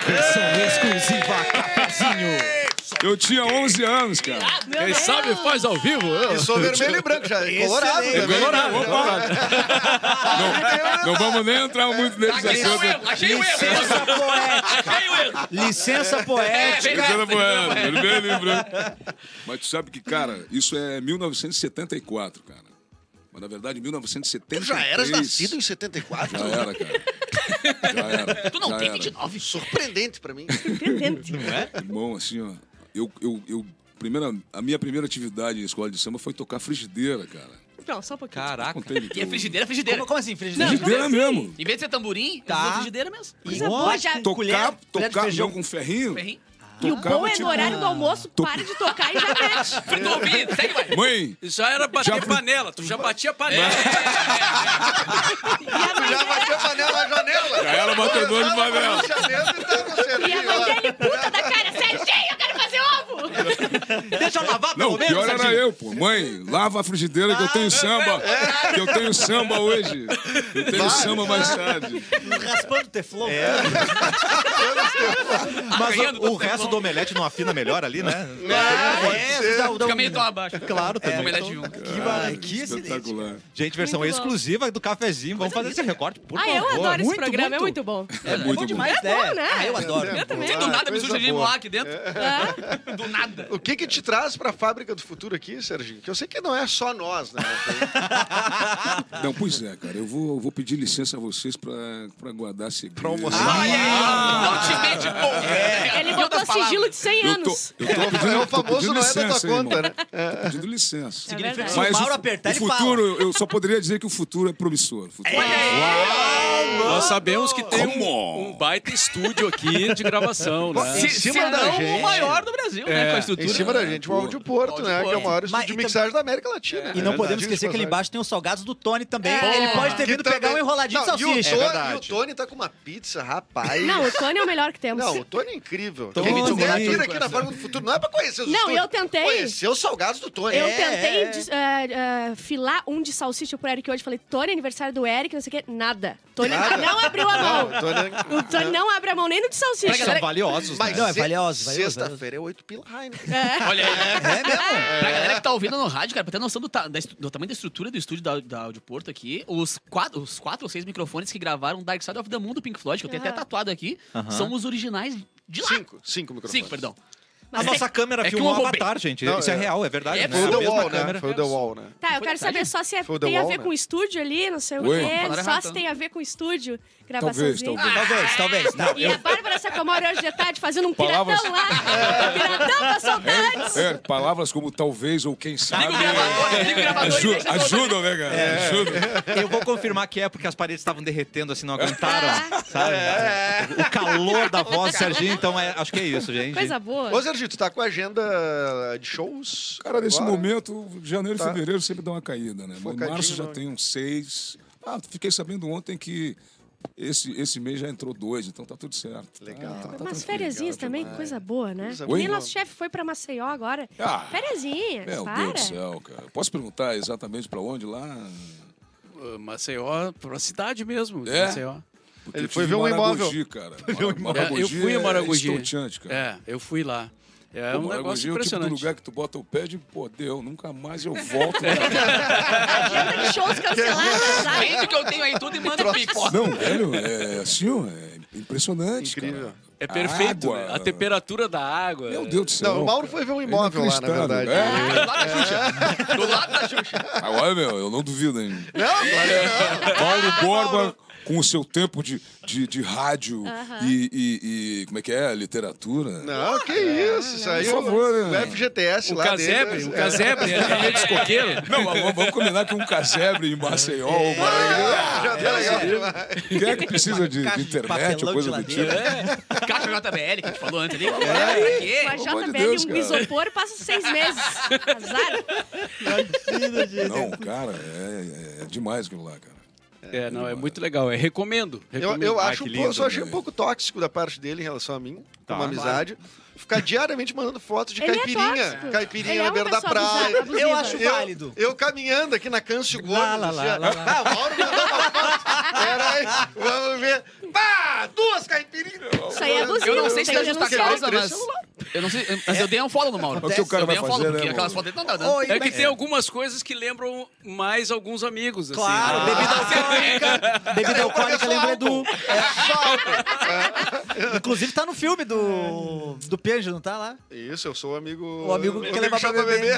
Speaker 1: Versão exclusiva, cafezinho.
Speaker 8: Eu tinha 11 anos, cara.
Speaker 10: Quem sabe faz ao vivo.
Speaker 2: E sou vermelho e branco já. é Colorado.
Speaker 8: Ah, É
Speaker 2: também.
Speaker 8: colorado, Não, não vamos nem entrar muito nesse
Speaker 10: Achei o
Speaker 8: assunto.
Speaker 10: erro, achei o erro.
Speaker 5: Licença poética.
Speaker 10: Achei o erro.
Speaker 5: Licença poética.
Speaker 10: vem cá.
Speaker 8: Cruzeiro Bueno, vermelho e branco. Mas tu sabe que, cara, isso é 1974, cara. Mas na verdade, 1973.
Speaker 7: Já
Speaker 2: É
Speaker 7: eras nascido em 74?
Speaker 8: Já era, cara. Já era.
Speaker 10: Tu não
Speaker 8: já
Speaker 10: tem
Speaker 8: era.
Speaker 10: 29.
Speaker 7: Surpreendente pra mim.
Speaker 10: um
Speaker 8: Irmão, assim, ó. Eu, eu, eu, primeira, a minha primeira atividade em escola de samba foi tocar frigideira, cara.
Speaker 3: Pronto, só um pouquinho.
Speaker 1: Caraca.
Speaker 8: Contei
Speaker 10: E
Speaker 8: no
Speaker 10: é
Speaker 8: teu-
Speaker 10: frigideira, é frigideira.
Speaker 5: Como, como assim, frigideira?
Speaker 8: Frigideira mesmo.
Speaker 10: Em vez de ser tamborim,
Speaker 5: Tá.
Speaker 10: é frigideira mesmo.
Speaker 3: Coisa boa, já-
Speaker 8: Tocar,
Speaker 5: colher de
Speaker 8: tocar
Speaker 5: feijão.
Speaker 8: não, com ferrinho.
Speaker 10: Ferrinho.
Speaker 3: E o
Speaker 8: Tocava,
Speaker 3: bom é no
Speaker 8: tipo,
Speaker 3: horário do almoço, para de tocar e já mete.
Speaker 10: Tô ouvindo, segue vai.
Speaker 8: Mãe,
Speaker 6: Isso já era bater panela, tu já batia panela.
Speaker 2: Tu já bateu panela na janela.
Speaker 8: já era batedor de panela.
Speaker 3: E a mãe dele puta da cara, Serginho, eu quero fazer ovo!
Speaker 1: Deixa eu lavar pelo
Speaker 8: Não, o
Speaker 1: menos,
Speaker 8: pior era
Speaker 1: Serginho.
Speaker 8: eu, pô. Mãe, lava a frigideira que eu tenho samba. Que eu tenho samba hoje. Eu tenho samba mais tarde.
Speaker 5: Raspando o teflon.
Speaker 1: Mas
Speaker 10: Ganhando
Speaker 1: o, o
Speaker 10: do
Speaker 1: resto
Speaker 10: Teflon.
Speaker 1: do omelete não afina melhor ali, né?
Speaker 5: É, dá, dá
Speaker 10: Fica
Speaker 5: um... então,
Speaker 10: meio tão abaixo.
Speaker 1: Claro,
Speaker 5: tá
Speaker 10: É,
Speaker 1: também.
Speaker 10: omelete de um.
Speaker 5: Que, bar- que excelente.
Speaker 8: Espetacular.
Speaker 1: Gente, versão
Speaker 3: Muito bom.
Speaker 1: exclusiva do cafezinho. Vamos fazer esse recorte, por
Speaker 3: Ah,
Speaker 1: favor.
Speaker 3: eu adoro esse programa, é muito bom.
Speaker 8: É muito bom.
Speaker 5: demais,
Speaker 3: É bom, né?
Speaker 5: Ah, eu adoro.
Speaker 3: Eu também.
Speaker 10: Do nada, me
Speaker 2: é coisa
Speaker 10: surgiu de
Speaker 2: boa.
Speaker 10: lá aqui dentro. Do nada.
Speaker 2: O que que te traz pra Fábrica do Futuro aqui, Serginho? Que eu sei que não é só nós, né?
Speaker 8: Não, pois é, cara. Eu vou, eu vou pedir licença a vocês pra, pra guardar segredo. Pra
Speaker 1: Ah,
Speaker 2: almoçar.
Speaker 10: Olha aí. Não te mete porra.
Speaker 3: Ele botou sigilo de 100
Speaker 8: Eu tô, eu
Speaker 3: anos.
Speaker 8: tô pedindo,
Speaker 2: É o
Speaker 8: tô
Speaker 2: famoso
Speaker 8: pedindo
Speaker 2: não é da tua
Speaker 8: licença,
Speaker 2: conta,
Speaker 8: irmão. Tô pedindo licença.
Speaker 3: É verdade.
Speaker 5: Se o Mauro apertar,
Speaker 8: o
Speaker 5: ele fala.
Speaker 8: futuro, eu só poderia dizer que o futuro é promissor. O futuro- é
Speaker 6: Nós sabemos que tem
Speaker 8: Como?
Speaker 6: um, um baita estúdio aqui de gravação, né? É.
Speaker 10: Se,
Speaker 2: É, cima
Speaker 10: se
Speaker 2: da
Speaker 10: não,
Speaker 2: gente.
Speaker 10: o maior do Brasil,
Speaker 4: é
Speaker 10: né? Com a
Speaker 2: Em
Speaker 10: estrutura.
Speaker 2: cima da gente, o áudio Porto, né? Que é o maior estúdio
Speaker 5: Mas-
Speaker 2: de
Speaker 5: e tam-
Speaker 2: mixagem da América Latina.
Speaker 5: E não podemos esquecer que ali embaixo tem os salgados do Tony também.
Speaker 3: É.
Speaker 5: Ele pode ter
Speaker 2: É Que
Speaker 5: vindo pegar um
Speaker 2: também-
Speaker 5: enroladinho de
Speaker 2: Não, E o,
Speaker 5: salsicha.
Speaker 2: Tony,
Speaker 1: É verdade.
Speaker 2: e o Tony tá com uma pizza, rapaz.
Speaker 3: Não, o Tony é o melhor que temos.
Speaker 2: Não, o Tony é incrível.
Speaker 1: Tony.
Speaker 2: Quem quiser vir aqui na Fábrica do Futuro não é pra conhecer os
Speaker 3: Não,
Speaker 2: estúdios.
Speaker 3: eu tentei.
Speaker 2: Conhecer os salgados do Tony.
Speaker 3: Eu
Speaker 2: É.
Speaker 3: tentei
Speaker 5: é.
Speaker 3: des- é ah, ah, filar um de salsicha pro Eric hoje. Falei, Tony, aniversário do Eric, não sei o quê. Nada. Tony,
Speaker 2: Nada.
Speaker 3: não, não abriu a mão.
Speaker 2: Não, é tô olhando-
Speaker 3: O Tony não abre a mão nem no de salsicha.
Speaker 1: São valiosos,
Speaker 7: Mas
Speaker 1: né?
Speaker 5: Não, é
Speaker 7: se-
Speaker 5: valioso, valioso,
Speaker 7: Sexta-feira é oito pila Heineken.
Speaker 10: Olha aí.
Speaker 5: É mesmo?
Speaker 10: Pra galera que tá ouvindo no rádio, cara, pra ter noção do, ta- da estru- do tamanho da estrutura do estúdio da, da Audio Porto aqui, os quatro, os quatro ou seis microfones que gravaram Dark Side of the Moon do Pink Floyd, que eu tenho até
Speaker 5: É.
Speaker 3: Aham.
Speaker 10: tatuado aqui,
Speaker 1: Aham.
Speaker 10: são os originais de lá.
Speaker 2: Cinco, cinco microfones.
Speaker 10: Cinco, perdão.
Speaker 1: A
Speaker 3: Mas
Speaker 1: nossa câmera
Speaker 10: é que
Speaker 1: filmou
Speaker 10: eu
Speaker 1: um
Speaker 10: roubei.
Speaker 1: avatar, gente.
Speaker 2: Não,
Speaker 1: Isso é
Speaker 2: é-
Speaker 1: real, é verdade.
Speaker 10: É,
Speaker 1: né?
Speaker 2: Foi o
Speaker 1: a
Speaker 2: The
Speaker 1: mesma
Speaker 2: Wall,
Speaker 1: câmera.
Speaker 2: né? Foi o The Wall, né?
Speaker 3: Tá, eu quero saber só se é-
Speaker 2: Foi o The
Speaker 3: tem a
Speaker 2: Wall,
Speaker 3: ver
Speaker 2: né?
Speaker 3: com o estúdio ali, não sei
Speaker 8: Oi?
Speaker 3: o quê.
Speaker 10: Falaram
Speaker 3: Só
Speaker 10: errado,
Speaker 3: se
Speaker 10: então.
Speaker 3: tem a ver com o estúdio, gravaçãozinha. Ah,
Speaker 8: talvez.
Speaker 5: Talvez, talvez.
Speaker 1: tá.
Speaker 5: Não,
Speaker 3: E a Bárbara Sacomori hoje de tarde fazendo um
Speaker 8: Palavras-
Speaker 3: piratão lá. Piratão pra soltar antes.
Speaker 8: É, palavras como talvez ou quem sabe. é-
Speaker 10: Liga o gravador, liga o gravador e
Speaker 8: aju-
Speaker 10: deixa soltar.
Speaker 8: ajudam, né, cara?
Speaker 1: É.
Speaker 8: Ajudam.
Speaker 1: Eu vou confirmar que é porque as paredes estavam derretendo, assim, não aguentaram, sabe? O calor da voz do Serginho, então é- acho que é isso, gente.
Speaker 3: Coisa boa.
Speaker 2: Ô, Sergi, tu tá com a agenda de shows?
Speaker 8: Cara, nesse
Speaker 2: agora?
Speaker 8: momento, janeiro e
Speaker 2: Tá.
Speaker 8: fevereiro sempre dá uma caída, né? Mas
Speaker 2: Focadinho
Speaker 8: março já
Speaker 2: no-
Speaker 8: tem uns seis. Ah, fiquei sabendo ontem que esse, esse mês já entrou dois, então tá tudo certo.
Speaker 2: Legal.
Speaker 8: Tá, tá
Speaker 3: Umas
Speaker 8: tranquilo.
Speaker 3: fériasinhas também, coisa boa, né?
Speaker 2: Coisa
Speaker 3: Que nem
Speaker 8: boa.
Speaker 3: nosso chefe foi pra Maceió agora.
Speaker 8: Ah,
Speaker 3: Fériasinhas,
Speaker 8: Meu
Speaker 3: para.
Speaker 8: Deus do céu, cara. Posso perguntar exatamente pra onde lá?
Speaker 6: Uh, Maceió, pra cidade mesmo. de
Speaker 8: É?
Speaker 6: Maceió.
Speaker 8: Porque
Speaker 2: Ele
Speaker 8: eu
Speaker 2: foi
Speaker 8: tive
Speaker 2: ver um
Speaker 8: em
Speaker 2: imóvel.
Speaker 8: Maragogi, cara. Mar- Maragogi
Speaker 6: Eu fui em Maragogi.
Speaker 8: É estonteante, cara.
Speaker 6: É, eu fui lá. É
Speaker 8: Pô,
Speaker 6: um
Speaker 8: Maragogi
Speaker 6: negócio
Speaker 8: é o tipo do
Speaker 6: impressionante.
Speaker 8: lugar que tu bota o pé e, pô, deu, nunca mais eu volto. né? cara.
Speaker 3: Agenda de shows cancelados, sabe?
Speaker 10: Vende que eu tenho aí tudo e manda pix.
Speaker 8: Não, velho, é assim, ó, é impressionante,
Speaker 2: Incrível.
Speaker 8: cara.
Speaker 6: É
Speaker 8: A
Speaker 6: perfeito,
Speaker 8: água.
Speaker 6: né? A temperatura da água.
Speaker 8: Meu Deus do céu.
Speaker 2: Não, o Mauro foi ver um imóvel lá, na
Speaker 8: Inacreditável.
Speaker 2: verdade.
Speaker 10: Do
Speaker 8: É.
Speaker 10: lado da Xuxa. Do lado da Xuxa.
Speaker 8: Agora, meu, eu não duvido, hein?
Speaker 2: Não, agora
Speaker 8: Paulo Borba, com o seu tempo de, de, de rádio e, e- e- como é que é? Literatura.
Speaker 2: não. Não, que isso, isso aí.
Speaker 8: Por favor,
Speaker 2: o,
Speaker 8: né?
Speaker 2: o FGTS
Speaker 6: O
Speaker 2: lá
Speaker 6: casebre,
Speaker 2: dele. né?
Speaker 6: o casebre, é realmente escoqueiro.
Speaker 8: Não, mas vamos- vamos combinar que um casebre em Maceió, ou Maragogi,
Speaker 2: Já
Speaker 8: É.
Speaker 2: tá legal.
Speaker 8: quem é que precisa de,
Speaker 5: Caixa
Speaker 8: de
Speaker 5: de
Speaker 8: internet
Speaker 5: papelão
Speaker 8: ou coisa
Speaker 5: de
Speaker 8: do tipo?
Speaker 5: ladeira.
Speaker 10: Caixa JBL, que a gente falou antes
Speaker 1: É.
Speaker 10: ali. Pra quê?
Speaker 3: Uma
Speaker 8: amor de
Speaker 3: JBL
Speaker 8: Deus,
Speaker 3: e um
Speaker 8: cara.
Speaker 3: isopor passa seis meses. Azar.
Speaker 8: Não, cara, é, é- é demais aquilo lá, cara.
Speaker 6: É, não, é muito legal. É, recomendo.
Speaker 2: Eu,
Speaker 6: recomendo.
Speaker 2: eu
Speaker 6: Ah,
Speaker 2: acho
Speaker 6: que
Speaker 2: um
Speaker 6: lindo.
Speaker 2: pouco, eu só achei um pouco tóxico da parte dele em relação a mim,
Speaker 1: Tá.
Speaker 2: como amizade. Ficar diariamente mandando fotos de
Speaker 3: Ele é
Speaker 2: caipirinha.
Speaker 3: tóxico.
Speaker 2: caipirinha
Speaker 3: Ele é
Speaker 2: na
Speaker 3: uma
Speaker 2: beira da
Speaker 3: pessoa
Speaker 2: praia.
Speaker 3: abusiva.
Speaker 5: Eu acho válido.
Speaker 2: Eu, caminhando aqui na Câncio Gomes.
Speaker 5: Lá, lá, lá,
Speaker 2: assim, ó.
Speaker 5: lá, lá.
Speaker 2: Ah, o Mauro mandou uma foto. Peraí, vamos ver. Pá, duas caipirinhas.
Speaker 3: Isso aí é abusivo.
Speaker 10: Eu não sei se
Speaker 3: tem
Speaker 10: dá
Speaker 3: que
Speaker 8: tá
Speaker 10: justa
Speaker 3: denunciar.
Speaker 10: causa, mas. Eu não sei, mas
Speaker 5: É.
Speaker 10: eu dei um follow no Mauro.
Speaker 8: O que o cara
Speaker 10: eu dei
Speaker 8: vai
Speaker 10: um follow,
Speaker 8: fazer, né,
Speaker 10: porque
Speaker 8: Mauro?
Speaker 10: aquelas fotos dele não dá dando.
Speaker 5: Oi,
Speaker 6: É que
Speaker 5: mas-
Speaker 6: tem algumas coisas que lembram mais alguns amigos. Assim.
Speaker 5: Claro,
Speaker 6: Ah,
Speaker 5: bebida alcoólica. Bebida alcoólica lembra do. Inclusive tá no filme do. Do Pianjo, não tá lá?
Speaker 2: Isso, eu sou o amigo.
Speaker 5: O amigo que quer levar pra
Speaker 2: chama
Speaker 5: beber.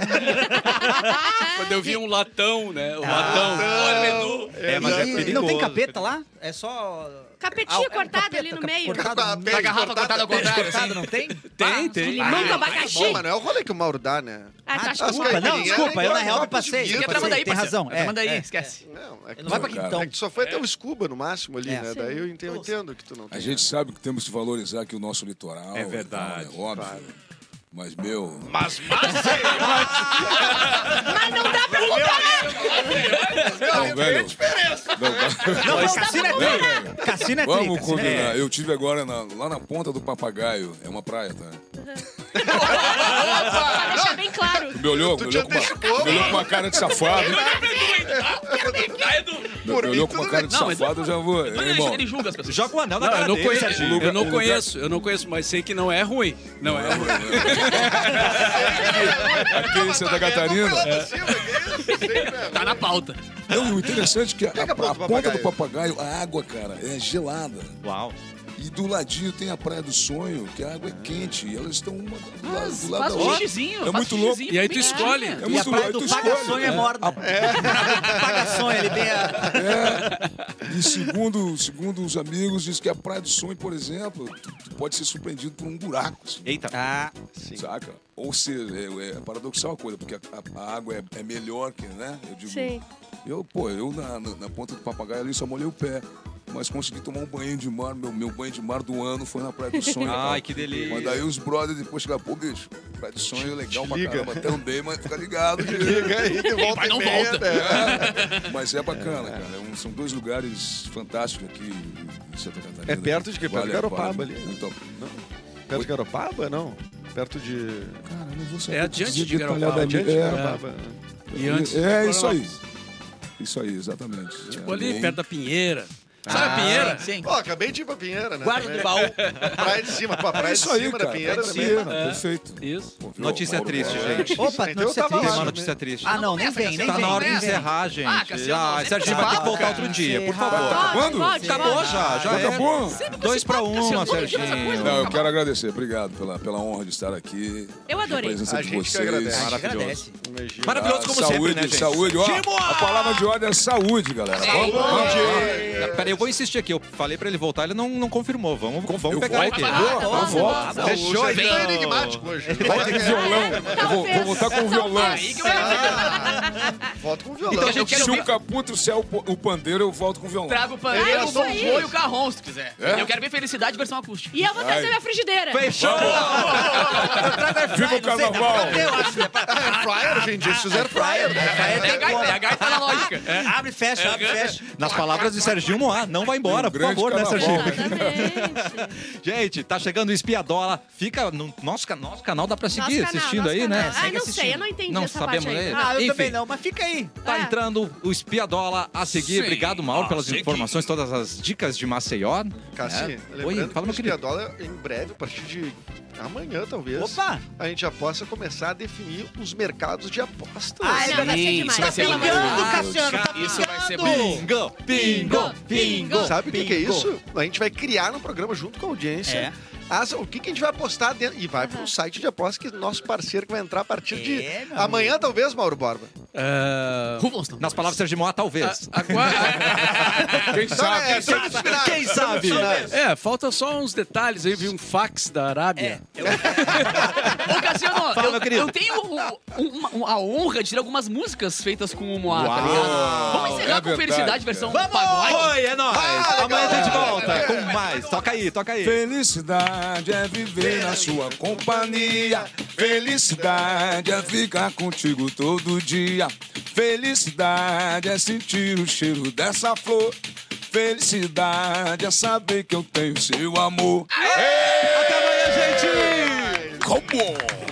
Speaker 6: Quando eu vi um latão, né? O latão. Olha, Edu.
Speaker 1: É, mas é
Speaker 5: E
Speaker 1: perigoso.
Speaker 5: não tem capeta lá? É só.
Speaker 3: Capetinho
Speaker 5: Ah,
Speaker 3: cortado
Speaker 5: capeta,
Speaker 3: ali no meio.
Speaker 5: Cortado,
Speaker 10: Da garrafa
Speaker 7: tá
Speaker 10: cortada ao contrário, assim.
Speaker 5: cortado não tem?
Speaker 6: Tem, Ah, tem.
Speaker 3: Limão
Speaker 8: Ah, tá
Speaker 3: com
Speaker 2: Bom,
Speaker 3: abacaxi.
Speaker 2: mas não é o rolê que o Mauro dá, né?
Speaker 3: Ah, tá,
Speaker 5: Ah,
Speaker 3: acho que
Speaker 5: desculpa,
Speaker 3: foi.
Speaker 5: não, desculpa, eu na real me passei.
Speaker 2: Fica
Speaker 5: me
Speaker 10: Fica
Speaker 5: passei,
Speaker 10: travando aí,
Speaker 5: tem razão. É,
Speaker 10: Manda aí,
Speaker 5: é.
Speaker 10: esquece.
Speaker 2: Não, é que,
Speaker 5: Não vai pra
Speaker 8: Cara,
Speaker 5: quintão.
Speaker 2: é que tu só foi até o Scuba no máximo ali,
Speaker 5: Então, É.
Speaker 2: né?
Speaker 3: Sim.
Speaker 2: Daí eu entendo, eu entendo que tu não
Speaker 8: A
Speaker 2: tem.
Speaker 8: gente sabe que temos que valorizar aqui o nosso litoral.
Speaker 10: É
Speaker 8: e tal,
Speaker 10: verdade,
Speaker 8: né? Óbvio. Mas, meu,
Speaker 3: Mas não dá pra comparar.
Speaker 8: Não, velho. Não,
Speaker 5: Não, não, cassino é tri. Cassino é tri. cassino
Speaker 8: vamos
Speaker 5: é tri.
Speaker 8: combinar. Eu tive agora na- lá na ponta do papagaio. É uma praia, tá?
Speaker 3: Pra deixar bem claro.
Speaker 8: Me olhou, me
Speaker 2: Tu te
Speaker 8: olhou, com uma,
Speaker 2: antecipou,
Speaker 8: me olhou com uma cara de safado.
Speaker 10: é Ah, Edu.
Speaker 8: Me
Speaker 2: Por mim,
Speaker 8: olhou com uma
Speaker 2: tudo
Speaker 8: cara de
Speaker 10: Não, mas-
Speaker 8: safado, eu já vou.
Speaker 10: Edu,
Speaker 8: Hein,
Speaker 10: ele,
Speaker 8: irmão?
Speaker 10: ele julga as pessoas.
Speaker 1: Joga o anel na
Speaker 6: Não,
Speaker 1: cara
Speaker 6: eu não
Speaker 1: dele,
Speaker 6: conheço,
Speaker 1: Serginho.
Speaker 6: eu não conheço, eu não conheço, mas sei que não é ruim. Não é ruim.
Speaker 8: Aqui em Santa Catarina.
Speaker 2: é
Speaker 8: é.
Speaker 2: né?
Speaker 10: Tá na pauta.
Speaker 8: Não, o interessante é que a,
Speaker 2: Pega a
Speaker 8: a
Speaker 2: ponta do
Speaker 8: ponta do
Speaker 2: papagaio.
Speaker 8: papagaio, a água, cara, é gelada.
Speaker 1: Uau.
Speaker 8: E do ladinho tem a Praia do Sonho, que a água é quente. E elas estão uma do lado,
Speaker 10: Faz
Speaker 8: do lado da
Speaker 10: um
Speaker 8: outra.
Speaker 10: xixizinho.
Speaker 8: É
Speaker 10: faz
Speaker 8: muito
Speaker 10: um
Speaker 8: louco.
Speaker 10: xixizinho,
Speaker 6: E aí
Speaker 10: bem
Speaker 6: tu escolhe.
Speaker 10: pequenininho.
Speaker 8: É
Speaker 5: E a
Speaker 8: muito
Speaker 5: praia do
Speaker 8: louco, tu escolhe.
Speaker 5: paga-sonho é morna. Paga-sonho, ele tem a...
Speaker 8: E segundo, segundo os amigos, diz que a Praia do Sonho, por exemplo, tu, tu pode ser surpreendido por um buraco, assim,
Speaker 1: Eita.
Speaker 5: Ah,
Speaker 8: saca? Ou seja, é, é paradoxal a coisa, porque a, a- a água é, é melhor que, né? Eu digo,
Speaker 3: Sim.
Speaker 8: eu, pô, eu na, na, na ponta do papagaio ali só molhei o pé, mas consegui tomar um banho de mar, meu, meu banho de mar do ano foi na Praia do Sonho.
Speaker 1: Ai,
Speaker 8: cara.
Speaker 1: que delícia.
Speaker 8: Mas daí os brothers depois chegaram, pô, bicho, Praia do Sonho é legal pra
Speaker 2: liga.
Speaker 8: caramba também, mas fica ligado. que-
Speaker 2: Liga aí, que volta
Speaker 10: Mas não
Speaker 2: e meia,
Speaker 10: volta.
Speaker 2: né?
Speaker 8: Mas é bacana, cara. É um- são dois lugares fantásticos aqui em Santa Catarina. né?
Speaker 2: É perto de quê? Perto de Garopaba
Speaker 8: vale
Speaker 2: ali.
Speaker 8: muito a-
Speaker 2: Perto de Garopaba? Não. Perto
Speaker 8: É
Speaker 2: de.
Speaker 8: Cara, eu não vou saber
Speaker 6: É adiante
Speaker 8: dizer
Speaker 6: de Garopaba,
Speaker 8: detalhadamente.
Speaker 6: adiante de Garopaba.
Speaker 8: É,
Speaker 2: né?
Speaker 6: E antes
Speaker 8: tá é
Speaker 6: de
Speaker 8: isso aí. Isso aí, exatamente.
Speaker 6: um Ah. Tipo ali, perto da Pinheira. Sabe a Pinheira?
Speaker 10: Ah,
Speaker 4: É.
Speaker 10: Sim, sim.
Speaker 2: Ó, acabei de ir pra Pinheira, né?
Speaker 5: Guarda do
Speaker 2: também.
Speaker 5: baú.
Speaker 2: Praia de cima, pra praia
Speaker 8: É
Speaker 2: de
Speaker 8: isso aí,
Speaker 2: cima da
Speaker 8: cara.
Speaker 2: Pinheira
Speaker 8: Praia de
Speaker 2: também.
Speaker 8: cima, perfeito.
Speaker 6: Isso.
Speaker 8: Pô, viu?
Speaker 1: Notícia
Speaker 8: Mauro,
Speaker 1: triste,
Speaker 8: é.
Speaker 1: gente.
Speaker 5: Opa,
Speaker 2: Então eu
Speaker 5: notícia
Speaker 2: tava
Speaker 1: Tem
Speaker 5: triste.
Speaker 1: uma
Speaker 2: lá.
Speaker 1: notícia triste.
Speaker 5: Ah, não, nem vem, nem
Speaker 1: Tá
Speaker 5: vem.
Speaker 1: na hora de
Speaker 5: nem vem.
Speaker 1: encerrar, gente.
Speaker 10: Ah, Cassiano,
Speaker 1: Ah,
Speaker 10: você
Speaker 1: Serginho
Speaker 10: tá
Speaker 1: vai ter que
Speaker 10: papo,
Speaker 1: voltar
Speaker 10: cara.
Speaker 1: outro dia, por
Speaker 5: Encerrar.
Speaker 1: favor.
Speaker 8: Tá acabando?
Speaker 3: Pode,
Speaker 1: Acabou
Speaker 3: pode.
Speaker 1: já, já
Speaker 8: Já
Speaker 1: é.
Speaker 8: acabou?
Speaker 1: Dois pra uma, Serginho.
Speaker 8: Não, eu quero agradecer. Obrigado pela, pela honra de estar aqui.
Speaker 3: Eu adorei.
Speaker 8: A presença
Speaker 2: A
Speaker 8: de
Speaker 2: gente que
Speaker 8: vocês.
Speaker 1: Maravilhoso.
Speaker 2: agradece.
Speaker 5: A gente
Speaker 8: Ah,
Speaker 5: agradece.
Speaker 2: Imagina.
Speaker 1: Maravilhoso como
Speaker 8: saúde,
Speaker 1: sempre, né, gente?
Speaker 8: Saúde, ó. A palavra de ordem é saúde, galera. Vamos, vamos.
Speaker 1: Peraí, eu vou insistir aqui. Eu falei pra ele voltar, ele não, não confirmou. Vamos, vamos
Speaker 8: eu
Speaker 1: pegar
Speaker 8: vou,
Speaker 1: ele.
Speaker 8: eu
Speaker 1: aqui.
Speaker 8: vou, eu vou.
Speaker 2: Fechou,
Speaker 1: Fechou,
Speaker 2: Ele
Speaker 1: então.
Speaker 2: tá enigmático hoje.
Speaker 8: Volta com violão. Eu
Speaker 3: Ah,
Speaker 8: vou,
Speaker 3: é? Talvez. Tá
Speaker 8: vou voltar com violão. Ah.
Speaker 10: Aí que eu ia
Speaker 2: Volta com
Speaker 10: Então
Speaker 2: violão.
Speaker 10: a gente quer
Speaker 8: Se
Speaker 10: ouvir.
Speaker 8: o Caputo se é o, po- o pandeiro, eu volto com violão.
Speaker 10: Traga o
Speaker 2: Ele
Speaker 10: pandeiro, o
Speaker 2: assou os
Speaker 10: bumbu um e
Speaker 2: dois.
Speaker 10: o carrão, se tu quiser.
Speaker 8: É?
Speaker 10: Eu quero ver felicidade versão acústica.
Speaker 3: E eu vou trazer
Speaker 8: Ai.
Speaker 3: minha frigideira.
Speaker 1: Fechou!
Speaker 8: Viva o carnaval!
Speaker 2: É fryer, hoje em dia. Eles fizeram fryer, né?
Speaker 10: É, é, a gaita, é a gaita na lógica.
Speaker 5: Abre e fecha, abre e fecha.
Speaker 1: Nas palavras de Serginho Moá, não vai embora,
Speaker 8: Um
Speaker 1: por
Speaker 8: grande
Speaker 1: favor, né,
Speaker 8: carnaval.
Speaker 1: Serginho?
Speaker 3: Exatamente.
Speaker 1: Gente, tá chegando o Espiadola. Fica no nosso, ca- nosso canal, dá pra seguir
Speaker 3: Nosso canal,
Speaker 1: assistindo
Speaker 3: nosso
Speaker 1: aí,
Speaker 3: canal.
Speaker 1: né?
Speaker 3: Ah,
Speaker 1: Segue
Speaker 3: não sei, eu
Speaker 1: assistindo.
Speaker 3: não entendi
Speaker 1: Não
Speaker 3: essa
Speaker 1: sabemos
Speaker 3: parte aí.
Speaker 1: aí.
Speaker 5: Ah, eu
Speaker 1: Enfim.
Speaker 5: também não, mas fica aí.
Speaker 1: Tá
Speaker 3: É.
Speaker 1: entrando o Espiadola a seguir.
Speaker 10: Sim,
Speaker 1: Obrigado, Mauro,
Speaker 10: a
Speaker 1: pelas
Speaker 10: seguir.
Speaker 1: informações, todas as dicas de Maceió.
Speaker 2: Cassi,
Speaker 1: É. Oi,
Speaker 2: lembrando
Speaker 1: fala, meu
Speaker 2: que o
Speaker 1: querido.
Speaker 2: Espiadola, em breve, a partir de amanhã, talvez,
Speaker 5: Opa!
Speaker 2: a gente já possa começar a definir os mercados de apostas.
Speaker 5: Ah, é
Speaker 3: Não, vai ser demais.
Speaker 10: Isso vai ser
Speaker 3: Tá
Speaker 10: demais.
Speaker 5: pingando,
Speaker 10: Ah,
Speaker 5: Cassiano, tá
Speaker 10: Isso vai ser
Speaker 5: pingando.
Speaker 10: bom.
Speaker 1: Pingo, pingo, pingo.
Speaker 2: Sabe o que, que é isso? A gente vai criar no programa junto com a audiência
Speaker 5: É.
Speaker 2: as- o que, que a gente vai apostar dentro. E vai para um site de apostas que é nosso parceiro que vai entrar a partir de
Speaker 5: É, meu
Speaker 2: amanhã, talvez, Mauro Borba.
Speaker 6: Ah,
Speaker 10: Rufus, não.
Speaker 1: Nas palavras de Serginho Moá, talvez.
Speaker 4: Ah,
Speaker 8: Quem sabe?
Speaker 2: é, estamos finais.
Speaker 1: Quem sabe?
Speaker 5: um
Speaker 6: É, falta só uns detalhes aí. Vi um fax da Arábia.
Speaker 10: Ô, Cassiano,
Speaker 1: Fala,
Speaker 10: eu,
Speaker 1: meu querido.
Speaker 10: eu tenho o- o- uma- uma- a honra de ter algumas músicas feitas com o Moá, tá ligado? Vamos encerrar com
Speaker 8: é verdade,
Speaker 10: felicidade
Speaker 8: cara.
Speaker 10: versão
Speaker 1: Vamos!
Speaker 10: pagode.
Speaker 1: Oi, é nóis. Amanhã a gente volta com mais. Toca aí, toca aí.
Speaker 8: Felicidade é viver na sua companhia. Felicidade é ficar contigo todo dia. Felicidade é sentir o cheiro dessa flor. Felicidade é saber que eu tenho seu amor.
Speaker 1: Até amanhã, gente!
Speaker 8: Como?